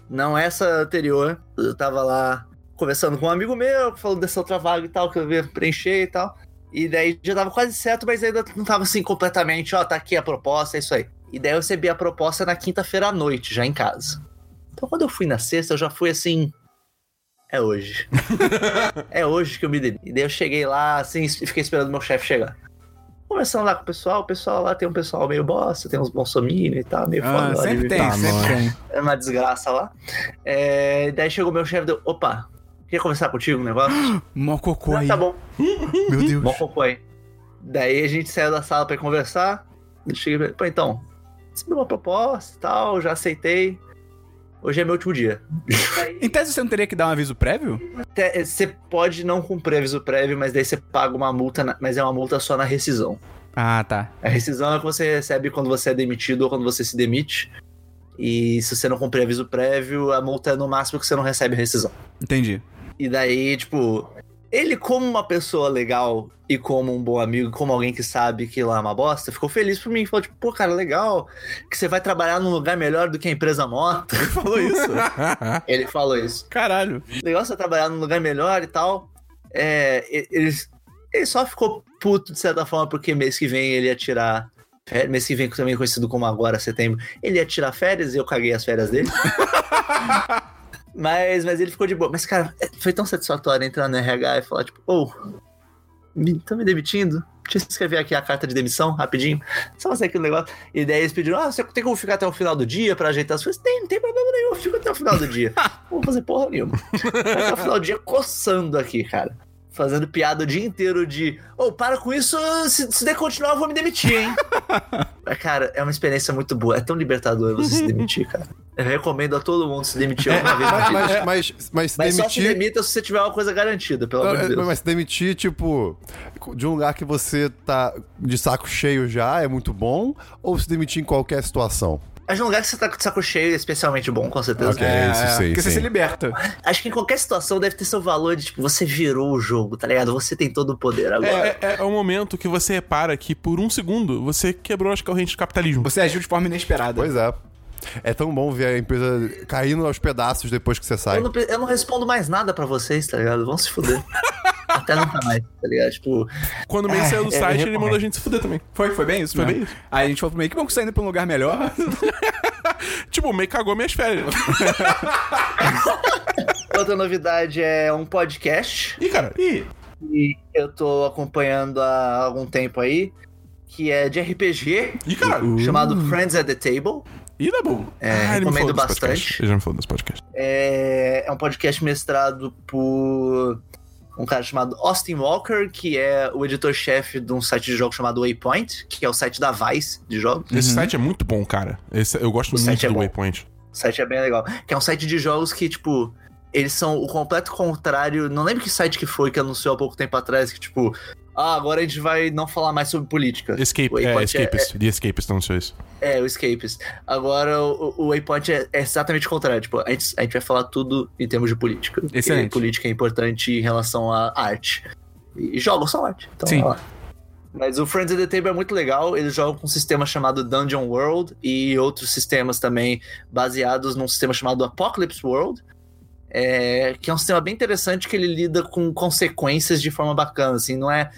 Speaker 4: não essa anterior, eu tava lá conversando com um amigo meu, falando dessa outra vaga e tal, que eu ia preencher e tal. E daí já tava quase certo, mas ainda não tava assim completamente, ó, tá aqui a proposta, é isso aí. E daí eu recebi a proposta na quinta-feira à noite, já em casa. Então quando eu fui na sexta, eu já fui assim. É hoje. É hoje que eu me dei. E daí eu cheguei lá, assim, e fiquei esperando meu chefe chegar. Conversando lá com o pessoal, o pessoal lá tem um pessoal meio bosta, tem uns bolsominions e tal, meio
Speaker 1: Ah,
Speaker 4: foda. lá
Speaker 1: sempre
Speaker 4: de-
Speaker 1: tem,
Speaker 3: tá,
Speaker 1: sempre
Speaker 3: mano.
Speaker 1: tem.
Speaker 4: é uma desgraça lá. É, daí chegou meu chefe e deu, opa, queria conversar contigo um negócio?
Speaker 1: Mococô
Speaker 4: Ah,
Speaker 1: aí.
Speaker 4: tá bom,
Speaker 1: Meu Deus.
Speaker 4: bom cocô aí. Daí a gente saiu da sala pra ir conversar. Eu cheguei pra ele, pô, então, recebi uma proposta e tal, já aceitei. Hoje é meu último dia.
Speaker 1: Em tese, você não teria que dar um aviso prévio?
Speaker 4: Até- Você pode não cumprir aviso prévio, mas daí você paga uma multa, na- mas é uma multa só na rescisão.
Speaker 1: Ah, tá.
Speaker 4: A rescisão é que você recebe quando você é demitido ou quando você se demite. E se você não cumprir aviso prévio, a multa é no máximo que você não recebe a rescisão.
Speaker 1: Entendi.
Speaker 4: E daí, tipo, ele, como uma pessoa legal e como um bom amigo, como alguém que sabe que lá é uma bosta, ficou feliz por mim. Falou, tipo, pô, cara, legal que você vai trabalhar num lugar melhor do que a empresa morta. Ele falou isso.
Speaker 3: Ah,
Speaker 4: ele falou isso
Speaker 1: Caralho.
Speaker 4: legal você é trabalhar num lugar melhor e tal. É, e- eles, ele só ficou puto de certa forma porque mês que vem ele ia tirar. fé- Mês que vem, também conhecido como agora, setembro, ele ia tirar férias e eu caguei as férias dele. mas, mas ele ficou de boa. Mas, cara, é- foi tão satisfatório entrar no RH e falar, tipo, ô, me estão me demitindo? Deixa eu escrever aqui a carta de demissão rapidinho. Só fazer aqui um negócio. E daí eles pediram: Ah, você tem como ficar até o final do dia pra ajeitar as coisas? Tem, não tem problema nenhum, eu fico até o final do dia. Não vou fazer porra nenhuma. Até o final do dia coçando aqui, cara. Fazendo piada o dia inteiro de. Ô, para com isso, se, se der continuar, eu vou me demitir, hein? Mas, cara, é uma experiência muito boa. É tão libertador você se demitir, cara. Eu recomendo a todo mundo se demitir alguma vez na
Speaker 2: É, Mas,
Speaker 4: vida.
Speaker 2: mas, mas, mas se
Speaker 4: Mas só se
Speaker 2: demitir.
Speaker 4: demita se você tiver uma coisa garantida, pelo amor de Deus.
Speaker 2: é, Mas se demitir, tipo, de um lugar que você tá de saco cheio já é muito bom, ou se demitir em qualquer situação?
Speaker 4: Mas num lugar que você tá com o saco cheio é especialmente bom, com certeza.
Speaker 2: Ok. É, isso, sim,
Speaker 1: Porque você
Speaker 2: sim.
Speaker 1: se liberta.
Speaker 4: Acho que em qualquer situação deve ter seu valor de, tipo, você virou o jogo, tá ligado? Você tem todo o poder agora.
Speaker 3: É, é, é um momento que você repara que por um segundo você quebrou as correntes do capitalismo.
Speaker 1: Você agiu de forma inesperada.
Speaker 2: Pois é. É tão bom ver a empresa caindo aos pedaços depois que você sai.
Speaker 4: Eu, não, pre- eu não respondo mais nada pra vocês, tá ligado? Vão se fuder. até nunca mais, tá ligado? Tipo,
Speaker 3: Quando o meio saiu do
Speaker 4: é,
Speaker 3: site, ele
Speaker 4: realmente.
Speaker 3: mandou a gente se fuder também.
Speaker 1: Foi, foi bem isso,
Speaker 3: Foi
Speaker 1: mesmo.
Speaker 3: bem isso.
Speaker 1: Aí a gente falou pro meio, que bom que você tá indo pra um lugar melhor.
Speaker 3: Tipo, o meio cagou minhas férias.
Speaker 4: outra novidade é um podcast
Speaker 3: Ih, cara.
Speaker 1: Ih,
Speaker 4: que eu tô acompanhando há algum tempo aí, que é de RPG,
Speaker 3: Ih, caralho. Hum.
Speaker 4: chamado
Speaker 3: uh.
Speaker 4: Friends at the Table.
Speaker 3: Ih, é bom.
Speaker 4: É, recomendo
Speaker 3: desse
Speaker 4: bastante.
Speaker 3: podcast. Ele já me falou desse podcast.
Speaker 4: É, é um podcast mestrado por um cara chamado Austin Walker, que é o editor-chefe de um site de jogos chamado Waypoint, que é o site da Vice de jogos.
Speaker 3: Esse site é muito bom, cara. Esse- eu gosto
Speaker 4: Uhum. O
Speaker 3: muito
Speaker 4: site é
Speaker 3: do
Speaker 4: bom.
Speaker 3: Waypoint.
Speaker 4: O site é bem legal. Que é um site de jogos que, tipo, eles são o completo contrário. Não lembro que site que foi que anunciou há pouco tempo atrás que, tipo, ah, agora a gente vai não falar mais sobre política.
Speaker 3: Escape,
Speaker 4: O
Speaker 3: é,
Speaker 4: Waypoint é-
Speaker 3: Escapist. The Escapist anunciou isso.
Speaker 4: É, o Escapes. Agora o, o Waypoint é, é exatamente o contrário. Tipo, a gente, a gente vai falar tudo em termos de política.
Speaker 1: Excelente.
Speaker 4: E política é importante em relação à arte. E jogos são arte. Então,
Speaker 1: Sim.
Speaker 4: vai lá. Mas o Friends at the Table é muito legal. Eles jogam com um sistema chamado Dungeon World e outros sistemas também baseados num sistema chamado Apocalypse World. é, que é um sistema bem interessante que ele lida com consequências de forma bacana. Assim, não é.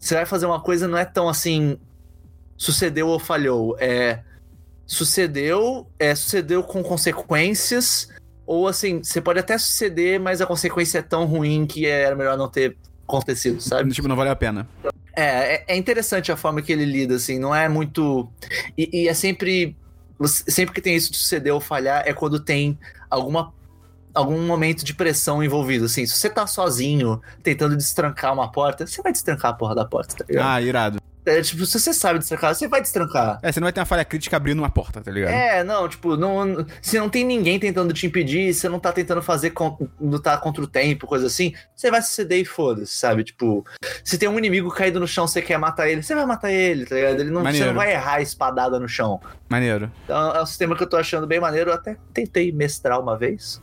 Speaker 4: Você vai fazer uma coisa, não é tão assim. Sucedeu ou falhou. É sucedeu, é, sucedeu com consequências, ou assim, você pode até suceder, mas a consequência é tão ruim que era melhor não ter acontecido, sabe?
Speaker 1: tipo, não valeu a pena.
Speaker 4: É, é- é interessante a forma que ele lida, assim, não é muito. E, e é sempre. você- Sempre que tem isso de suceder ou falhar, é quando tem alguma. Algum momento de pressão envolvido, assim. Se você tá sozinho, tentando destrancar uma porta, você vai destrancar a porra da porta, tá ligado?
Speaker 1: Ah, irado.
Speaker 4: É, tipo, se você sabe destrancar, você vai destrancar.
Speaker 1: É, você não vai ter uma falha crítica abrindo uma porta, tá ligado?
Speaker 4: É, não, tipo, não, se não tem ninguém tentando te impedir, você não tá tentando fazer con- lutar contra o tempo, coisa assim, você vai suceder e foda-se, sabe? Tipo, se tem um inimigo caído no chão, você quer matar ele, você vai matar ele, tá ligado? Ele não, você
Speaker 1: Maneiro.
Speaker 4: não vai errar a espadada no chão.
Speaker 1: Maneiro.
Speaker 4: Então é um sistema que eu tô achando bem maneiro, eu até tentei mestrar uma vez.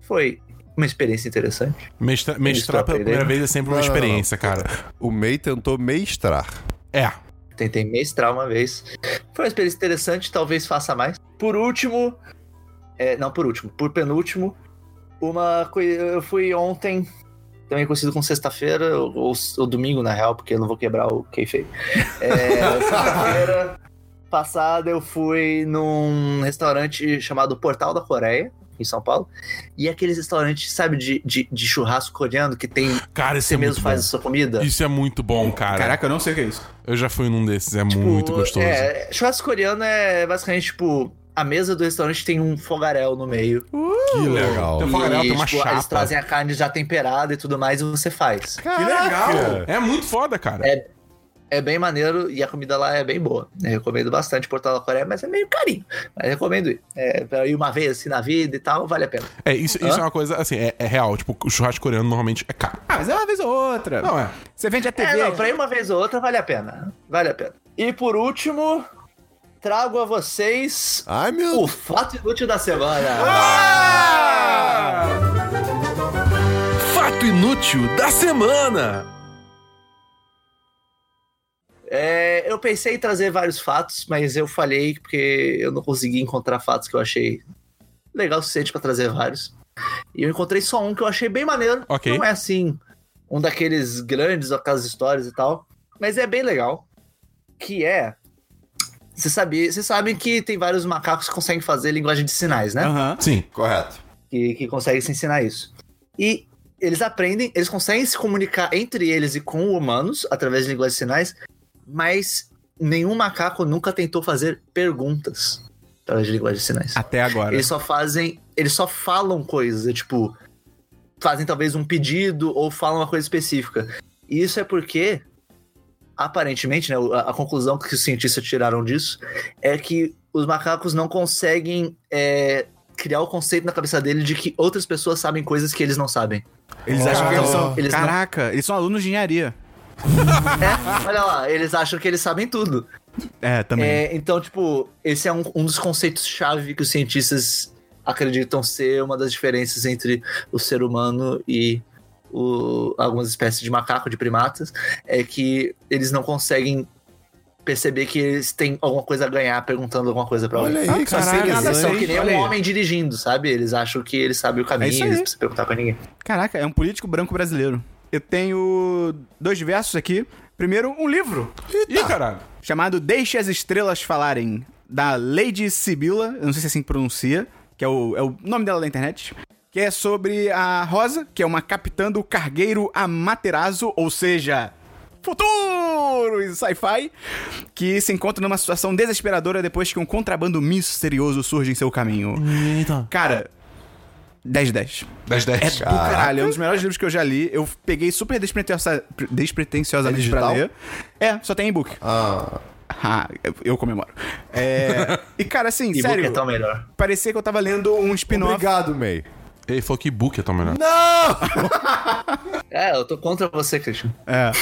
Speaker 4: Foi uma experiência interessante.
Speaker 3: Mestra, mestrar pela
Speaker 4: aprendendo.
Speaker 3: primeira vez é sempre uma
Speaker 2: Não, não, não.
Speaker 3: experiência, cara.
Speaker 2: O MEI tentou mestrar.
Speaker 3: É.
Speaker 4: Tentei mestrar uma vez. Foi uma experiência interessante, talvez faça mais. Por último. é, não, por último, por penúltimo. Uma coisa. Eu fui ontem, também conhecido como sexta-feira, ou, ou- ou domingo, na real, porque eu não vou quebrar o kayfabe. É, sexta-feira passada eu fui num restaurante chamado Portal da Coreia, em São Paulo. E é aqueles restaurantes, sabe, de, de, de churrasco coreano que tem.
Speaker 3: Cara, esse
Speaker 4: Você
Speaker 3: é muito
Speaker 4: mesmo faz a
Speaker 3: bom.
Speaker 4: sua comida?
Speaker 3: Isso é muito bom, cara.
Speaker 1: Caraca, eu não sei o que é isso.
Speaker 3: Eu já fui num desses, é
Speaker 4: Tipo,
Speaker 3: muito gostoso.
Speaker 4: É, churrasco coreano é basicamente tipo. A mesa do restaurante tem um fogaréu no meio.
Speaker 3: Que
Speaker 2: legal.
Speaker 3: Tem um fogaréu, tem uma
Speaker 4: tipo,
Speaker 3: chapa.
Speaker 4: eles trazem a carne já temperada e tudo mais e você faz.
Speaker 3: Que legal! É muito foda, cara.
Speaker 4: É. É bem maneiro e a comida lá é bem boa. Eu recomendo bastante Portal da Coreia, mas é meio carinho. Mas recomendo ir. É, pra ir uma vez assim na vida e tal, vale a pena.
Speaker 3: É, isso, isso é uma coisa, assim, é, é real. Tipo, o churrasco coreano normalmente é caro.
Speaker 1: Ah, mas é uma vez ou outra.
Speaker 3: Não, é.
Speaker 1: Você vende a TV.
Speaker 4: É, não, pra ir uma vez ou outra vale a pena. Vale a pena. E por último, trago a vocês
Speaker 2: Ai, meu
Speaker 4: o fato inútil da semana.
Speaker 3: Ah! Fato inútil da semana!
Speaker 4: É, eu pensei em trazer vários fatos, mas eu falhei porque eu não consegui encontrar fatos que eu achei legal o suficiente pra trazer vários. E eu encontrei só um que eu achei bem maneiro.
Speaker 3: Ok.
Speaker 4: Não é assim, um daqueles grandes, aquelas histórias e tal. Mas é bem legal. Que é. Vocês sabem que tem vários macacos que conseguem fazer linguagem de sinais, né?
Speaker 1: Aham.
Speaker 3: Sim.
Speaker 2: Correto.
Speaker 4: que, que consegue se ensinar isso. E eles aprendem, eles conseguem se comunicar entre eles e com humanos através de linguagem de sinais, mas nenhum macaco nunca tentou fazer perguntas através de linguagem de sinais.
Speaker 1: Até agora.
Speaker 4: Eles só fazem, eles só falam coisas, é tipo, fazem talvez um pedido ou falam uma coisa específica. E isso é porque aparentemente, né, a, a conclusão que os cientistas tiraram disso é que os macacos não conseguem é, criar o conceito na cabeça dele de que outras pessoas sabem coisas que eles não sabem.
Speaker 1: Eles acham que eles são.
Speaker 4: Eles não-
Speaker 1: Caraca, eles são alunos de engenharia.
Speaker 4: É, olha lá, eles acham que eles sabem tudo.
Speaker 1: É, também.
Speaker 4: É, então, tipo, esse é um, um dos conceitos-chave que os cientistas acreditam ser uma das diferenças entre o ser humano e o- algumas espécies de macaco, de primatas, é que eles não conseguem perceber que eles têm alguma coisa a ganhar perguntando alguma coisa pra alguém.
Speaker 2: Olha aí,
Speaker 1: Ah,
Speaker 2: que
Speaker 1: caralho,
Speaker 2: interessante.
Speaker 4: Eles são que nem
Speaker 1: olha aí.
Speaker 4: um homem dirigindo, sabe? Eles acham que eles
Speaker 1: É
Speaker 4: sabem o
Speaker 1: isso
Speaker 4: caminho,
Speaker 1: aí.
Speaker 4: eles não precisam perguntar pra ninguém.
Speaker 1: Caraca, é um político branco brasileiro. eu tenho dois versos aqui. Primeiro, um livro
Speaker 3: Ih, caralho.
Speaker 1: chamado Deixe as Estrelas Falarem, da Lady Sibila, eu não sei se assim pronuncia, que é o, é o nome dela na internet, que é sobre a Rosa, que é uma capitã do cargueiro Amaterasu, ou seja, futuro e sci-fi, que se encontra numa situação desesperadora depois que um contrabando misterioso surge em seu caminho.
Speaker 3: Eita.
Speaker 1: Cara, 10 10.
Speaker 3: 10
Speaker 1: É
Speaker 3: 10.
Speaker 1: do caralho, é um dos melhores livros que eu já li. Eu peguei super despretensiosa,
Speaker 2: É
Speaker 1: despretensiosamente pra
Speaker 2: digital?
Speaker 1: ler. É, só tem e-book.
Speaker 2: Ah,
Speaker 1: Ah, eu- eu comemoro. É, e cara, assim,
Speaker 4: E
Speaker 1: sério,
Speaker 4: é tão melhor.
Speaker 1: parecia que eu tava lendo um spin-off.
Speaker 2: obrigado, May.
Speaker 3: Ele falou que book é tão melhor.
Speaker 4: É, eu tô contra você, Christian.
Speaker 1: É.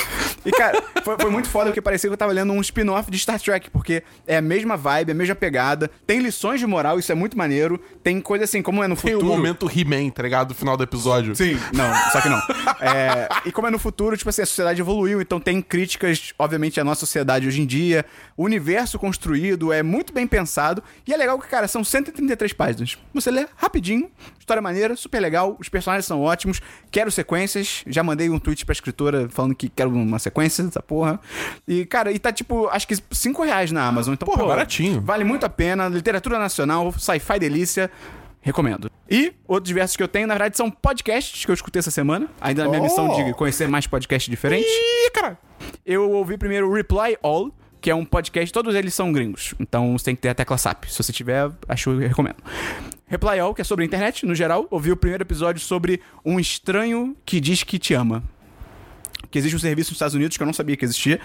Speaker 1: E cara, foi, foi muito foda porque parecia que eu tava lendo um spin-off de Star Trek, porque é a mesma vibe, a mesma pegada, tem lições de moral, isso é muito maneiro, tem coisa assim, como é no
Speaker 3: Tem o
Speaker 1: futuro.
Speaker 3: momento He-Man, tá ligado? No final do episódio.
Speaker 1: Sim, não, só que não. É, e como é no futuro, tipo assim, a sociedade evoluiu, então tem críticas, obviamente, à nossa sociedade hoje em dia. O universo construído é muito bem pensado. E é legal que, cara, são 133 páginas. Você lê rapidinho, história maneira, super legal, os personagens são ótimos. Quero sequências. Já mandei um tweet pra escritora falando que quero uma sequência dessa porra. E, cara, e tá tipo, acho que 5 reais na Amazon. Então,
Speaker 3: Porra,
Speaker 1: pô,
Speaker 3: baratinho.
Speaker 1: Vale muito a pena. Literatura nacional, sci-fi delícia. Recomendo. E outros versos que eu tenho, na verdade, são podcasts que eu escutei essa semana. Ainda na minha
Speaker 2: Oh!
Speaker 1: missão de conhecer mais podcasts diferentes.
Speaker 3: Ih, caralho.
Speaker 1: Eu ouvi primeiro o Reply All, que é um podcast, todos eles são gringos. Então você tem que ter a tecla SAP. Se você tiver, acho que eu recomendo. Reply All, que é sobre a internet, no geral, ouvi o primeiro episódio sobre um estranho que diz que te ama. Que existe um serviço nos Estados Unidos que eu não sabia que existia,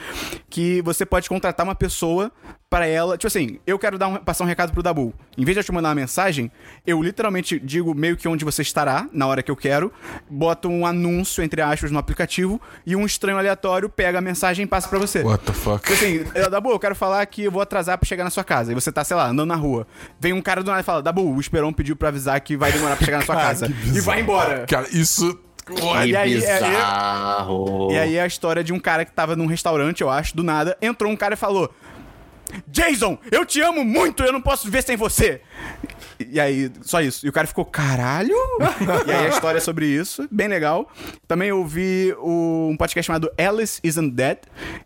Speaker 1: que você pode contratar uma pessoa para ela. Tipo assim, eu quero dar um- passar um recado pro Dabu. Em vez de eu te mandar uma mensagem, eu literalmente digo meio que onde você estará, na hora que eu quero, boto um anúncio, entre aspas, no aplicativo, e um estranho aleatório pega a mensagem e passa para você.
Speaker 3: What the fuck?
Speaker 1: Tipo assim, eu, Dabu, eu quero falar que eu vou atrasar pra chegar na sua casa. E você tá, sei lá, andando na rua. Vem um cara do nada e fala, Dabu, o Esperon pediu pra avisar que vai demorar pra chegar na sua casa. E vai embora.
Speaker 3: Cara, isso.
Speaker 1: E aí,
Speaker 4: Que
Speaker 1: é- é-
Speaker 4: bizarro.
Speaker 1: E aí é a história de um cara que tava num restaurante, eu acho, do nada, entrou um cara e falou: Jason, eu te amo muito, eu não posso viver sem você. E e aí, só isso. E o cara ficou, caralho? e aí a história é sobre isso, bem legal. Também ouvi o- um podcast chamado Alice Isn't Dead,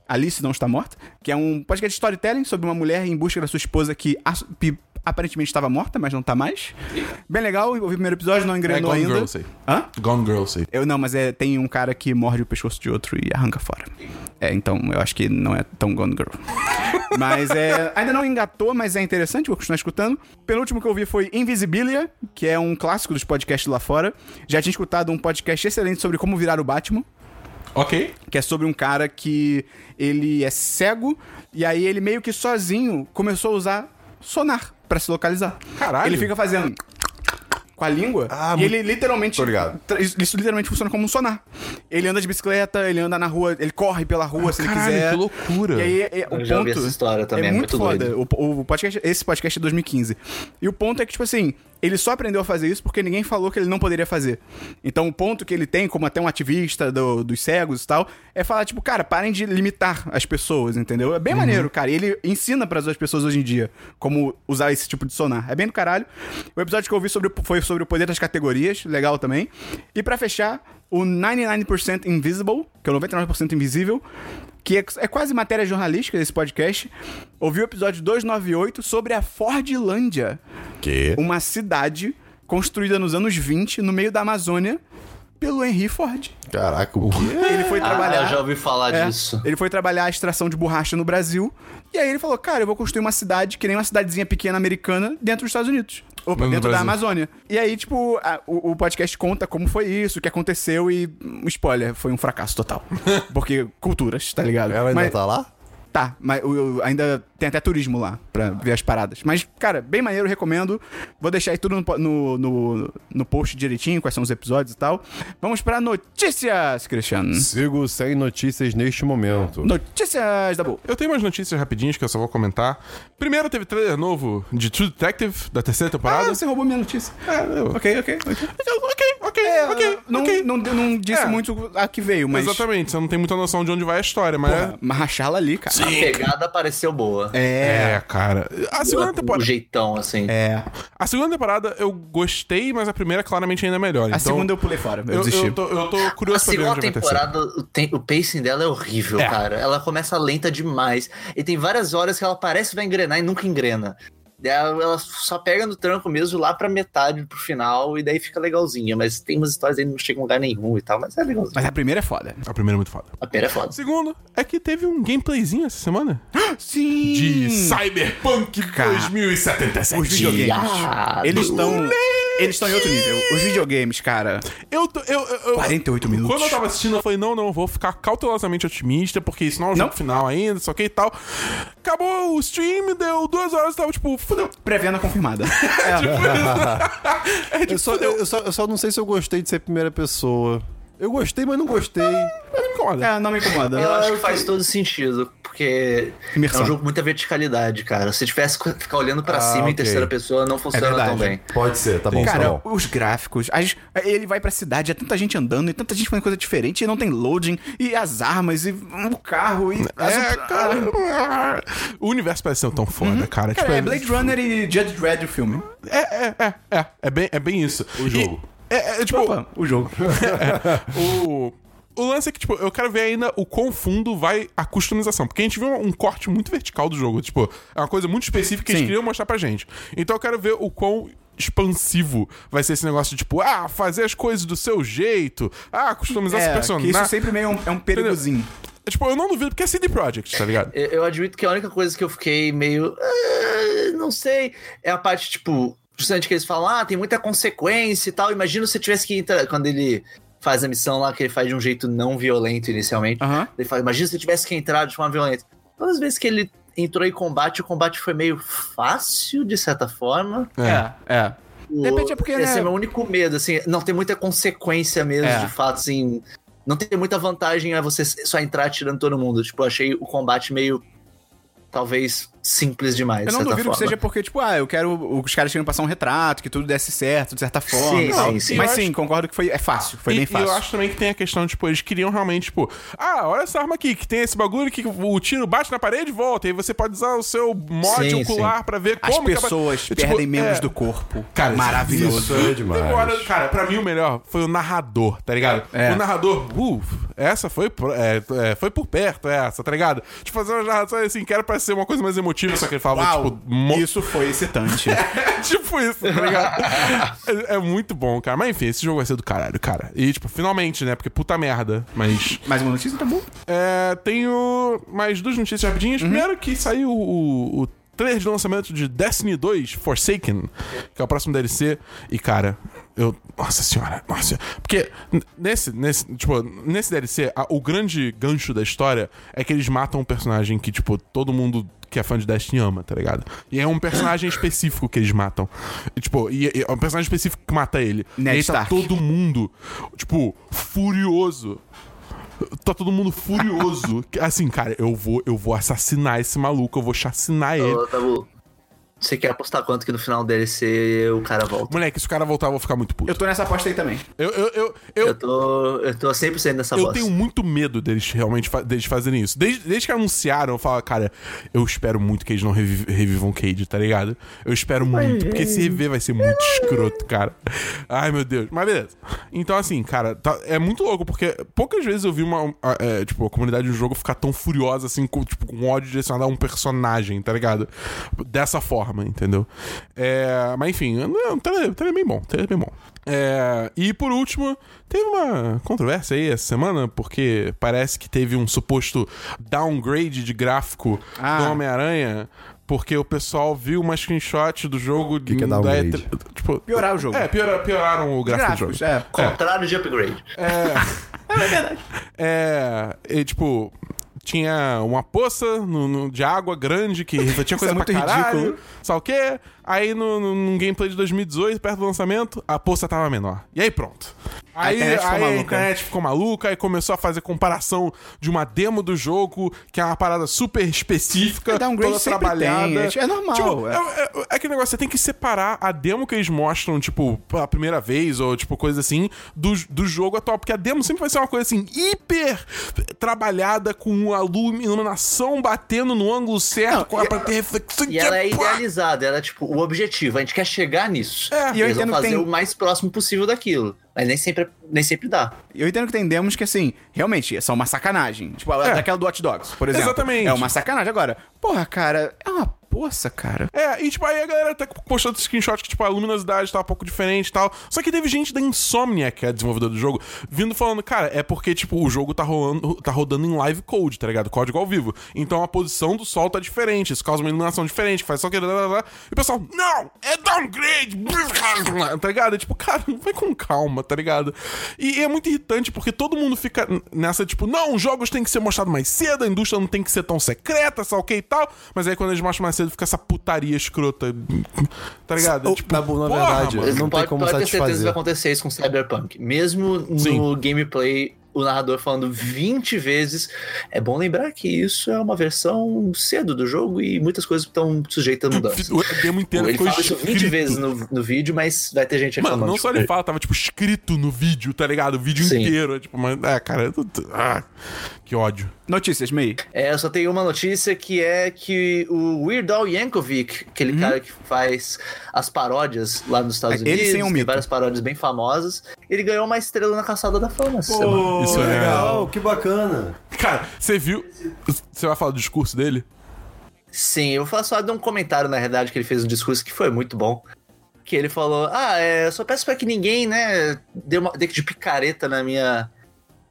Speaker 1: Alice Não Está Morta, que é um podcast de storytelling sobre uma mulher em busca da sua esposa que as- pi- aparentemente estava morta, mas não tá mais. Bem legal, ouvi o primeiro episódio, não engrenou
Speaker 3: Gone
Speaker 1: ainda.
Speaker 3: Girls aí.
Speaker 1: Hã?
Speaker 3: Gone Girl, sei.
Speaker 1: Eu não, mas é, tem um cara que morde o pescoço de outro e arranca fora. É, então eu acho que não é tão Gone Girl. mas é. Ainda não engatou, mas é interessante, vou continuar escutando. Penúltimo que eu vi foi Invisibilia, que é um clássico dos podcasts lá fora. Já tinha escutado um podcast excelente sobre como virar o Batman
Speaker 3: Ok.
Speaker 1: que é sobre um cara que ele é cego e aí ele meio que sozinho começou a usar sonar pra se localizar.
Speaker 3: Caralho.
Speaker 1: Ele fica fazendo com a língua
Speaker 2: Ah,
Speaker 1: e
Speaker 2: muito-
Speaker 1: ele literalmente
Speaker 2: Tô ligado.
Speaker 1: tra- isso isso literalmente funciona como um sonar. Ele anda de bicicleta, ele anda na rua, ele corre pela rua se ele
Speaker 3: caralho,
Speaker 1: quiser.
Speaker 3: que loucura.
Speaker 1: E aí é- o
Speaker 4: Eu já ouvi
Speaker 1: ponto
Speaker 4: essa história também,
Speaker 1: é
Speaker 4: é
Speaker 1: muito,
Speaker 4: muito
Speaker 1: foda. O, o podcast, esse podcast é 2015. E o ponto é que, tipo assim, ele só aprendeu a fazer isso porque ninguém falou que ele não poderia fazer. Então o ponto que ele tem, como até um ativista do- dos cegos e tal, é falar, tipo, cara, parem de limitar as pessoas, entendeu? É
Speaker 4: Uhum.
Speaker 1: bem maneiro, cara. E ele ensina para as pessoas hoje em dia como usar esse tipo de sonar. É bem do caralho. O episódio que eu vi sobre, o- foi sobre o poder das categorias, legal também. E pra fechar, o 99% Invisible, que é o 99% Invisível, que é, é quase matéria jornalística desse podcast, ouvi o episódio 298 sobre a Fordlândia,
Speaker 2: Que?
Speaker 1: uma cidade construída nos anos 20 no meio da Amazônia pelo Henry Ford.
Speaker 2: Caraca, o quê?
Speaker 1: Ele foi trabalhar.
Speaker 4: Ah, eu já ouvi falar
Speaker 1: É,
Speaker 4: disso.
Speaker 1: Ele foi trabalhar a extração de borracha no Brasil. E aí ele falou: Cara, eu vou construir uma cidade que nem uma cidadezinha pequena americana dentro dos Estados Unidos. Opa,
Speaker 3: Mas no
Speaker 1: dentro da
Speaker 3: Brasil.
Speaker 1: Amazônia. E aí, tipo, a- o, o podcast conta como foi isso, o que aconteceu e. hum, Spoiler, foi um fracasso total. Porque culturas, tá
Speaker 4: É,
Speaker 1: ligado?
Speaker 2: Ela ainda
Speaker 4: então,
Speaker 1: Mas-
Speaker 2: tá lá?
Speaker 1: Tá, mas eu- eu ainda tem até turismo lá pra ver as paradas. Mas, cara, bem maneiro, recomendo. Vou deixar aí tudo no, po- no, no, no post direitinho, quais são os episódios e tal. Vamos pra notícias, Cristiano.
Speaker 2: Sigo sem notícias neste momento.
Speaker 1: Notícias da boa.
Speaker 3: Eu tenho umas notícias rapidinhas que eu só vou comentar. Primeiro, teve trailer
Speaker 1: Ah,
Speaker 3: novo de True Detective, da terceira temporada.
Speaker 1: roubou minha notícia.
Speaker 3: É, eu-
Speaker 1: Ok, ok, ok.
Speaker 3: Ah, Ok, ok. ok, ok,
Speaker 1: É, Não,
Speaker 3: ok.
Speaker 1: não, não disse
Speaker 3: É.
Speaker 1: muito a que veio, mas.
Speaker 3: Exatamente, você não tem muita noção de onde vai a história, mas.
Speaker 1: Porra, mas rachá-la ali, cara.
Speaker 4: A pegada pareceu boa.
Speaker 1: É.
Speaker 3: É, cara. A segunda
Speaker 4: O
Speaker 3: temporada.
Speaker 4: jeitão, assim.
Speaker 1: É.
Speaker 3: A segunda temporada eu gostei, mas a primeira claramente ainda é melhor.
Speaker 1: A
Speaker 3: então,
Speaker 1: segunda eu pulei fora. Eu,
Speaker 3: eu,
Speaker 1: desisti.
Speaker 3: eu tô, eu tô
Speaker 4: A
Speaker 3: curioso pra ver
Speaker 4: segunda
Speaker 3: onde vai a terceira.
Speaker 4: temporada, o, tem- o pacing dela é horrível,
Speaker 3: É.
Speaker 4: cara. Ela começa lenta demais. E tem várias horas que ela parece que vai engrenar e nunca engrena. E Ela ela só pega no tranco mesmo lá pra metade, pro final, e daí fica legalzinha. Mas tem umas histórias aí que não chegam em lugar nenhum e tal, mas é legalzinho.
Speaker 1: Mas a primeira é foda.
Speaker 3: A primeira é muito foda.
Speaker 4: A pera é foda.
Speaker 3: Segundo, é que teve um gameplayzinho essa semana
Speaker 1: Sim!
Speaker 3: de Cyberpunk
Speaker 1: Hum. Cara.
Speaker 3: 2077.
Speaker 1: Os videogames.
Speaker 4: Diabo.
Speaker 1: Eles estão. Eles estão em outro nível. Os videogames, cara.
Speaker 3: Eu, tô- eu, eu, eu-
Speaker 1: 48 minutos.
Speaker 3: Quando eu tava assistindo, eu falei, não, não, eu vou ficar cautelosamente otimista, porque isso não é um
Speaker 1: Não.
Speaker 3: jogo final ainda, só que e tal. Acabou o stream, deu duas horas, eu tava tipo, fudeu.
Speaker 1: Pré-venda confirmada. É,
Speaker 3: tipo,
Speaker 1: tipo,
Speaker 2: Eu só, eu, só, eu só não sei se eu gostei de ser primeira pessoa. Eu gostei, mas não gostei.
Speaker 3: Mas não me incomoda.
Speaker 1: É, não me incomoda.
Speaker 4: Eu acho que faz todo sentido, porque
Speaker 1: Imersão.
Speaker 4: é um jogo com muita verticalidade, cara. Se tivesse que ficar olhando pra
Speaker 2: Ah,
Speaker 4: cima
Speaker 2: ok.
Speaker 4: em terceira pessoa, não funciona
Speaker 1: verdade.
Speaker 4: tão bem.
Speaker 2: Pode ser, tá bom,
Speaker 1: Cara,
Speaker 2: tá bom.
Speaker 1: os gráficos, as- ele vai pra cidade, é tanta gente andando, e tanta gente fazendo coisa diferente, e não tem loading, e as armas, e o carro, e. as-
Speaker 3: É, cara. O universo parece ser tão foda, cara.
Speaker 1: Cara,
Speaker 3: tipo,
Speaker 1: é Blade Runner e Judge Dredd o filme.
Speaker 3: É, é, é, é. É bem, é bem isso. O
Speaker 2: jogo.
Speaker 3: é, é, tipo,
Speaker 1: Opa, o jogo.
Speaker 3: o. O lance é que, tipo, eu quero ver ainda o quão fundo vai a customização. Porque a gente viu um, um corte muito vertical do jogo. Tipo, é uma coisa muito específica que eles
Speaker 1: Sim.
Speaker 3: queriam mostrar pra gente. Então eu quero ver o quão expansivo vai ser esse negócio de, tipo, ah, fazer as coisas do seu jeito. Ah, customizar esse
Speaker 1: É, que
Speaker 3: personagem.
Speaker 1: isso sempre meio é um, é um perigozinho.
Speaker 3: Tipo, eu não duvido porque é CD Projekt, tá ligado?
Speaker 4: É, Eu- Eu admito que a única coisa que eu fiquei meio. "Ah, não sei. É a parte, tipo, justamente que eles falam, ah, tem muita consequência e tal. Imagina se eu tivesse que entrar. Quando ele faz a missão lá, que ele faz de um jeito não violento inicialmente.
Speaker 1: Aham.
Speaker 4: Ele fala, imagina se eu tivesse que entrar de forma violenta. Todas as vezes que ele entrou em combate, o combate foi meio fácil, de certa forma.
Speaker 1: É, é.
Speaker 4: O-
Speaker 1: De repente é porque,
Speaker 4: Esse
Speaker 1: né?
Speaker 4: é meu único medo, assim, não tem muita consequência mesmo,
Speaker 1: É.
Speaker 4: de fato, assim. Não tem muita vantagem a você só entrar atirando todo mundo. Tipo, eu achei o combate meio. Talvez simples demais.
Speaker 1: Eu não
Speaker 4: de certa
Speaker 1: duvido que
Speaker 4: forma.
Speaker 1: seja porque, tipo, ah, eu quero. Os caras queriam passar um retrato, que tudo desse certo, de certa forma.
Speaker 4: Sim,
Speaker 1: e tal.
Speaker 4: sim, sim.
Speaker 1: Mas
Speaker 3: Eu
Speaker 1: sim, concordo que foi. É fácil, foi
Speaker 3: e,
Speaker 1: bem
Speaker 3: e
Speaker 1: fácil.
Speaker 3: eu acho também que tem a questão, tipo, eles queriam realmente, tipo, ah, olha essa arma aqui, que tem esse bagulho que o tiro bate na parede e volta. E aí você pode usar o seu mod
Speaker 4: Sim,
Speaker 3: ocular pra ver
Speaker 1: As
Speaker 3: como que a-
Speaker 1: pessoas
Speaker 3: Tipo,
Speaker 1: perdem
Speaker 3: é.
Speaker 1: membros do corpo.
Speaker 3: Cara,
Speaker 1: maravilhoso.
Speaker 2: Isso
Speaker 3: tipo,
Speaker 2: é demais.
Speaker 3: Agora, cara, pra mim o melhor foi o narrador, tá ligado?
Speaker 1: É.
Speaker 3: O narrador, uff, essa foi, pro- é, é, foi por perto, essa, tá ligado? Tipo, fazer uma narração assim, que era pra ser uma coisa mais emotiva, só que ele falava,
Speaker 1: Uau,
Speaker 3: tipo, mo-
Speaker 1: isso foi excitante.
Speaker 3: É tipo isso, tá ligado? é, é muito bom, cara. Mas enfim, esse jogo vai ser do caralho, cara. E, tipo, finalmente, né? Porque puta merda. Mas.
Speaker 1: Mais uma notícia, tá bom?
Speaker 3: É, tenho mais duas notícias rapidinhas.
Speaker 1: Uhum.
Speaker 3: Primeiro que saiu o, o trailer de lançamento de Destiny 2 Forsaken, que é o próximo DLC. E, cara, eu... Nossa senhora, nossa. Porque n- nesse, nesse, tipo, nesse DLC, a- o grande gancho da história é que eles matam um personagem que, tipo, todo mundo que é fã de Destiny ama, tá ligado? E é um personagem específico que eles matam. E, tipo, e, e é um personagem específico que mata ele.
Speaker 1: Ned
Speaker 3: e aí tá
Speaker 1: Stark.
Speaker 3: todo mundo, tipo, furioso Tá todo mundo furioso. Assim, cara, eu vou, eu vou assassinar esse maluco, eu vou chacinar ele.
Speaker 4: Ô, Dabu, Você quer apostar quanto que no final dele se o cara volta?
Speaker 3: Moleque, se o cara voltar, eu vou ficar muito puto.
Speaker 1: Eu tô nessa aposta aí também.
Speaker 3: Eu, eu, eu, eu,
Speaker 4: Eu tô. Eu tô 100% nessa
Speaker 3: eu
Speaker 4: bosta.
Speaker 1: um
Speaker 3: tenho muito medo deles realmente fa- deles fazerem isso. Desde, desde que anunciaram, eu falo, cara, eu espero muito que eles não revi- revivam Cade, tá ligado? Eu espero muito, porque se reviver vai ser muito escroto, cara. Ai, meu Deus. Mas beleza. Então, assim, cara, tá- é muito louco, porque poucas vezes eu vi uma, a- é, tipo, a comunidade do jogo ficar tão furiosa, assim, com, tipo, com ódio direcionado a um personagem, tá ligado? Dessa forma, entendeu? É, mas enfim, não, o trailer o trailer é bem bom, o trailer é bem bom. É, e por último, teve uma controvérsia aí essa semana, porque parece que teve um suposto downgrade de gráfico
Speaker 1: Ah.
Speaker 3: do Homem-Aranha, porque o pessoal viu uma screenshot do jogo que,
Speaker 2: que é downgrade?
Speaker 3: tipo,
Speaker 1: Piorar o jogo.
Speaker 3: É, piora- pioraram o gráfico do
Speaker 1: Gráficos,
Speaker 3: jogo.
Speaker 1: é.
Speaker 4: Contrário de upgrade.
Speaker 3: É, e, tipo, tinha uma poça no, no- de água grande que refletia
Speaker 1: Isso
Speaker 3: coisa
Speaker 1: é
Speaker 3: pra
Speaker 1: muito
Speaker 3: caralho.
Speaker 1: ridículo. né?
Speaker 3: Sabe o quê? Aí no, no, num gameplay de 2018, perto do lançamento, a poça tava menor. E aí pronto.
Speaker 1: A
Speaker 3: Aí,
Speaker 1: internet ficou
Speaker 3: aí a
Speaker 1: maluca.
Speaker 3: internet ficou maluca e começou a fazer comparação de uma demo do jogo, que é uma parada super específica,
Speaker 1: É, downgrade
Speaker 3: toda
Speaker 1: sempre
Speaker 3: trabalhada.
Speaker 1: tem, é normal,
Speaker 3: Tipo,
Speaker 1: é.
Speaker 3: é é, é aquele negócio, você tem que separar a demo que eles mostram, tipo, pela primeira vez, ou tipo, coisa assim, do, do jogo atual. Porque a demo sempre vai ser uma coisa assim, hiper trabalhada, com a lu- iluminação batendo no ângulo certo,
Speaker 1: Não,
Speaker 3: com a
Speaker 1: e-
Speaker 3: pra ter reflexão.
Speaker 4: E ela é
Speaker 3: Pá!
Speaker 4: idealizada, ela é tipo o objetivo, a gente quer chegar nisso.
Speaker 3: É,
Speaker 4: e
Speaker 1: e eu
Speaker 4: eles vão
Speaker 1: entendo que
Speaker 4: fazer
Speaker 1: tem-
Speaker 4: o mais próximo possível daquilo. Mas nem sempre, é, nem sempre dá.
Speaker 1: Eu entendo que tem demos que, assim, realmente, são uma sacanagem. Tipo,
Speaker 3: É.
Speaker 1: é. daquela do Watch Dogs, por exemplo.
Speaker 3: Exatamente.
Speaker 1: É uma sacanagem. Agora, porra, cara, é uma poça, cara.
Speaker 3: É, e tipo, aí a galera tá postando screenshot que, tipo, a luminosidade tá um pouco diferente e tal. Só que teve gente da Insomnia, que é a desenvolvedora do jogo, vindo falando, cara, é porque, tipo, o jogo tá rolando, tá rodando em live code, tá ligado? Código ao vivo. Então a posição do sol tá diferente, isso causa uma iluminação diferente, faz só que. E o pessoal, não! É downgrade! Tá ligado? É tipo, cara, vai com calma, tá ligado? E é muito irritante porque todo mundo fica nessa, tipo, não, os jogos têm que ser mostrados mais cedo, a indústria não tem que ser tão secreta, sei lá o que e tal. Mas aí quando eles mostram mais cedo, fica essa putaria escrota. Tá ligado? É
Speaker 5: Ô,
Speaker 3: tipo,
Speaker 5: Dabu, na
Speaker 3: porra,
Speaker 5: verdade,
Speaker 3: mano.
Speaker 5: Não tem
Speaker 4: pode,
Speaker 5: como
Speaker 4: pode ter certeza que
Speaker 5: satisfazer.
Speaker 4: vai acontecer isso com Cyberpunk. Mesmo no
Speaker 3: Sim.
Speaker 4: gameplay, o narrador falando 20 vezes. É bom lembrar que isso é uma versão cedo do jogo e muitas coisas estão sujeitas a mudanças.
Speaker 3: O demo inteiro
Speaker 4: Ele
Speaker 3: ficou
Speaker 4: fala isso 20
Speaker 3: escrito.
Speaker 4: vezes no, no vídeo, mas vai ter gente reclamando.
Speaker 3: Mano, não
Speaker 4: tipo,
Speaker 3: só ele fala, tava tipo escrito no vídeo, tá ligado? O vídeo
Speaker 4: Sim.
Speaker 3: inteiro. É, tipo, mas, é, cara, eu tô- ah, que ódio.
Speaker 1: Notícias, Mei.
Speaker 4: É, eu só tenho uma notícia que é que o Weird Al Yankovic, aquele cara que faz as paródias lá nos Estados
Speaker 1: É, ele
Speaker 4: Unidos,
Speaker 1: sem um
Speaker 4: tem
Speaker 1: mito.
Speaker 4: várias paródias bem famosas, ele ganhou uma estrela na Caçada da Fama essa semana.
Speaker 3: Isso é
Speaker 5: legal, que bacana.
Speaker 3: Cara, você viu. Você vai falar do discurso dele?
Speaker 4: Sim, eu vou falar só de um comentário, na realidade, que ele fez um discurso que foi muito bom. Que ele falou, ah, é, eu só peço pra que ninguém, né, dê, uma, dê de picareta na minha...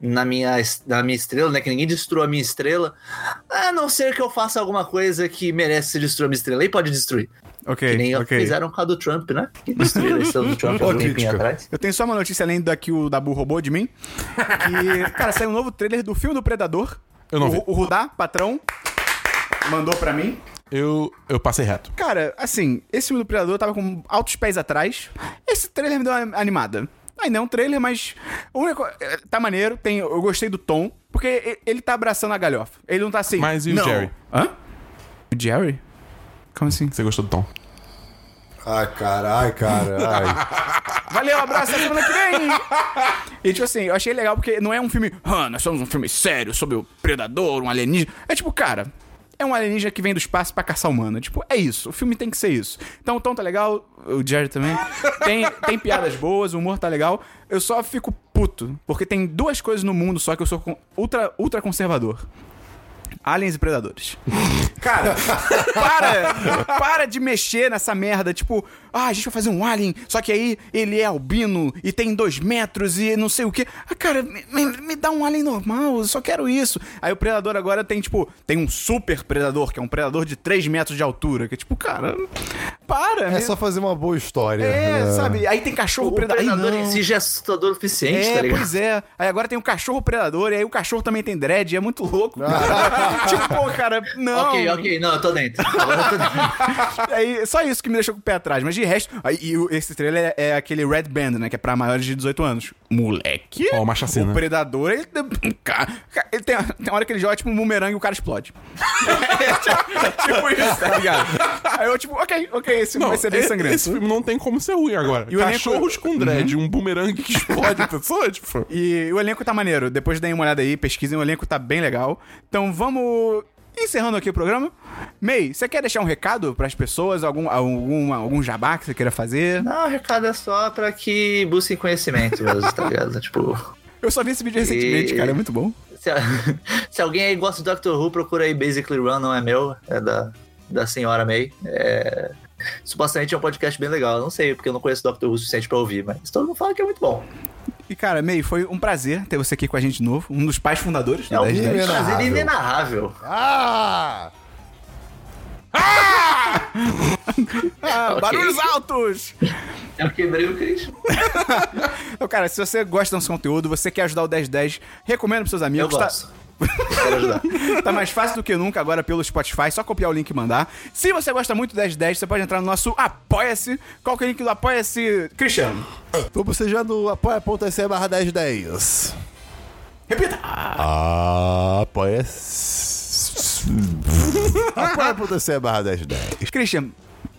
Speaker 4: Na minha, es- na minha estrela, né? Que ninguém destrua a minha estrela. A não ser que eu faça alguma coisa que merece ser destruir a minha estrela. E pode destruir.
Speaker 1: Ok,
Speaker 4: Que nem
Speaker 1: ok.
Speaker 4: fizeram com a do Trump, né? Que destruíram a estrela do Trump há
Speaker 2: Ó,
Speaker 4: um tempinho
Speaker 2: crítica.
Speaker 4: atrás.
Speaker 1: Eu tenho só uma notícia além da que o Dabu roubou de mim. Que, cara, saiu um novo trailer do filme do Predador.
Speaker 3: Eu não
Speaker 1: o,
Speaker 3: vi.
Speaker 1: o Rudá, patrão, mandou pra mim.
Speaker 3: Eu, eu passei reto.
Speaker 1: Cara, assim, esse filme do Predador tava com altos pés atrás. Esse trailer me deu uma animada. Ainda é um trailer, mas. a única co- eh, Tá maneiro, tem... eu gostei do tom, porque e- ele tá abraçando a galhofa. Ele não tá assim.
Speaker 3: Mas e o
Speaker 1: não.
Speaker 3: Jerry?
Speaker 1: Hã? O Jerry? Como assim?
Speaker 3: Você gostou do tom?
Speaker 2: Ai, carai, carai.
Speaker 1: Valeu, abraço, até semana que vem! E tipo assim, eu achei legal porque não é um filme. Ah, nós somos um filme sério sobre o predador, um alienígena. É tipo, cara, é um alienígena que vem do espaço pra caçar humano. Tipo, é isso. O filme tem que ser isso. Então o tom tá legal, o Jerry também. Tem, tem piadas boas, o humor tá legal. Eu só fico puto, porque tem duas coisas no mundo só que eu sou con- ultra, ultra conservador. Aliens e predadores. Cara, para! Para de mexer nessa merda. Tipo, ah, a gente vai fazer um alien, só que aí ele é albino e tem dois metros e não sei o quê. Ah, cara, me, me- me dá um alien normal, eu só quero isso. Aí o predador agora tem, tipo, tem um super predador, que é um predador de 3 metros de altura. Que é tipo, cara, para!
Speaker 2: É
Speaker 1: me-
Speaker 2: só fazer uma boa história.
Speaker 1: É,
Speaker 2: né?
Speaker 1: sabe? Aí tem cachorro
Speaker 4: O
Speaker 1: predador. Ai,
Speaker 4: predador
Speaker 1: não.
Speaker 4: em si já é assustador o suficiente,
Speaker 1: É,
Speaker 4: tá ligado?
Speaker 1: pois é. Aí agora tem o cachorro predador, e aí o cachorro também tem dread, e é muito louco. cara. tipo, pô, cara, não.
Speaker 4: Ok, ok, não, eu tô dentro. Agora eu tô dentro.
Speaker 1: Aí, só isso que me deixou com o pé atrás. Mas de resto, aí, e o- esse trailer é, é aquele Red Band, né? Que é pra maiores de 18 anos. Moleque.
Speaker 3: Ó, né? uma chacina.
Speaker 1: O predador, ele. Cara, ele tem, tem hora que ele joga tipo um bumerangue e o cara explode. É, tipo, tipo isso, tá ligado? Aí eu, tipo, ok, ok, esse filme vai ser bem
Speaker 3: e-
Speaker 1: sangrento.
Speaker 3: é, Esse filme não tem como ser ruim agora.
Speaker 1: E o elenco-
Speaker 3: Cachorros com dread, um bumerangue que explode a pessoa, tipo.
Speaker 1: E o elenco tá maneiro. Depois deem uma olhada aí, pesquisem. O elenco tá bem legal. Então vamos encerrando aqui o programa. May, você quer deixar um recado pras pessoas? Algum, algum, algum jabá que você queira fazer?
Speaker 4: Não, o recado é só pra que busquem conhecimento mesmo, tá ligado? Tipo,
Speaker 1: Eu só vi esse vídeo recentemente,
Speaker 4: E-
Speaker 1: cara. É muito bom.
Speaker 4: se, a- se alguém aí gosta de Doctor Who, procura aí Basically Run, não é meu, é da, da senhora May. É, supostamente é um podcast bem legal, eu não sei, porque eu não conheço Doctor Who o suficiente pra ouvir, mas todo mundo fala que é muito bom.
Speaker 1: E, cara, May, foi um prazer ter você aqui com a gente de novo. Um dos pais fundadores do
Speaker 4: É um
Speaker 1: 10 10.
Speaker 2: Inenarrável.
Speaker 4: prazer inenarrável.
Speaker 2: Ah!
Speaker 1: Ah,
Speaker 4: ok.
Speaker 1: Barulhos altos!
Speaker 4: Eu quebrei É o Christian.
Speaker 1: Então, cara, se você gosta do nosso conteúdo, você quer ajudar o 1010, recomendo pros seus amigos.
Speaker 4: Eu gosto.
Speaker 1: Tá...
Speaker 4: Quero ajudar.
Speaker 1: Tá mais fácil do que nunca agora pelo Spotify, só copiar o link e mandar. Se você gosta muito do 1010, você pode entrar no nosso Apoia-se. Qual que é o link do Apoia-se, Cristiano?
Speaker 2: Tô bocejando apoia.se barra 1010.
Speaker 1: Repita!
Speaker 2: Ah, Apoia-se. apoia.se barra 1010.
Speaker 1: Cristiano,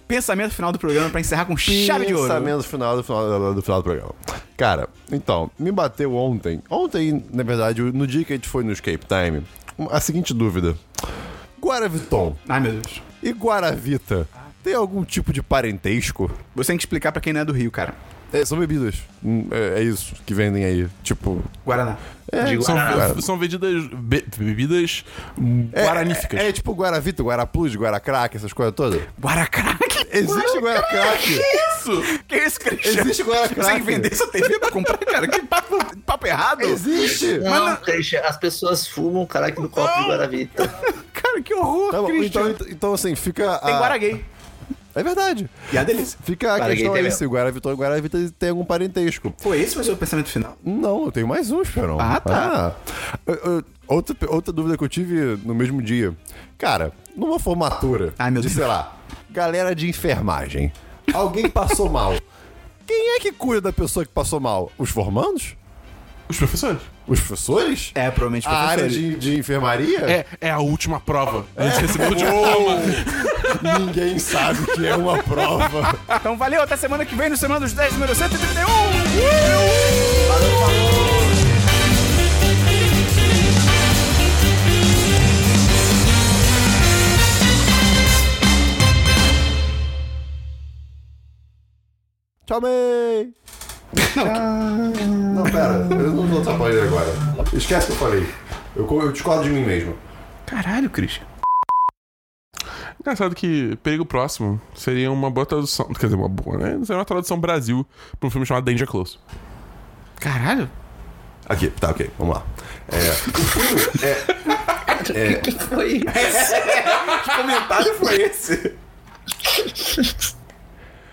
Speaker 1: pensamento final do programa pra encerrar com chave de ouro.
Speaker 2: Pensamento final do final do final do programa. Cara, então, me bateu ontem. Ontem, na verdade, no dia que a gente foi no Escape Time, a seguinte dúvida. Guaraviton
Speaker 1: Ai, meu Deus.
Speaker 2: e Guaravita tem algum tipo de parentesco?
Speaker 1: Você tem que explicar pra quem não é do Rio, cara.
Speaker 2: É, são bebidas. Hum, É, é isso que vendem aí. Tipo.
Speaker 1: Guaraná.
Speaker 2: É,
Speaker 4: Digo,
Speaker 2: são,
Speaker 4: ah,
Speaker 2: cara,
Speaker 3: São vendidas be- bebidas hum,
Speaker 2: é-
Speaker 3: guaraníficas.
Speaker 2: É, é tipo Guaravita, Guaraplus, Guaracrack, essas coisas todas.
Speaker 1: Guaracraque?
Speaker 2: Existe Guaracraque.
Speaker 3: Isso!
Speaker 1: Que isso, Cristiano?
Speaker 2: Existe
Speaker 1: Você
Speaker 2: Guaracraque.
Speaker 1: vender essa TV pra comprar, cara? Que papo, papo errado?
Speaker 2: Existe!
Speaker 4: Não, Christian, as pessoas fumam, caraca, no copo de Guaravita.
Speaker 1: Cara, que horror,
Speaker 2: Tá bom,
Speaker 1: Cristiano.
Speaker 2: então, ent- então assim, fica.
Speaker 1: Tem
Speaker 2: a-
Speaker 1: Guaraguei.
Speaker 2: É verdade.
Speaker 1: E a delícia.
Speaker 2: Fica a
Speaker 4: Guaraguei
Speaker 2: questão
Speaker 4: tem
Speaker 2: aí
Speaker 4: mesmo.
Speaker 2: se o Guaravitão e Guaravita tem algum parentesco.
Speaker 1: Foi esse o seu pensamento final?
Speaker 2: Não, eu tenho mais um, Esperão.
Speaker 1: Ah, tá.
Speaker 2: Ah. Eu- eu- outra, outra dúvida que eu tive no mesmo dia. Cara, numa formatura
Speaker 1: Ai, meu
Speaker 2: de,
Speaker 1: Deus.
Speaker 2: sei lá, galera de enfermagem, alguém passou mal. Quem é que cuida da pessoa que passou mal? Os formandos?
Speaker 3: Os professores.
Speaker 2: Os professores?
Speaker 1: É, provavelmente
Speaker 2: A área
Speaker 1: professores.
Speaker 2: de, de enfermaria?
Speaker 3: É, é a última prova. É. A gente recebeu a última prova.
Speaker 2: Ninguém sabe o que é uma prova.
Speaker 1: Então valeu, até semana que vem no Semana dos 10, número 131.
Speaker 2: Tchau, mãe! Não, pera, eu não vou atrapalhar ele agora. Esquece que eu falei. Eu, co- eu discordo de mim mesmo.
Speaker 1: Caralho, Cristian.
Speaker 3: Engraçado que Perigo Próximo seria uma boa tradução. Quer dizer, uma boa, né? Seria uma tradução Brasil pra um filme chamado Danger Close.
Speaker 1: Caralho?
Speaker 2: Aqui, tá, ok, vamos lá. É, o filme é.
Speaker 4: O que foi?
Speaker 1: Que comentário foi esse?